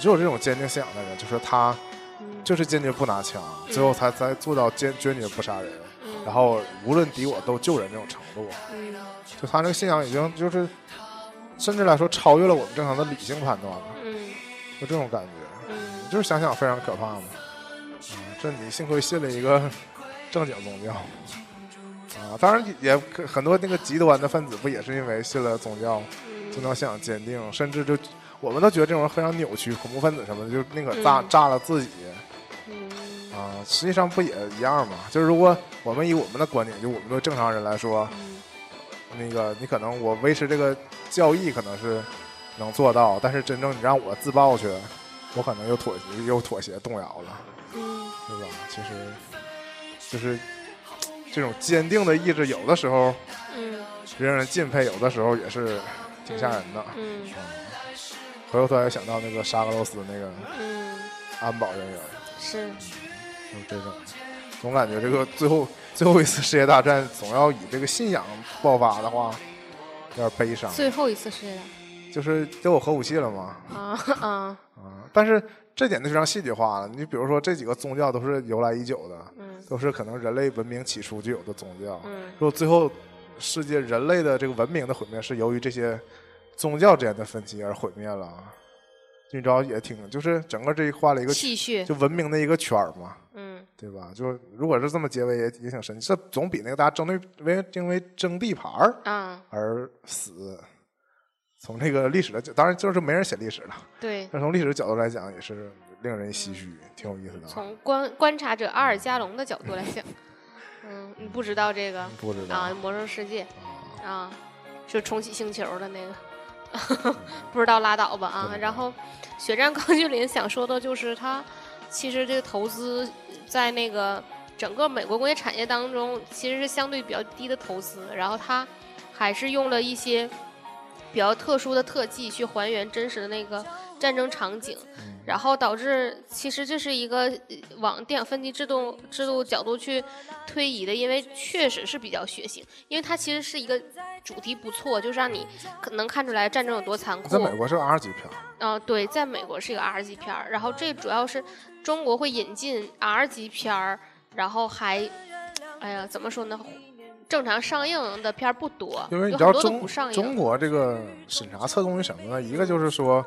只有这种坚定信仰的人，就是他嗯就是坚决不拿枪，最后才才做到坚坚决不杀人，嗯然后无论敌我都救人这种程度。嗯就他这个信仰已经就是甚至来说超越了我们正常的理性判断了，嗯就这种感觉。嗯，就是想想非常可怕嘛。啊，这你幸亏信了一个正经宗教嗯啊，当然也可很多那个极端的分子不也是因为信了宗教，嗯宗教信仰坚定，甚至就我们都觉得这种人非常扭曲，恐怖分子什么的，就宁可炸、嗯炸了自己啊，实际上不也一样嘛？就是如果我们以我们的观点，就我们的正常人来说，嗯那个你可能我维持这个教义可能是能做到，但是真正你让我自爆去，我可能又妥协又妥协动摇了，嗯对吧？其实就是这种坚定的意志，有的时候嗯让人敬佩，有的时候也是挺吓人的。嗯回头突然想到那个沙格罗斯那个嗯，安保人员，是，就是这种，总感觉这个最后最后一次世界大战总要以这个信仰爆发的话，有点悲伤。最后一次世界就是都有核武器了嘛，大啊啊啊，但是这点就非常戏剧化了。你比如说，这几个宗教都是由来已久的，嗯都是可能人类文明起初就有的宗教。嗯如果最后世界人类的这个文明的毁灭是由于这些宗教之间的分歧而毁灭了，啊你知道也挺，就是整个这一画了一个气血，就文明的一个圈儿嘛，嗯对吧？就是如果是这么结尾也也挺神奇，这总比那个大家争对为因为争地盘儿啊而死，从这个历史的角，当然就是没人写历史了，对，但是从历史角度来讲，也是令人唏嘘，挺有意思的。啊从观观察者阿尔加隆的角度来讲，嗯，你不知道这个不知道啊，魔兽世界啊，就重启星球的那个， 不知道拉倒吧啊。嗯对然后，血战钢锯岭想说的就是它，其实这个投资在那个整个美国工业产业当中，其实是相对比较低的投资，然后它还是用了一些。比较特殊的特技去还原真实的那个战争场景，嗯然后导致其实这是一个呃往电影分级制度制度角度去推移的，因为确实是比较血腥，因为它其实是一个主题不错，就是让你可能看出来战争有多残酷。在美国是个 R 级片，嗯、对，在美国是一个 R 级片儿，然后这主要是中国会引进 R 级片儿，然后还，哎呀，怎么说呢？正常上映的片儿不多，因为你有知道很多都中不上映。中国这个审查侧重于什么呢？一个就是说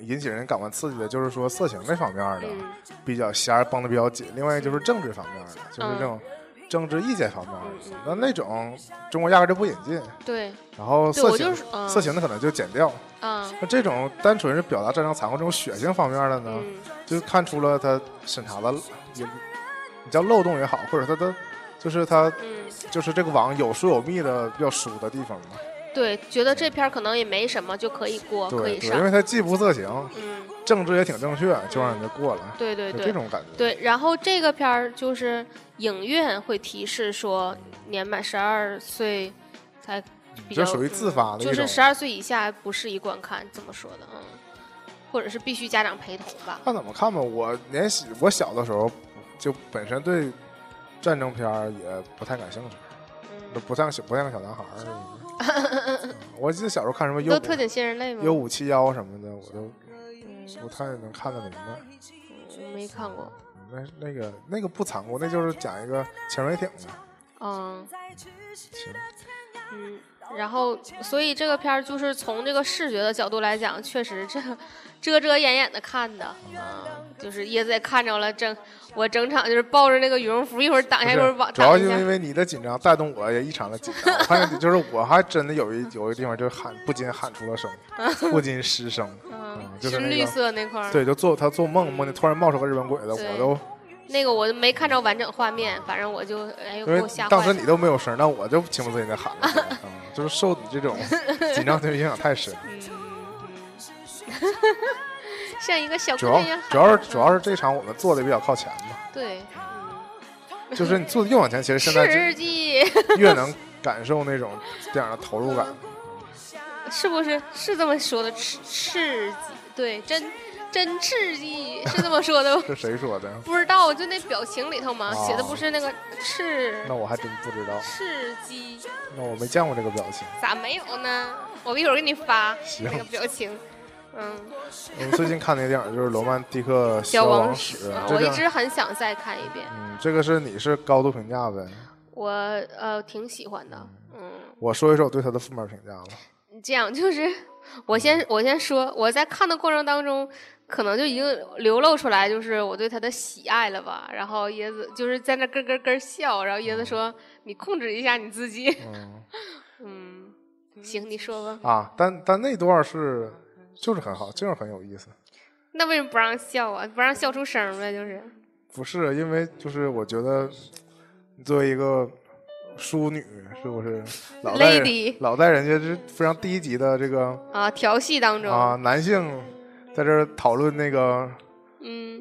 引起人感官刺激的，就是说色情这方面的、嗯比较弦儿绷得比较紧；另外一个就是政治方面的，就是这种政治意见方面的。嗯那那种中国压根就不引进，对，然后对色我情、就是嗯色情的可啊能就剪掉。嗯那这种单纯是表达战争残酷这种血腥方面的呢，嗯就看出了他审查的也，你叫漏洞也好，或者他的就是他嗯，就是这个网有疏有密的比较疏的地方嘛。对，觉得这片儿可能也没什么，就可以过，哦可对以对，因为上。他既不色情，嗯，政治也挺正确，就让人家过了，对对就这对种感觉。对。然后这个片儿就是影院会提示说，年满十二岁才比这较属于自发的一就种是十二岁以下不适宜观看，这么说的，嗯，或者是必须家长陪同吧。看怎么看吧，我年小我小的时候就本身对战争片儿也不太感兴趣，嗯，就不像小不像个小男孩儿似的。 嗯我记得小时候看什么 U 都特警新人类吗？ U 五七幺什么的，我都嗯，不太能看得明白。我没看过。那那个那个不残酷，那就是讲一个潜水艇的。嗯行，嗯，然后所以这个片儿就是从这个视觉的角度来讲，确实这遮遮掩掩的看的啊，就是椰子也看着了，整我整场就是抱着那个羽绒服，一会儿挡一不下，一会儿往是，主要挡一就下是因。为你的紧张带动我也异常的紧张。我发现就是我还真的有一有一个地方就喊不禁喊出了 声，不禁失声。嗯，就是那绿个色那块儿，对，就做他做梦梦见突然冒出个日本鬼子，嗯对我都那个我没看着完整画面，反正我就哎呦因给为我吓坏当了。时你都没有声儿，但我就情不自禁的喊 了出来，嗯就是受你这种紧张情绪影响太深。 像一个小主姑要娘一样喊，主要是主要是这场我们坐的比较靠前 嘛，对，就是你坐的越往前，其实现在世纪就越 能感受那种电影的投入感。是不是是这么说的？刺刺激，对，真真刺激，是这么说的吗？这谁说的？不知道，就那表情里头嘛，啊写的不是那个赤那我还真不知道，赤鸡，那我没见过这个表情。咋没有呢？我一会儿给你发行那个表情。嗯，我们最近看那个电影就是《罗曼蒂克消消亡史史，》，啊啊这我一个直很想再看一遍，嗯，这个是你是高度评价呗？我呃挺喜欢的。嗯，我说一说我对他的负面评价吧。这样就是 我嗯先我先说，我在看的过程当中，可能就已经流露出来，就是我对他的喜爱了吧。然后椰子就是在那咯咯咯笑，然后椰子说：“你控制一下你自己。嗯”嗯，行，你说吧。啊，但但那段是就是很好，就是很有意思。那为什么不让笑啊？不让笑出声儿呗，就是。不是因为就是我觉得你作为一个淑女，是不是老带 Lady 老带人家是非常低级的这个啊，调戏当中，啊男性在这儿讨论那个嗯，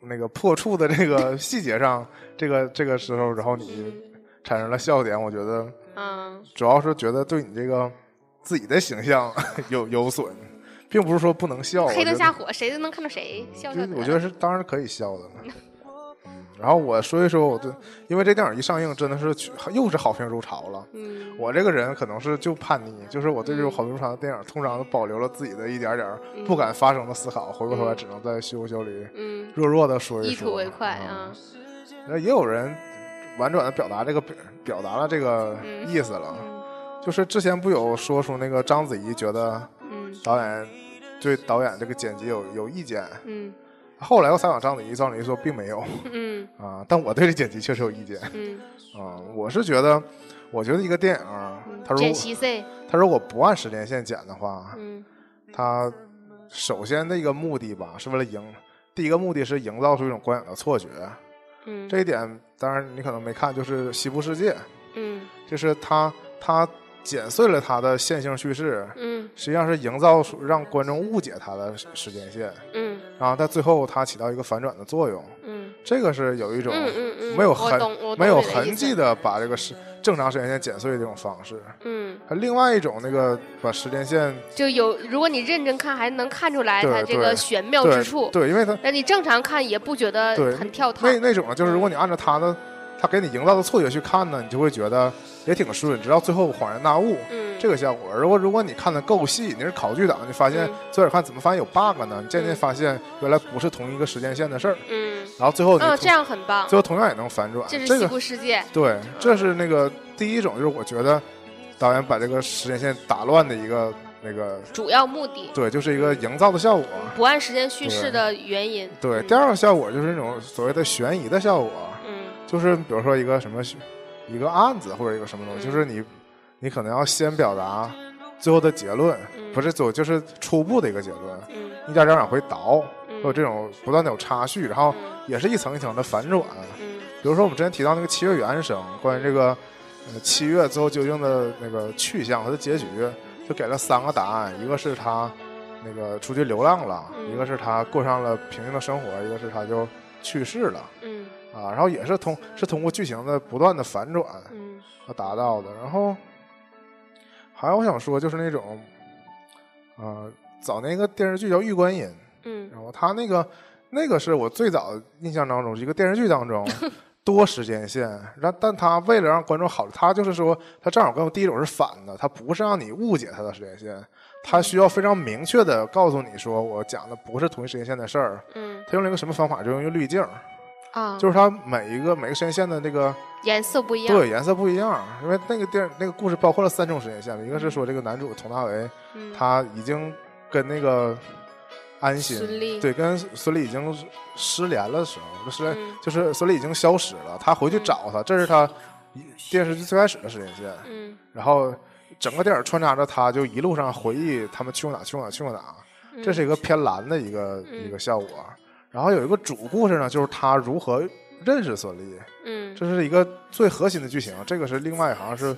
那个破处的这个细节上，这个这个时候，然后你产生了笑点，我觉得啊，主要是觉得对你这个自己的形象 有有损，并不是说不能笑。哦我黑觉灯得瞎火，谁都能看到谁，笑就笑是得我觉得了是当然可以笑的了。嗯然后我说一说我对，因为这电影一上映，真的是去又是好评如潮了。嗯我这个人可能是就叛逆，就是我对这种好评如潮的电影，通常都保留了自己的一点点儿不敢发声的思考，回过头来只能在修修里嗯，弱弱的说一说。嗯一吐为快啊，那也有人婉转的表达这个表表达了这个嗯意思了，就是之前不有说出那个章子怡觉得嗯导演对导演这个剪辑有有意见，嗯后来又采访张礼仪，张礼仪说并没有嗯 啊，但我对这剪辑确实有意见嗯，啊，我是觉得，我觉得一个电影儿，他如嗯剪果细碎，他如果不按时间线剪的话，嗯他首先的一个目的吧，是为了营，第一个目的是营造出一种观影的错觉，嗯这一点当然你可能没看，就是《西部世界》，嗯就是他他剪碎了他的线性叙事，嗯实际上是营造出让观众误解他的时时间线，嗯然后在最后它起到一个反转的作用，嗯这个是有一种嗯嗯嗯没有我痕懂我懂没有你的意痕迹思的把这个时正常时间线剪碎的这种方式。嗯，它另外一种那个把时间线就有，如果你认真看，还能看出来对它这对个玄妙对之处。对，因为它那你正常看也不觉得对很跳脱。那那种就是如果你按照它的它给你营造的错觉去看呢，你就会觉得也挺顺，直到最后恍然大悟。嗯，这个效果，如果如果你看的够细，你是考据党，你发现嗯最后看怎么发现有 bug 呢？你渐渐嗯发现原来不是同一个时间线的事儿，嗯然后最后你嗯，突这样很棒。最后同样也能反转。这是这西个部世界。对，这是那个第一种，就是我觉得导演把这个时间线打乱的一个那个，主要目的，对，就是一个营造的效果。不按时间叙事对的原因。对，嗯第二个效果就是那种所谓的悬疑的效果，嗯就是比如说一个什么一个案子或者一个什么东西，就是你嗯你可能要先表达最后的结论，嗯不是最后就是初步的一个结论，嗯一点点往回倒，嗯会有这种不断的有插叙，然后嗯也是一层一层的反转。啊嗯比如说我们之前提到那个七月与安生，关于这个呃七月最后究竟的那个去向和它的结局，就给了三个答案，一个是他那个出去流浪了，嗯一个是他过上了平静的生活，一个是他就去世了嗯啊，然后也是通是通过剧情的不断的反转嗯而达到的。然后还有我想说就是那种，呃，早年一个电视剧叫《玉观音》，嗯然后他那个那个是我最早印象当中一个电视剧当 中多时间线，然但他为了让观众好，他就是说他正好跟我第一种是反的，他不是让你误解他的时间线，他需要非常明确的告诉你说我讲的不是同一时间线的事儿。嗯他用了一个什么方法？就用一个滤镜，啊，就是他每一个每个时间线的那个颜色不一样。对颜色不一样，因为那个电那个故事包括了三种时间线嘛，一个是说这个男主佟大为嗯，他已经跟那个安心孙俪对跟孙俪已经失联了的时候，就是、嗯就是孙俪已经消失了，他回去找他，这是他一电视剧最开始的时间线，嗯然后整个电影穿插着他就一路上回忆他们去过哪去过哪去过哪，嗯这是一个偏蓝的一个、一个效果。然后有一个主故事呢，就是他如何认识孙俪，嗯这是一个最核心的剧情，这个是另外好像是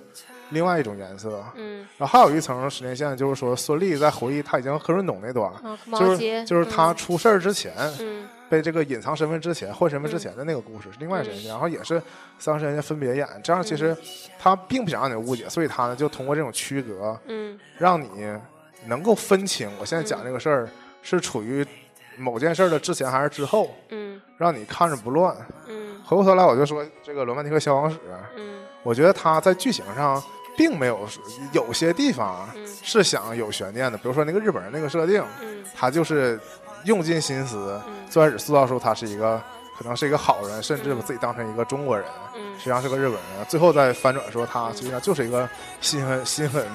另外一种颜色。嗯然后还有一层时间线，就是说孙俪在回忆她已经和润懂那段，啊，毛就是杰就是她出事儿之前，嗯被这个隐藏身份之前换身份之前的那个故事，是另外时间嗯线，然后也是三个时间线分别演。这样其实她并不想让你误解，所以她呢就通过这种区隔，嗯让你能够分清我现在讲这个事儿是处于某件事儿的之前还是之后，嗯让你看着不乱。嗯回过头来我就说这个《罗曼蒂克消亡史》，嗯我觉得他在剧情上并没有有些地方啊嗯是想有悬念的，比如说那个日本人那个设定，嗯他就是用尽心思，嗯最开始塑造出他是一个可能是一个好人，甚至把自己当成一个中国人，嗯实际上是个日本人，最后再翻转说他实际上就是一个心狠心狠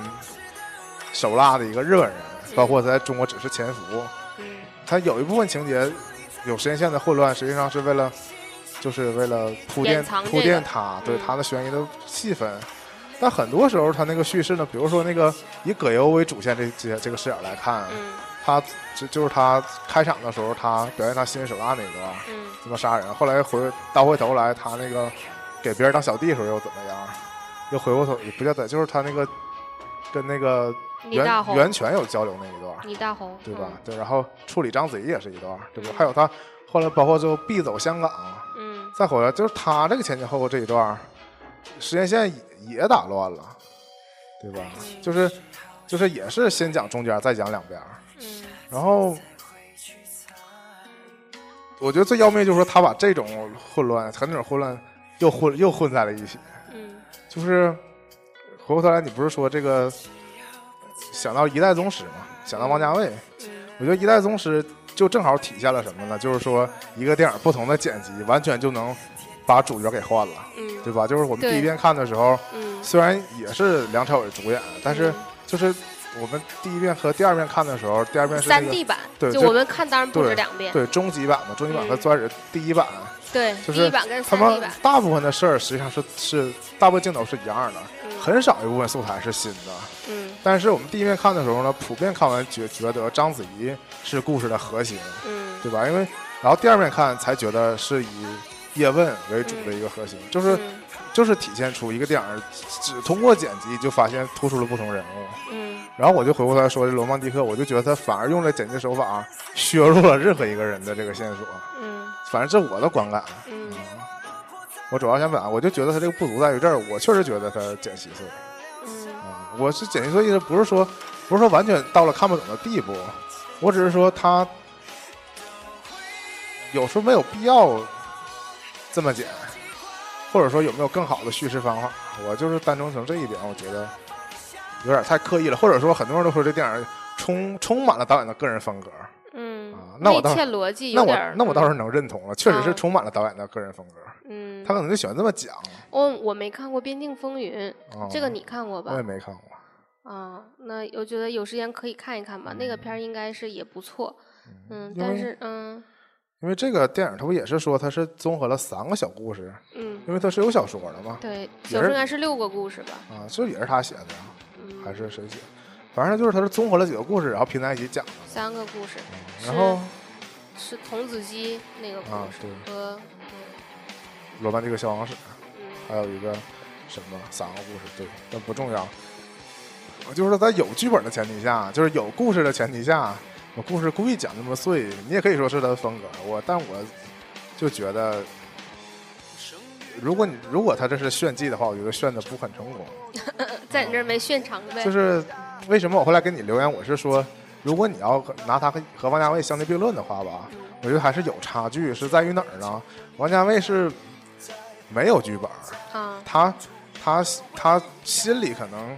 手辣的一个日本人，包括在中国只是潜伏，嗯他有一部分情节有时间线的混乱，实际上是为了，就是为了铺垫掩藏这个铺垫他对嗯他的悬疑的气氛。但很多时候，他那个叙事呢，比如说那个以葛优为主线这这这个视角来看，嗯他就就是他开场的时候，他表现他心狠手啊辣那个嗯怎么杀人，后来回倒回头来，他那个给别人当小弟的时候又怎么样，又回过头也不叫他，就是他那个跟那个李大袁红嗯袁泉有交流那一段，李大红对吧？？对，然后处理章子怡也是一段，对不？还有他后来包括就必走香港，嗯再回来就是他这个前前后后这一段，时间线也也打乱了，对吧？就是就是也是先讲中间，再讲两边，嗯然后我觉得最要命就是说他把这种混乱和那种混乱又混又混在了一起，嗯就是回过头来，你不是说这个想到一代宗师嘛，想到王家卫。嗯我觉得《一代宗师》就正好体现了什么呢？就是说，一个电影不同的剪辑，完全就能把主角给换了，嗯对吧？就是我们对第一遍看的时候，嗯虽然也是梁朝伟主演，但是就是我们第一遍和第二遍看的时候，第二遍是、那三个 D 版，对就这我们看当然不止对两遍，对终极版嘛，终极版嗯和钻石第一版，对，就第是一版跟他三 D 们版，大部分的事儿实际上是是大部分镜头是一样的，很少一部分素材是新的。嗯但是我们第一遍看的时候呢，普遍看完觉觉得章子怡是故事的核心，嗯对吧？因为然后第二遍看才觉得是以叶问为主的一个核心，就是、嗯就是体现出一个电影儿只通过剪辑就发现突出了不同人物。嗯然后我就回过头来说这罗曼蒂克，我就觉得他反而用了剪辑手法啊削弱了任何一个人的这个线索，嗯反正这我的观感。啊嗯我主要想表达，我就觉得他这个不足在于这儿，我确实觉得他剪稀碎。嗯嗯，我是剪辑的意思，不是说不是说完全到了看不懂的地步，我只是说他有时候没有必要这么剪，或者说有没有更好的叙事方法，我就是单纯从这一点，我觉得有点太刻意了，或者说很多人都说这电影充充满了导演的个人风格，嗯啊，那我倒是切逻辑那有我点儿，那我倒是能认同了，确实是嗯充满了导演的个人风格，嗯，他可能就喜欢这么讲，我我没看过《边境风云》，哦这个你看过我也吧？没看过，啊，那我觉得有时间可以看一看吧，那个片儿应该是也不错。嗯，嗯因但为是嗯因为这个电影它不也是说它是综合了三个小故事。嗯，因为它是有小说的嘛，对，也小是说应该是六个故事吧？啊，这也是他写的呀，嗯，还是谁写的？反正就是他是综合了几个故事，然后拼在一起讲的。三个故事，然后是童子鸡那个故啊事对和罗曼蒂克消亡史，嗯还有一个什么三个故事，对，但不重要。我就是说，在有剧本的前提下，就是有故事的前提下，我故事故意讲那么碎，你也可以说是他的风格。我，但我就觉得，如果你如果他这是炫技的话，我觉得炫的不很成功。在你这儿没炫成呗就？是为什么我后来跟你留言，我是说，如果你要和拿他和和王家卫相提并论的话吧，我觉得还是有差距，是在于哪儿呢？王家卫是没有剧本儿，啊，他他他心里可能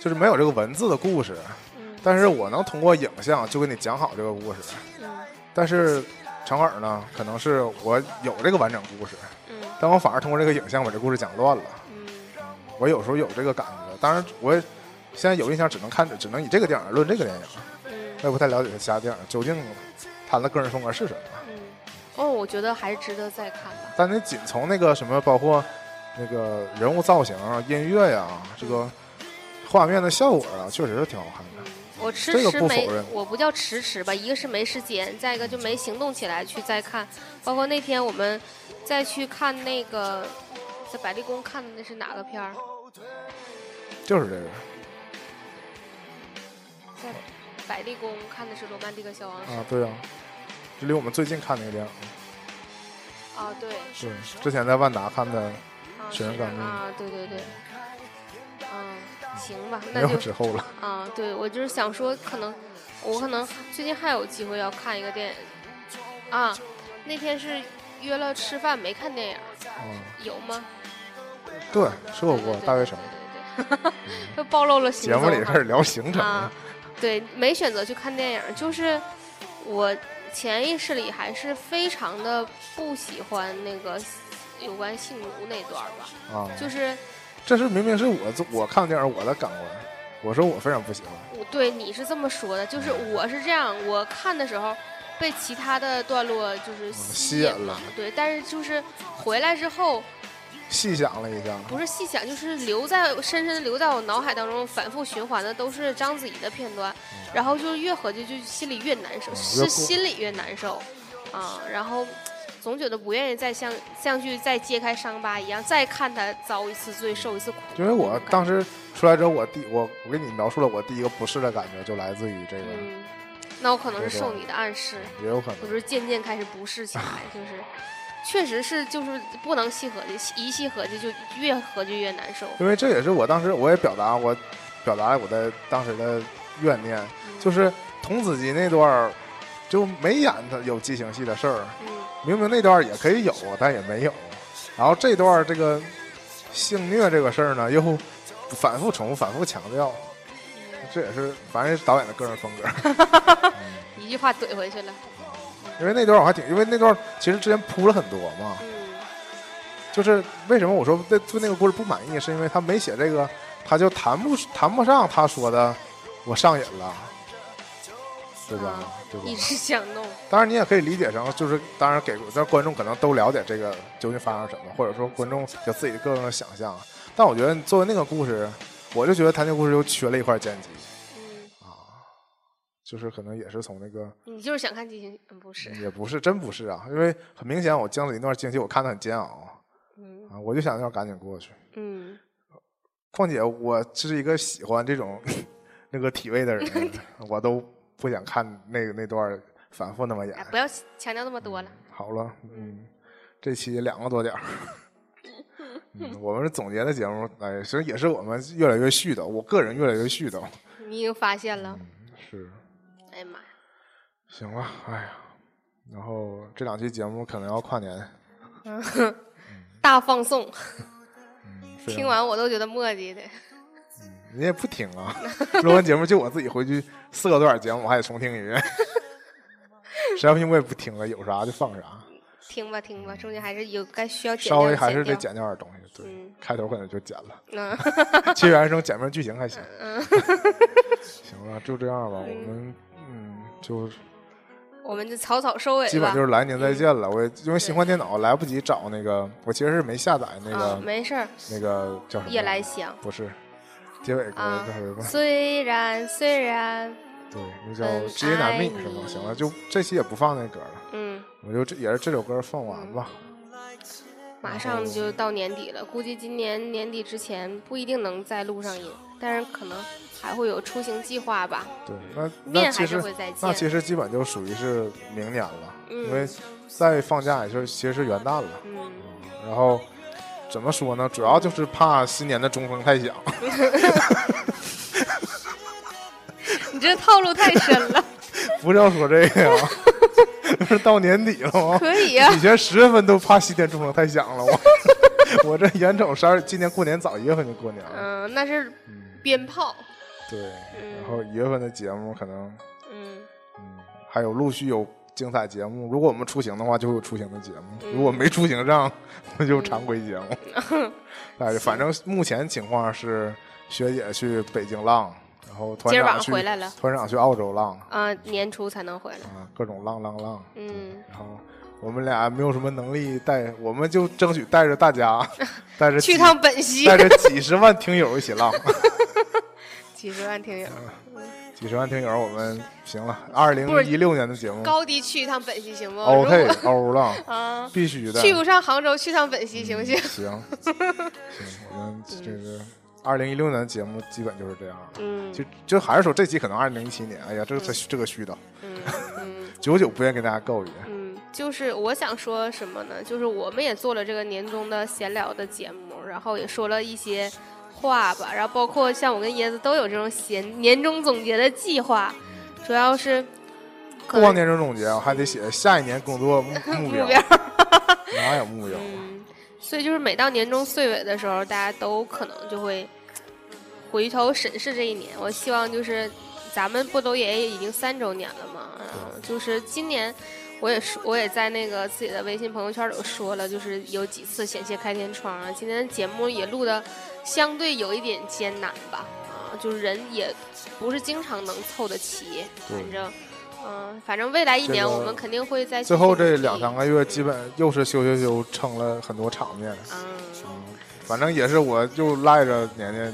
就是没有这个文字的故事，嗯但是我能通过影像就给你讲好这个故事。嗯但是长耳呢，可能是我有这个完整故事，嗯但我反而通过这个影像把这故事讲乱了。嗯我有时候有这个感觉，当然我也现在有印象，只能看，只能以这个电影论这个电影，嗯我也不太了解他其他电影究竟他的个人风格是什么。嗯，哦，我觉得还是值得再看吧。但你仅从那个什么，包括那个人物造型啊、音乐呀、这个画面的效果啊，确实是挺好看的。我迟这个迟不没否认，我不叫迟迟吧，一个是没时间，再一个就没行动起来去再看。包括那天我们再去看那个在白丽宫看的那是哪个片儿？就是这个，在白丽宫看的是《罗曼蒂克消亡史啊，对啊，这离我们最近看那个电影，》啊，对，是之前在万达看的，啊，寻人是的感动啊，对对对，嗯，行吧，没那有就之后了。啊，对，我就是想说，可能我可能最近还有机会要看一个电影啊。那天是约了吃饭，没看电影，嗯，有吗？对，说过大学城对 对对对对，就暴露了行节踪目哈里开始聊行程啊了，，对，没选择去看电影，就是我潜意识里还是非常的不喜欢那个有关性奴那段儿吧，啊，就是这是明明是我做我看电影我的感官，我说我非常不喜欢。我对你是这么说的，就是嗯我是这样，我看的时候被其他的段落就是嗯吸引了，对，但是就是回来之后细想了一下，不是细想，就是留在深深的留在我脑海当中，反复循环的都是章子怡的片段，然后就是越合计就心里越难受，嗯越是过心里越难受啊，然后总觉得不愿意再像像去再揭开伤疤一样，再看他遭一次罪，受一次苦。因为我当时出来之后，我第我我给你描述了我第一个不适的感觉，就来自于这个，嗯，那我可能这是段受你的暗示，也有可我能就是渐渐开始不适起啊来，就是确实是就是不能细合计，一细合计就越合计越难受。因为这也是我当时我也表达我表达了我的当时的怨念，就是童子鸡那段儿就没演他有激情戏的事儿，嗯明明那段儿也可以有，但也没有。然后这段儿这个性虐这个事儿呢，又反复重复、反复强调，嗯这也是反正是导演的个人风格。嗯一句话怼回去了。因为那段儿我还挺，因为那段儿其实之前铺了很多嘛，嗯就是为什么我说对对那个故事不满意，是因为他没写这个，他就谈不谈不上他说的我上瘾了，对吧？啊对吧？一直想弄，当然，你也可以理解成，就是当然给，但是观众可能都了解这个究竟发生了什么，或者说观众有自己的个人的想象。但我觉得作为那个故事，我就觉得他那个故事又缺了一块剪辑，嗯，就是可能也是从那个，你就是想看激情，嗯不是，也不是真不是啊，因为很明显我经历了一段经期，我看得很煎熬嗯啊，我就想要赶紧过去。嗯，况且我是一个喜欢这种那个体位的 人，我都不想看那个那段反复那么演哎，。不要强调那么多了，好了，嗯，这期两个多 点儿。嗯，我们是总结的节目，哎，其实也是我们越来越絮叨，我个人越来越絮叨。你已经发现了，是，嗯哎呀妈呀，行吧，哎呀，然后这两期节目可能要跨年，大放送，嗯非常听完我都觉得墨迹的，你也不听啊。 录完节目就我自己回去四个多点儿节目，我还得重听一 遍。实在不行我也不听了，有啥就放啥。听吧听吧，中间还是有该需要剪稍掉的，微还是得剪剪掉点东西。对，嗯开头可能就剪了，掉，嗯，其实原声剪片剧情还行。 行了，就这样吧，我们嗯，就我们就草草收尾基本吧嗯就，是来年再见了。我也因为新换电脑来不及找那个，我其实是没下载那啊，个没事儿，那个叫什么夜 来香不是结尾歌啊叫什么？虽然虽然，对，那叫很知音难觅爱是吗？你行了，就这期也不放那歌了，嗯。我就这也是这首歌放完吧。马上就到年底了，估计今年年底之前不一定能再录上音，但是可能还会有出行计划吧。 对，那那嗯面其还是实会再见那其实基本就属于是明年了，嗯因为再放假也就是其实是元旦了。嗯，然后怎么说呢？主要就是怕新年的钟声太响。你这套路太深了， 不是要说这个呀， 不是到年底了吗？可以啊呀、以前十月份都怕新年钟声太响了，我我 这眼瞅十二，今年过年早一月份就过年了。嗯，那是鞭炮。对，然后一月份的节目可能嗯，还有陆续有精彩节目。如果我们出行的话，就会有出行的节嗯目；如果没出行上，那就是常规节目。 哎，反正目前情况是学姐去北京浪，然后团今儿晚长上去回来了团长去澳洲浪啊、年初才能回来。啊，各种浪浪浪。嗯，然后我们俩没有什么能力带，我们就争取带着大家， 带着去几趟本溪，带着几十万听友一起 浪。几十万听友，几十万听友，我们行了。二零一六年的节目高低去一趟本溪行不？如果，OK，欧浪 啊，必须的。去不上杭州，去趟本溪行不行？ 行，行，我们这个二零一六年的节目基本就是这样了。嗯就就还是说这期可能二零一七年，哎呀，这个这这个虚的，嗯嗯。 久久不愿意跟大家告别。嗯，就是我想说什么呢？就是我们也做了这个年终的闲聊的节目，然后也说了一些话吧，然后包括像我跟椰子都有这种闲年终总结的计划，主要是可过完能年终总结，我还得写下一年工作目目标目，标， 哪有目标啊？嗯，所以就是每到年终岁尾的时候，大家都可能就会回头审视这一年。我希望就是咱们不都也已经三周年了嘛，嗯就是今年我也说，我也在那个自己的微信朋友圈里说了，就是有几次险些开天窗啊。今天的节目也录的相对有一点艰难吧，啊，就是人也不是经常能凑得齐，对反正。嗯，反正未来一这年个我们肯定会在最后这两三个月，基本又是修修修撑了很多场面，嗯，反正也是我又赖着年 年，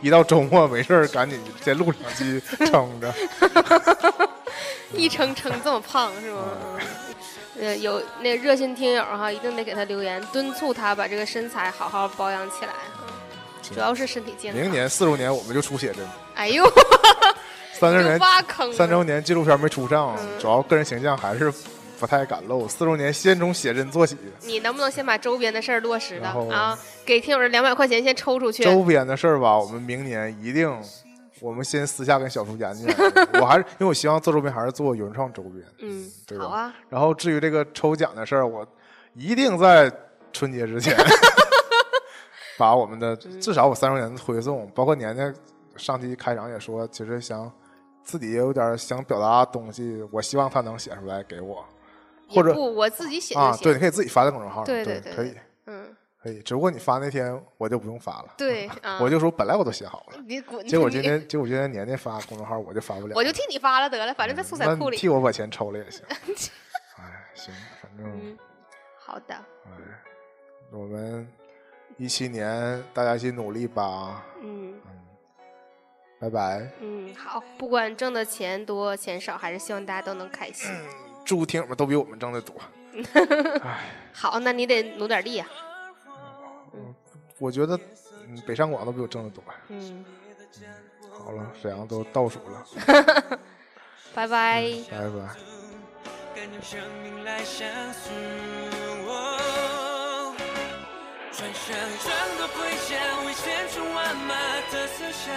一一到周末没事儿赶紧先录两期撑着。一称称这么胖是吗？嗯呃，有那热心听友哈，一定得给他留言，敦促他把这个身材好好保养起来，嗯主要是身体健康。明年四周年我们就出写真，哎呦，三周又年挖坑了三周年纪录片没出上，嗯主要个人形象还是不太敢露。四周年先从写真做起，你能不能先把周边的事儿落实了然后啊？给听友两百块钱先抽出去。周边的事儿吧，我们明年一定，我们先私下跟小叔研究。我还是因为我希望做周边还是做原创周边，嗯对，吧？好啊，然后至于这个抽奖的事儿，我一定在春节 之前把我们的至少我三周年的推送，包括年年上期开场也说，其实想自己也有点想表达的东西，我希望他能写出来给我，或也者不我自己写就啊，对，行。你可以自己发在公众号，对对对对可以。嗯，可以，只不过你发那天我就不用发了， 对啊，我就说本来我都写好了，你滚，结果你今天结果今天年年发公众号我就发不了，我就替你发了得了，反正在素材那库你里。替我把钱抽了 也行。哎，行，反正嗯，好的，哎，我们一七年大家一起努力吧，嗯嗯，拜拜，嗯，好，不管挣的钱多钱少，还是希望大家都能开心。祝听友们都比我们挣的多。哎，好，那你得努点力啊。我觉得嗯，北上广都比我挣的多。嗯，好了，沈阳都倒数了，拜拜。拜拜。甘用生命来相许。哦穿上整个盔甲，为千军万马的厮杀，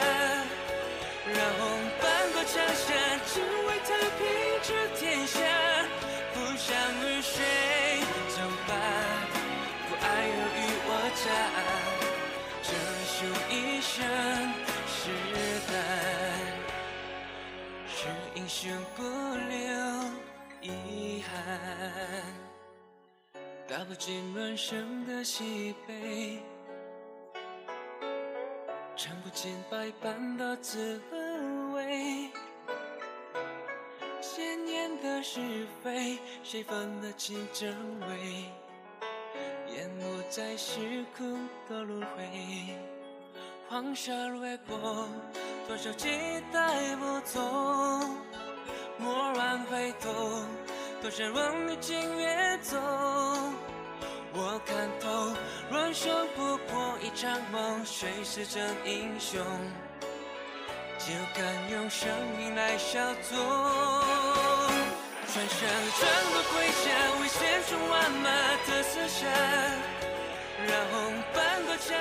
染红半个长夏，只为他平治天下。不想与谁争霸，不爱尔与我战，这是一生时代。是英雄不留遗憾。打不进人生的喜悲，尝不尽百般的滋味。鲜艳的是非，谁分得清真伪？淹没在时空的轮回。黄沙掠过，多少期待不走，蓦然回头，多少人历经越走。我看透，人生不过一场梦，谁是真英雄？就敢用生命来效忠。穿上整个盔甲，为千军万马的厮杀，染红半个长